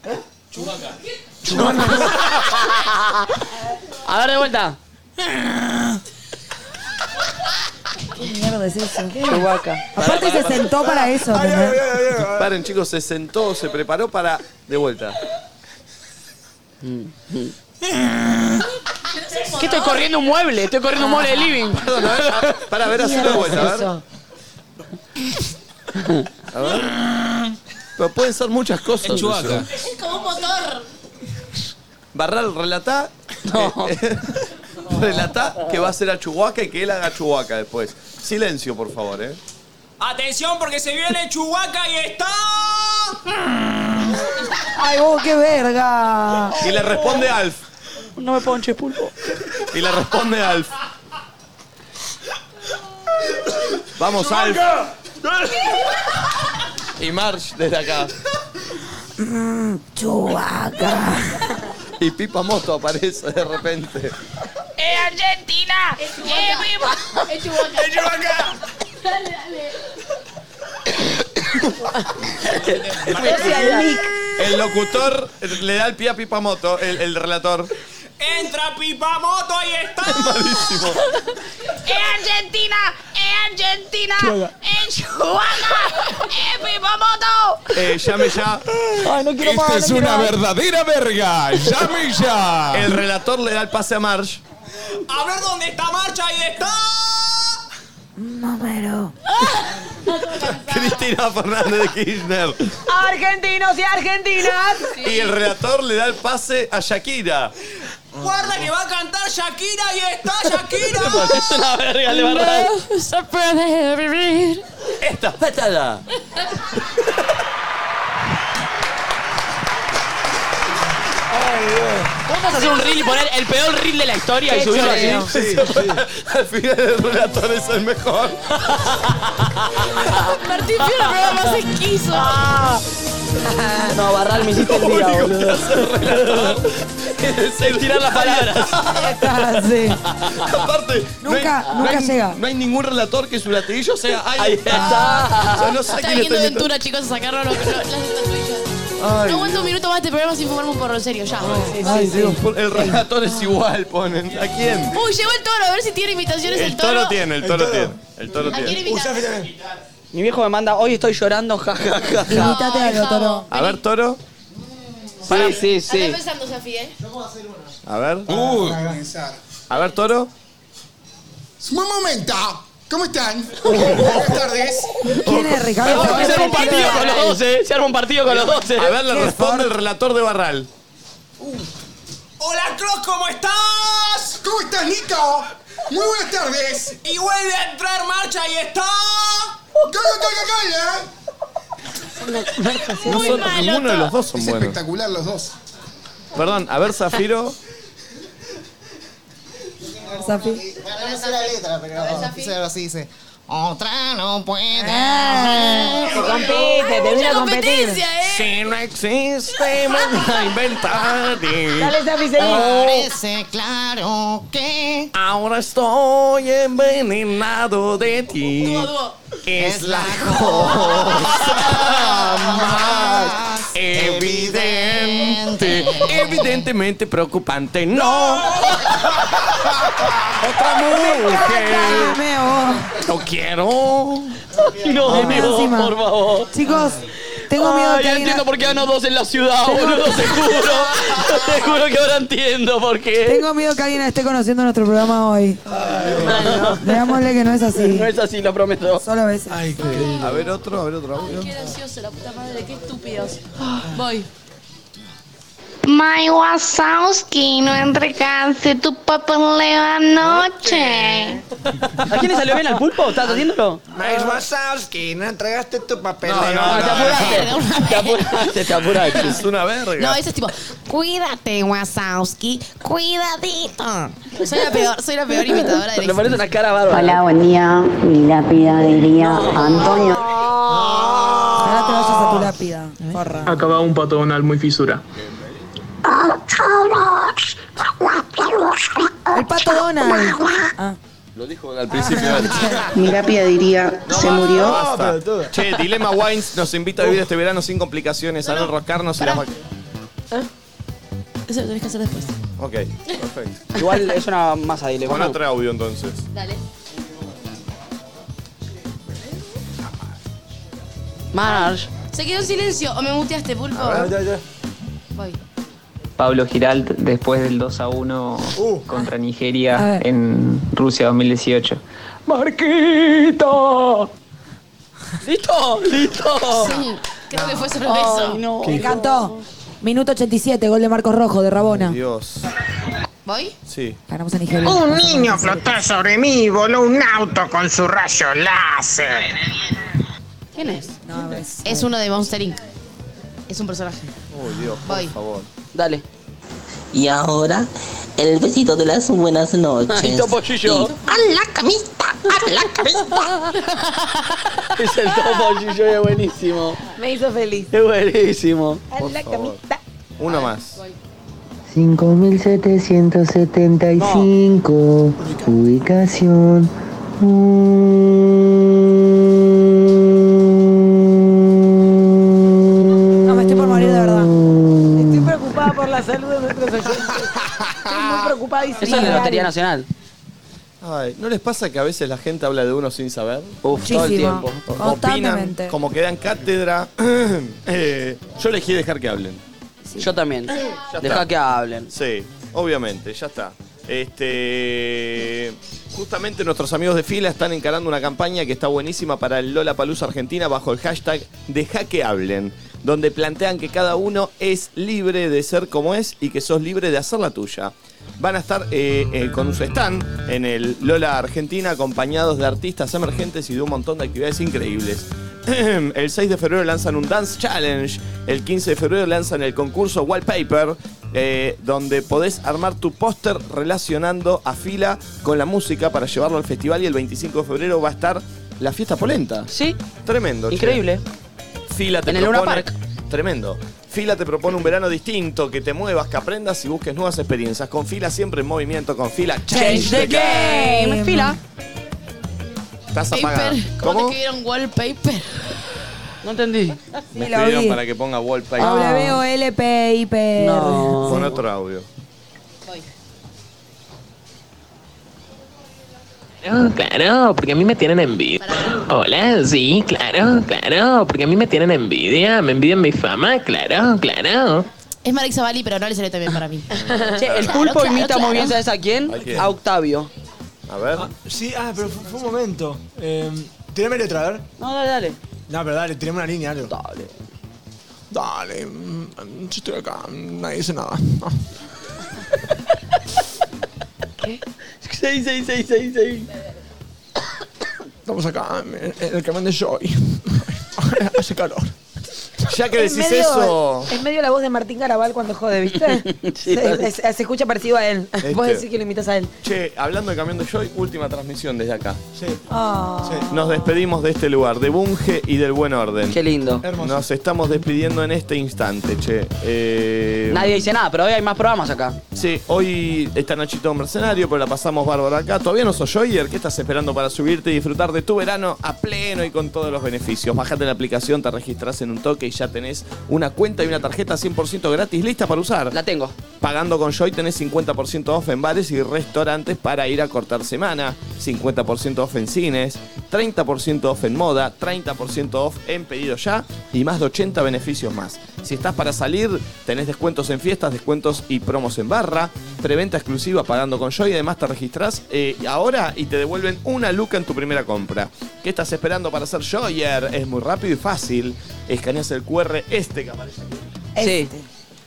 A ver, de vuelta.
¿Qué mierda es eso?
Chubaca.
Aparte se sentó para eso. ¿entendés?
Paren, chicos, se sentó, se preparó para. De vuelta.
¿Qué estoy corriendo un mueble? Estoy corriendo un mueble de living.
Perdón, a ver. a- Para a ver, hacerlo de vuelta. A ver. A ver. Pero pueden ser muchas cosas.
Es Chubaca.
Es como un motor.
Barral, relatá. eh, relatá que va a ser a Chuhuaca y que él haga Chuhuaca después. Silencio, por favor, ¿eh?
Atención porque se viene Chubaca y está.
Ay, vos, qué verga.
Y le responde Alf.
No me ponches, pulpo.
Y le responde Alf. Vamos, Alf. Y March desde acá.
Chubaca.
Y Pipa Moto aparece de repente.
¡Eh, Argentina! ¡Eh, viva!
Es Chubaca.
¡Es Chubaca!
Dale, dale.
El locutor le da el pie a Pipamoto, el, el relator.
Entra Pipamoto y está.
Malísimo.
¡Eh, Argentina! ¡Eh, Argentina!
Chuaga.
¡Eh, Chuaga! ¡Eh, Pipamoto!
Eh, llame ya.
Esto es una
verdadera verga. Llame ya.
El relator le da el pase a Marge.
A ver dónde está Marcha y está.
Número.
Cristina Fernández de Kirchner.
Argentinos y argentinas.
Y el relator le da el pase a Shakira.
Guarda que va a cantar Shakira y está Shakira.
Es una verga, le va a dar.
No se puede vivir.
Esta patada.
Vamos a hacer un reel y poner el peor reel de la historia y subirlo así.
Al final el relator es el mejor.
Martín Fierro, pero más esquizo.
Ah. No, Barral me hiciste el día, boludo.
Es tirar las palabras. Aparte,
Nunca-
no hay,
nunca
no hay-
llega.
No hay ningún relator que su latiguillo sea. ¡Ay,
Ahí
está! O sea, no sé quién
Está
está
viniendo
inventando.
Ventura, chicos, a sacarlo. No, no, las estatuillas.
Ay,
no aguanto un minuto más de este programa sin fumarme un porro, en serio, ya.
Ay, Dios, por- el relator es igual, ponen. ¿A quién?
Uy, llegó el toro, a ver si tiene imitaciones el,
El toro tiene, el toro tiene. El toro
¿A quién
tiene.
imitas?
Mi viejo me manda, hoy estoy llorando, jajaja.
Imitate algo, toro.
A ver, toro.
Sí, sí, sí.
Andá pensando, Safi, ¿eh?
A ver.
Uh.
A ver, toro.
Un momento. ¿Cómo están? Buenas tardes.
¿Quién es Ricardo?
Perdón,
Fernández?
se arma un partido con los
Fernández.
dos,
eh. Se arma un partido con los dos, eh.
A ver, le responde el relator de Barral.
Hola, Cross, ¿cómo estás? ¿Cómo estás, Nico? Muy buenas tardes. Y vuelve a entrar Marcha y está.
¿eh?
No son- ninguno de los dos son
es
buenos.
espectacular los dos.
Perdón, a ver, Zafiro.
No sé la letra, pero dice algo así, dice. Otra no puede.
Ah.
compite, te vino a competir.
Si no existe, me la inventaré.
Dale, Safi, seguí.
Ah.
Parece
claro que Oh, ahora estoy envenenado de ti. Es la cosa más evidente. Evidentemente preocupante. No. Otra mujer. No quiero.
Me meo Dios, encima. por
favor.
Chicos, tengo miedo de
Ay,
que
ya
alguien-
entiendo por qué ganó dos en la ciudad,
Tengo-
boludo, te juro. te juro que ahora entiendo por qué.
Tengo miedo que alguien esté conociendo nuestro programa hoy. Veámosle que no es así.
No es así, lo prometo.
Solo a veces.
A ver otro, a ver otro audio.
Qué gracioso, la puta madre, qué estúpidos. Voy.
My Wazowski, no entregaste tu papeleo anoche.
¿A quién le salió bien al pulpo? ¿Estás haciéndolo?
Max Wazowski, no entregaste tu papel.
No, no, te apuraste. Te apuraste, te apuraste.
Es una verga.
No, ese es tipo, cuídate, Wazowski, cuidadito. Soy la peor, soy la peor imitadora de
Le pones una cara bárbara.
Hola, buen día. Mi lápida diría Antonio.
Ahora te vayas a tu lápida.
Acaba un patronal muy fisura.
El pato Donald.
Lo dijo al principio.
Mi lápida diría, se murió.
Basta. Che, Dilema Wines nos invita a vivir este verano sin complicaciones, a no enroscarnos y las vac-
Eso lo tenés que hacer después.
Ok, perfecto.
Igual es una masa de
Pon
limón.
otro audio entonces.
Dale.
Marge.
Se quedó en silencio o me muteaste, pulpo. Voy.
Pablo Giralt después del 2 a 1 contra Nigeria en Rusia 2018. ¡Marquito!
¡Listo! ¡Listo!
Sí, creo que fue solo
Ay,
eso.
No.
Me encantó. Minuto 87, gol de Marcos Rojo de Rabona.
Dios.
¿Voy?
Sí.
Ganamos a Nigeria.
Un niño flotó sobre mí y voló un auto con su rayo láser.
¿Quién es? No, es, uno de Monster Inc. Es un personaje.
Oh, Dios,
Voy.
favor.
Dale.
Y ahora, el besito de las buenas noches.
Ay, topo Gillo.
Y-
¡A la camita! ¡A la camita!
Es el topo Gillo, es buenísimo.
Me hizo feliz.
Es buenísimo.
A la camita.
Uno más.
5775. Ubicación.
Estoy muy preocupada y
Eso es de Lotería Nacional.
Ay, ¿no les pasa que a veces la gente habla de uno sin saber?
Muchísimo.
todo el tiempo. Opinan,
Constantemente.
como que dan cátedra. Eh, yo elegí dejar que hablen.
Yo también.
Ya
Deja
está.
que hablen.
Sí, obviamente, ya está. Este, justamente nuestros amigos de fila están encarando una campaña que está buenísima para el Lola Palusa Argentina bajo el hashtag Deja que hablen, donde plantean que cada uno es libre de ser como es y que sos libre de hacer la tuya. Van a estar eh, eh, con su stand en el Lola Argentina acompañados de artistas emergentes y de un montón de actividades increíbles. El 6 de febrero lanzan un Dance Challenge. El 15 de febrero lanzan el concurso Wallpaper, eh, donde podés armar tu póster relacionando a fila con la música para llevarlo al festival. Y el 25 de febrero va a estar la fiesta polenta.
Sí.
Tremendo. che.
Increíble.
Fila te
En el Luna
propone-
Park.
Tremendo. Fila te propone un verano distinto, que te muevas, que aprendas y busques nuevas experiencias. Con Fila siempre en movimiento, con Fila
Change the game. Fila.
Estás apagada.
Paper. ¿Cómo,
¿Cómo?
te escribieron wallpaper?
No entendí.
Me
Sí, la
escribieron
vi.
para que ponga wallpaper.
W-O-L-P-I-P-R.
Con otro audio.
Claro, claro, porque a mí me tienen envidia. Hola, sí, claro, claro, porque a mí me tienen envidia. Me envidian mi fama, claro, claro.
Es Marix Zavalli, pero no le salió también para mí.
Che, el pulpo
Claro,
imita
claro,
muy bien,
claro.
¿sabes a quién?
¿A quién?
A Octavio.
A ver.
Sí, ah, pero fue, fue un momento. Eh, tirame letra, a ver.
No, dale, dale.
No, pero dale, tirame una línea, algo.
Dale.
Dale, mm, mm, yo estoy acá, mm, nadie dice nada. Ah.
Sí, sí, sí, sí, sí.
Estamos acá, en, en el camión de Joy. Hace calor.
Ya que
Es medio- Es medio la voz de Martín Garabal cuando jode, ¿viste?
Sí,
se,
tal.
se- se escucha parecido a él.
Este.
Puedes decir que lo imitas a él.
Che, hablando de Camión de Joy, última transmisión desde acá.
Ah.
Nos despedimos de este lugar, de Bunge y del Buen Orden.
Qué lindo.
Hermoso.
Nos estamos despidiendo en este instante, che. Eh,
Nadie dice nada, pero hoy hay más programas acá.
Sí, hoy está Nachito Mercenario, pero la pasamos bárbara acá. Todavía no soy Joyer, ¿qué estás esperando para subirte y disfrutar de tu verano a pleno y con todos los beneficios? Bajate la aplicación, te registras en un toque y ya tenés una cuenta y una tarjeta 100% gratis lista para usar. La
tengo.
Pagando con Joy tenés 50% off en bares y restaurantes para ir a cortar semana, 50% off en cines, 30% off en moda, 30% off en pedido ya y más de 80 beneficios más. Si estás para salir, tenés descuentos en fiestas, descuentos y promos en barra, preventa exclusiva pagando con Joy, además te registrás eh, ahora y te devuelven una luca en tu primera compra. ¿Qué estás esperando para ser Joyer? Es muy rápido y fácil. Escaneas el QR este que aparece aquí.
Sí.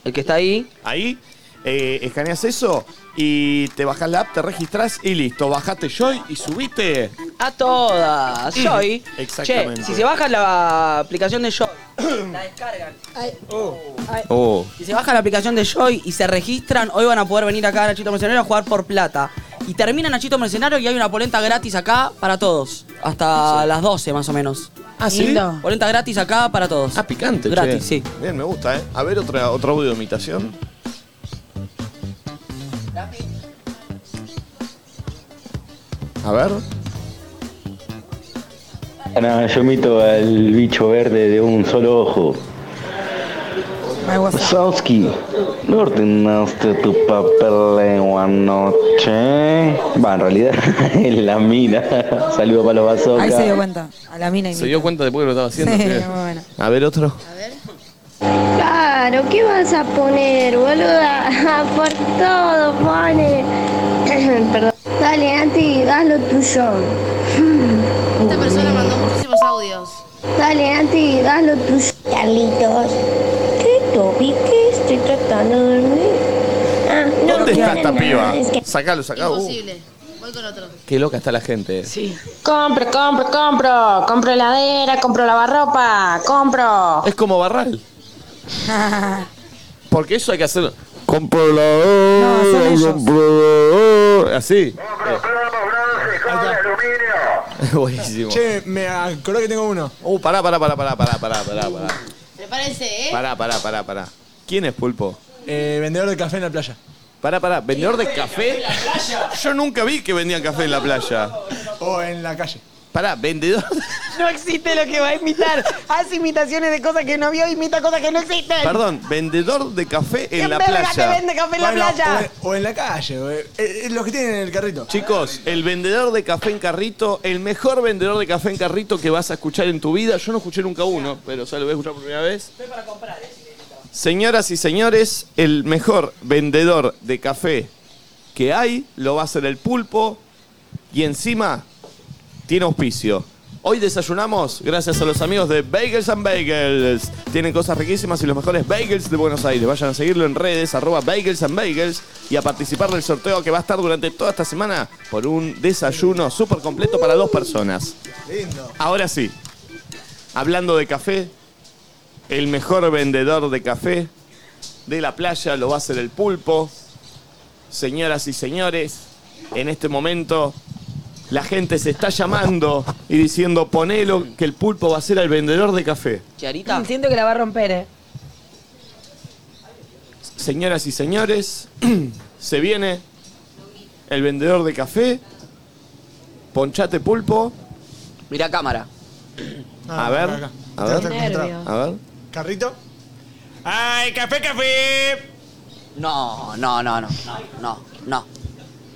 El que está ahí.
Ahí eh, escaneas eso y te bajas la app, te registras y listo. Bajaste Joy y subiste.
A todas.
Mm,
Joy.
exactamente.
Che, si se baja la aplicación de Joy. La descargan.
Oh.
Si se baja la aplicación de Joy y se registran, hoy van a poder venir acá a Nachito Mercenario a jugar por plata. Y termina Nachito Mercenario y hay una polenta gratis acá para todos. Hasta las 12 más o menos.
Ah, ¿sí? Lindo.
Polenta gratis acá para todos. Ah,
picante,
Gratis, sí.
Bien, me gusta, ¿eh? A ver, otra, otro audio de imitación. A ver.
Nada, yo mito al bicho verde de un solo ojo. Sowski, no ordenaste tu papel en anoche. Va, en realidad, en la mina. Saludo para los bazookas.
Ahí se dio cuenta. A la mina y
Se dio cuenta después que lo estaba haciendo.
Sí,
pibe.
muy bueno.
A ver, otro.
Claro, ¿qué vas a poner, boluda? Por todo, pone. Perdón. Dale, Anti, haz lo tuyo.
Esta persona mandó muchísimos audios.
Dale, Anti, haz lo tuyo. Carlitos, ¿qué Toby? ¿Qué estoy tratando de dormir? Ah, no,
¿Dónde está
no,
esta
no,
piba?
es que-
Sacalo, sacalo. Uh,
Imposible. Voy con otro.
qué loca está la gente. eh. Sí.
Compro, compro, compro. Compro heladera, compro lavarropa, compro.
Es como Barral. Porque eso hay que hacer. Compro
son ellos.
Así. Eh. Buenísimo.
Che, me acordé que tengo uno.
Uh, pará, pará, pará, pará, pará, pará, pará, pará.
Prepárense, ¿eh?
Pará, pará, pará, pará. ¿Quién es Pulpo?
Eh, vendedor de café en la playa.
Pará, pará. ¿Vendedor de café? Yo nunca vi que vendían café en la playa.
O en la calle.
Pará, vendedor.
No existe lo que va a imitar. Hace imitaciones de cosas que no vio, imita cosas que no existen.
Perdón, vendedor de café en la
verga
playa. pues,
te vende café en la playa?
O, en la calle, o, eh, eh, los que tienen en el carrito.
Chicos, el vendedor de café en carrito, el mejor vendedor de café en carrito que vas a escuchar en tu vida. Yo no escuché nunca uno, pero o sea, lo voy a escuchar por primera vez. Señoras y señores, el mejor vendedor de café que hay lo va a hacer el pulpo y encima tiene auspicio. Hoy desayunamos gracias a los amigos de Bagels and Bagels. Tienen cosas riquísimas y los mejores bagels de Buenos Aires. Vayan a seguirlo en redes, arroba Bagels and Bagels y a participar del sorteo que va a estar durante toda esta semana por un desayuno súper completo para dos personas.
Lindo.
Ahora sí, hablando de café, el mejor vendedor de café de la playa lo va a ser el pulpo. Señoras y señores, en este momento la gente se está llamando y diciendo ponelo que el pulpo va a ser el vendedor de café.
Chiarita. Siento que la va a romper, ¿eh?
Señoras y señores, se viene el vendedor de café. Ponchate pulpo.
Mira cámara.
Ah,
A ver, a ver, a ver.
¿Carrito?
¡Ay, café, café! No, no, no, no, no, no, no.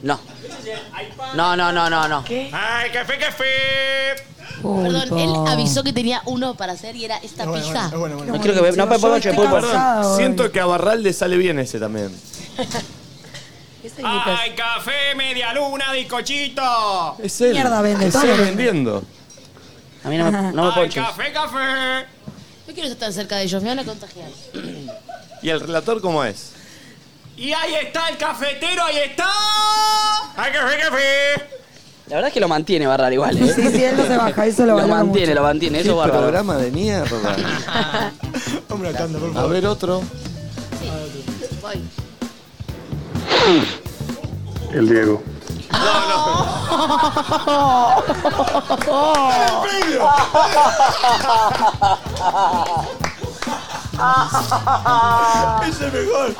No, no, no, no, no.
¡Ay, café, café!
Perdón, él avisó que tenía uno para hacer y era esta pija.
No quiero que vea- no, puedo- puedo- puedo-
Perdón, siento que a Barral le sale bien ese también.
¡Ay, café, media luna, bizcochito!
Es él. Es él vendiendo.
A mí no me, no me
¡Ay,
ponches.
café, café!
No quiero estar tan cerca de ellos, me van a contagiar.
¿Y el relator cómo es?
Y ahí está el cafetero, ahí está. ¡Ay, café, café!
La verdad es que lo mantiene Barral igual, ¿eh?
Sí, sí, él no se baja, eso lo
Lo
valoro
mantiene,
mucho.
lo mantiene, eso es
Qué
bárbaro.
programa de mierda.
Hombre, tanda, por
A
favor.
ver otro.
Voy.
El Diego.
Es el mejor.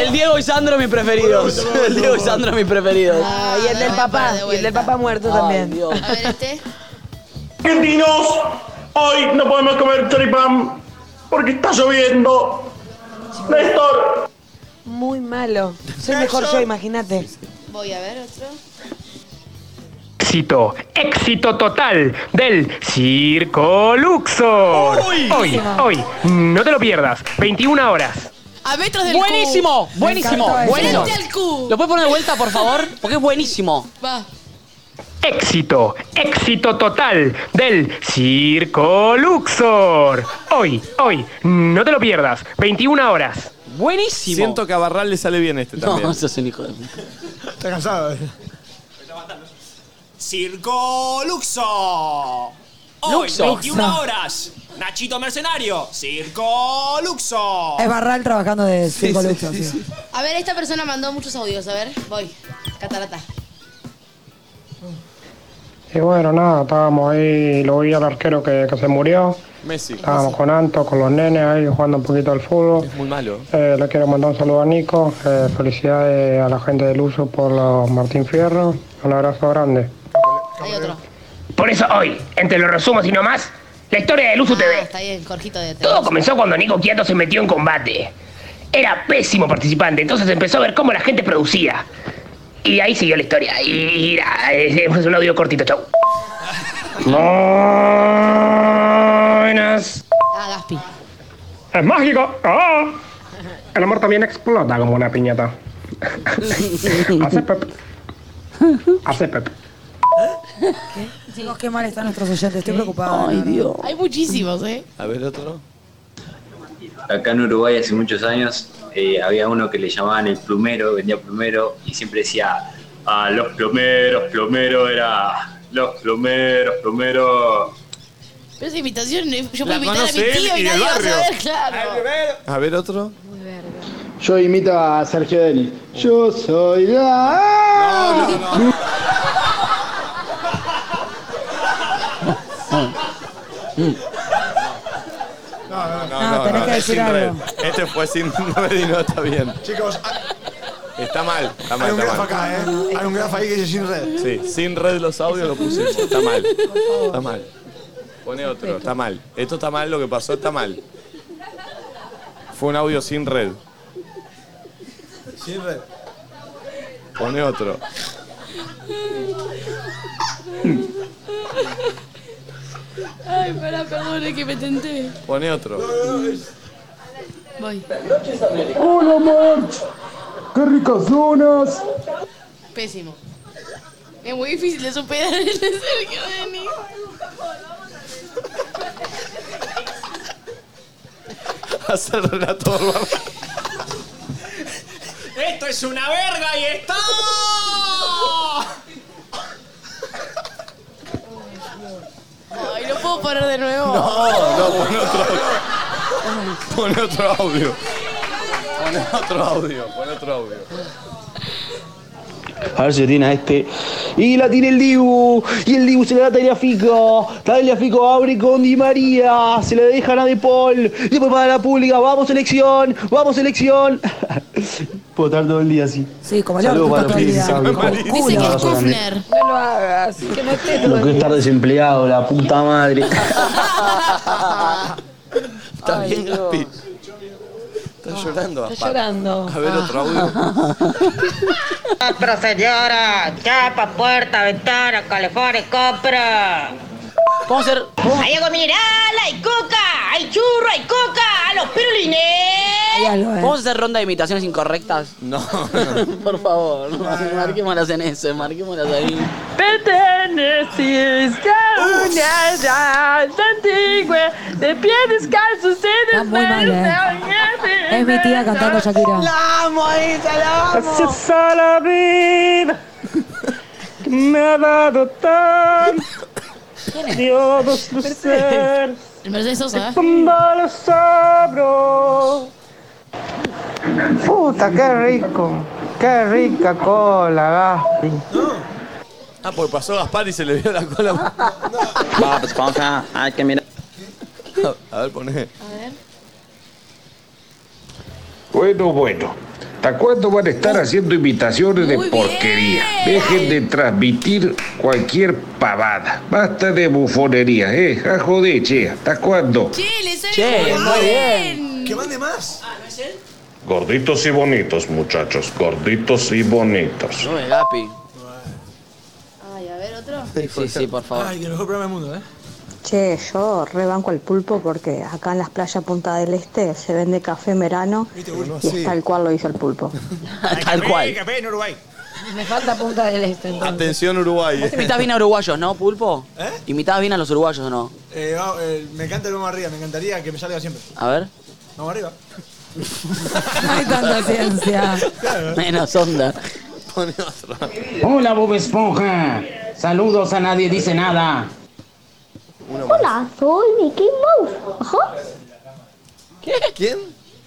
El Diego y Sandro mis preferidos. El Diego y Sandro mis preferidos.
Ah, y el del papá. Y el del papá muerto también.
A ver, este.
Argentinos, hoy no podemos comer choripán porque está lloviendo. Néstor.
Muy malo. Soy mejor yo, imagínate.
Voy a ver otro.
Éxito, éxito total del Circo Luxor.
Uy.
Hoy, hoy, no te lo pierdas, 21 horas.
A metros del
Buenísimo,
Q.
buenísimo,
Me encanta eso.
buenísimo.
Frente al Q.
¿Lo puedes poner de vuelta, por favor? Porque es buenísimo.
Va.
Éxito, éxito total del Circo Luxor. Hoy, hoy, no te lo pierdas, 21 horas.
Buenísimo.
Siento que a Barral le sale bien este también.
No, sos un hijo de
Está cansado. eh.
Circo Luxo. Hoy,
Luxo.
21
Luxo.
horas. Nachito Mercenario. Circo Luxo.
Es Barral trabajando de circo Luxo, sí.
A ver, esta persona mandó muchos audios. A ver, voy. Catarata.
Y bueno, nada, estábamos ahí, lo vi al arquero que, que se murió.
Messi.
Ah,
Estábamos con Anto, con los nenes ahí jugando un poquito al fútbol.
Muy malo.
Eh, le quiero mandar un saludo a Nico. Eh, felicidades a la gente del uso por los Martín Fierro. Un abrazo grande.
Hay otro.
Por eso hoy, entre los resumos y no más, la historia del Uso
Ah,
TV.
está bien, Jorgito de
Todo comenzó cuando Nico Quiato se metió en combate. Era pésimo participante, entonces empezó a ver cómo la gente producía. Y de ahí siguió la historia. Y, y nada, es- es un audio cortito, chau. Buenas.
Ah, Gaspi.
¡Es mágico! ¡Ah!
El amor también explota como una piñata. Hace pep. Hace pep.
Chicos, qué mal están nuestros oyentes, estoy preocupado.
Ay, Dios.
Hay muchísimos, ¿eh?
A ver otro.
Acá en Uruguay hace muchos años eh, había uno que le llamaban el plumero, vendía plumero y siempre decía, ah, los plomeros, plomero era, los plomeros, plomero.
Pero esa invitación, eh, yo
La
puedo invitar a mi
conoce él
tío
y
y
del
nadie va a
barrio.
saber, claro.
A ver otro.
Yo imito a Sergio Denis. Yo soy la.
No, no, no.
No, no,
Ah, tenés
no,
que
es
decir
sin
algo.
red. Este fue sin red y no está bien.
Chicos, a-
Está mal, está mal.
Hay un
está
grafo
mal.
acá, ¿eh? Hay un grafo ahí que dice sin red.
Sí, sin red los audios lo pusimos. Está mal. Está mal. Pone otro, está mal. Esto está mal, lo que pasó está mal. Fue un audio sin red.
Sin red.
Pone otro.
Ay, pará, perdón, es que me tenté.
Pone otro.
Voy.
Hola, March. Qué ricas zonas.
Pésimo. Es muy difícil de superar el de Sergio Denis.
Hacer relato bárbaro.
Esto es una verga y está.
Ay, no puedo parar de nuevo.
No, no, pone otro audio. Pone otro audio. Pone otro audio, pone otro audio.
A ver si lo tiene a este. Y la tiene el Dibu. Y el Dibu se la da a Tagliafico. Tagliafico abre con Di María. Se la dejan a De Paul. De Paul para la pública. Vamos selección. Vamos selección. Puedo estar todo el día así.
Sí, como
Saludos
yo.
para los
Dice
pibes, saben, como el culo.
que es
Abrazo grande.
Kufner.
No lo hagas, que no esté todo
Lo que
el
es
día.
estar desempleado, la puta madre.
Está bien,
Dios.
Gaspi. Está llorando,
Está
Gaspar.
llorando.
A ver otro audio.
Compra, señora. Chapa, puerta, ventana, calefón, compra.
¿Cómo ser?
Hay agua mineral, hay coca, hay churro, hay coca, a los pirulines.
eh.
¿Vamos a hacer ronda de imitaciones incorrectas?
No.
Por favor,
Ah.
marquémoslas en eso, marquémoslas ahí.
Perteneciste a una edad antigua de pies descalzos y
Está muy mal,
eh.
eh.
desnudos.
Es mi tía cantando Shakira.
La amo, Isa, la amo.
Gracias a la vida que me ha dado tan Dios los ser.
El Mercedes Sosa,
Y Cuando los abro. Puta, qué rico. Qué rica cola, Gaspi.
Ah, porque pasó Gaspar y se le vio la cola.
Bob Esponja, hay que mirar.
A ver, pone.
Bueno, bueno. ¿Hasta cuándo van a estar haciendo imitaciones de porquería? Dejen de transmitir cualquier pavada. Basta de bufonería, ¿eh? A joder, che. ¿Hasta cuándo?
Che, le sale
Che,
muy,
muy
bien.
Que mande más.
Ah, ¿no es él?
Gorditos y bonitos, muchachos. Gorditos y bonitos.
No me gapi.
Ay, a ver, otro.
Sí, sí, por favor.
Ay, que lo mejor programa del mundo, ¿eh?
Che, yo rebanco el pulpo porque acá en las playas Punta del Este se vende café en verano y
Sí.
es tal cual lo hizo el pulpo.
Tal cual.
Café en Uruguay.
Me falta punta del este entonces.
Atención, Uruguay.
Vos imitás bien a uruguayos, ¿no, Pulpo? ¿Eh? ¿Imitabas bien a los uruguayos o no?
Eh, vamos, eh, me encanta el vamos arriba, me encantaría que me salga siempre.
A ver.
Vamos arriba.
Hay tanta ciencia.
Menos onda.
Pone otro.
Hola Bob Esponja. Saludos a nadie dice nada.
Hola, soy Mickey Mouse. Ajá.
¿Quién?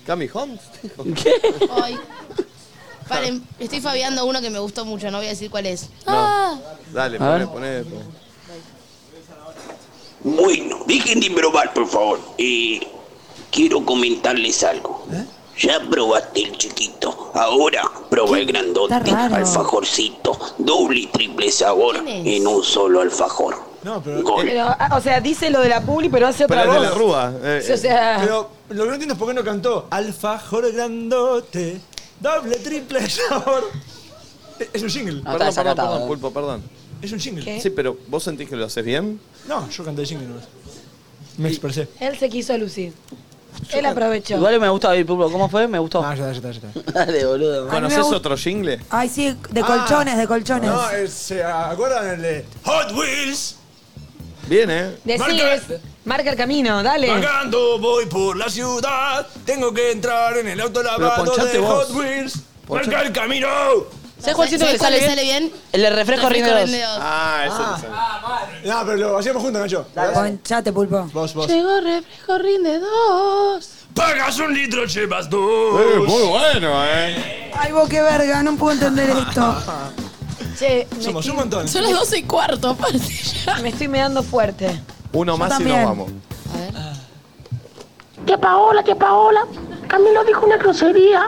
Cami Holmes. dijo.
Ay. Paren, estoy fabiando uno que me gustó mucho, no voy a decir cuál es.
No. Dale,
A
pone,
ver.
pone.
Bueno, dejen de probar, por favor. Eh, quiero comentarles algo.
¿Eh?
Ya probaste el chiquito, ahora proba el grandote, alfajorcito, doble y triple sabor
¿Quién es?
en un solo alfajor.
No, pero.
Gol.
Pero, ah, o sea, dice lo de la publi, pero hace otra voz.
eh.
Sí, o sea,
Pero lo que no entiendo es por qué no cantó Alfajor grandote, doble, triple sabor. Eh, Es un jingle.
Perdón, perdón, perdón, Pulpo, perdón.
Es un jingle.
Sí, pero ¿vos sentís que lo haces bien?
No, yo canté el jingle nomás. Me expresé.
él se quiso lucir. Él aprovechó.
Igual me gusta oír Pulpo. ¿Cómo fue? Me gustó. Ah,
ya está, ya está.
Dale, boludo.
¿Conoces otro jingle?
Ay, sí, de colchones, de colchones.
No, eh, ¿se acuerdan el de Hot Wheels?
Bien, ¿eh?
Decides, marca, el camino, dale.
Vagando voy por la ciudad, tengo que entrar en el auto lavado
ponchate
de
vos.
Hot Wheels.
Ponchate.
¡Marca el camino!
¿Sabes cuál siento que sale bien? El de refresco Rinderos.
Ah, eso te sale.
No, pero lo hacíamos juntos, Nacho.
Ah. Ponchate, pulpo.
Vos, vos.
Llegó refresco rinde dos.
Pagas un litro, llevas dos.
Eh, muy bueno, ¿eh?
Ay, vos qué verga, no puedo entender esto.
Che, me
Somos
estoy-
un montón.
Son las 12 y cuarto, aparte.
Me estoy meando fuerte.
Uno
Yo
más y
también.
nos vamos.
Que Paola, que Paola. Camilo dijo una grosería.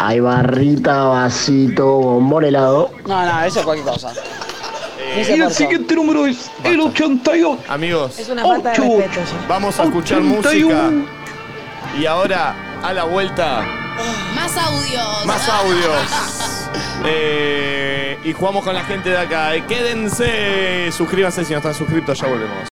Hay barrita, vasito, bombón helado.
No, no, eso es cualquier cosa. Eh,
Y el siguiente número es el 88.
Amigos,
Es una falta de respeto. ya.
vamos a escuchar
81.
música. Y ahora, a la vuelta,
Más audios. Ah,
más audios. Eh, y jugamos con la gente de acá. Eh, Quédense, suscríbanse si no están suscritos, ya volvemos.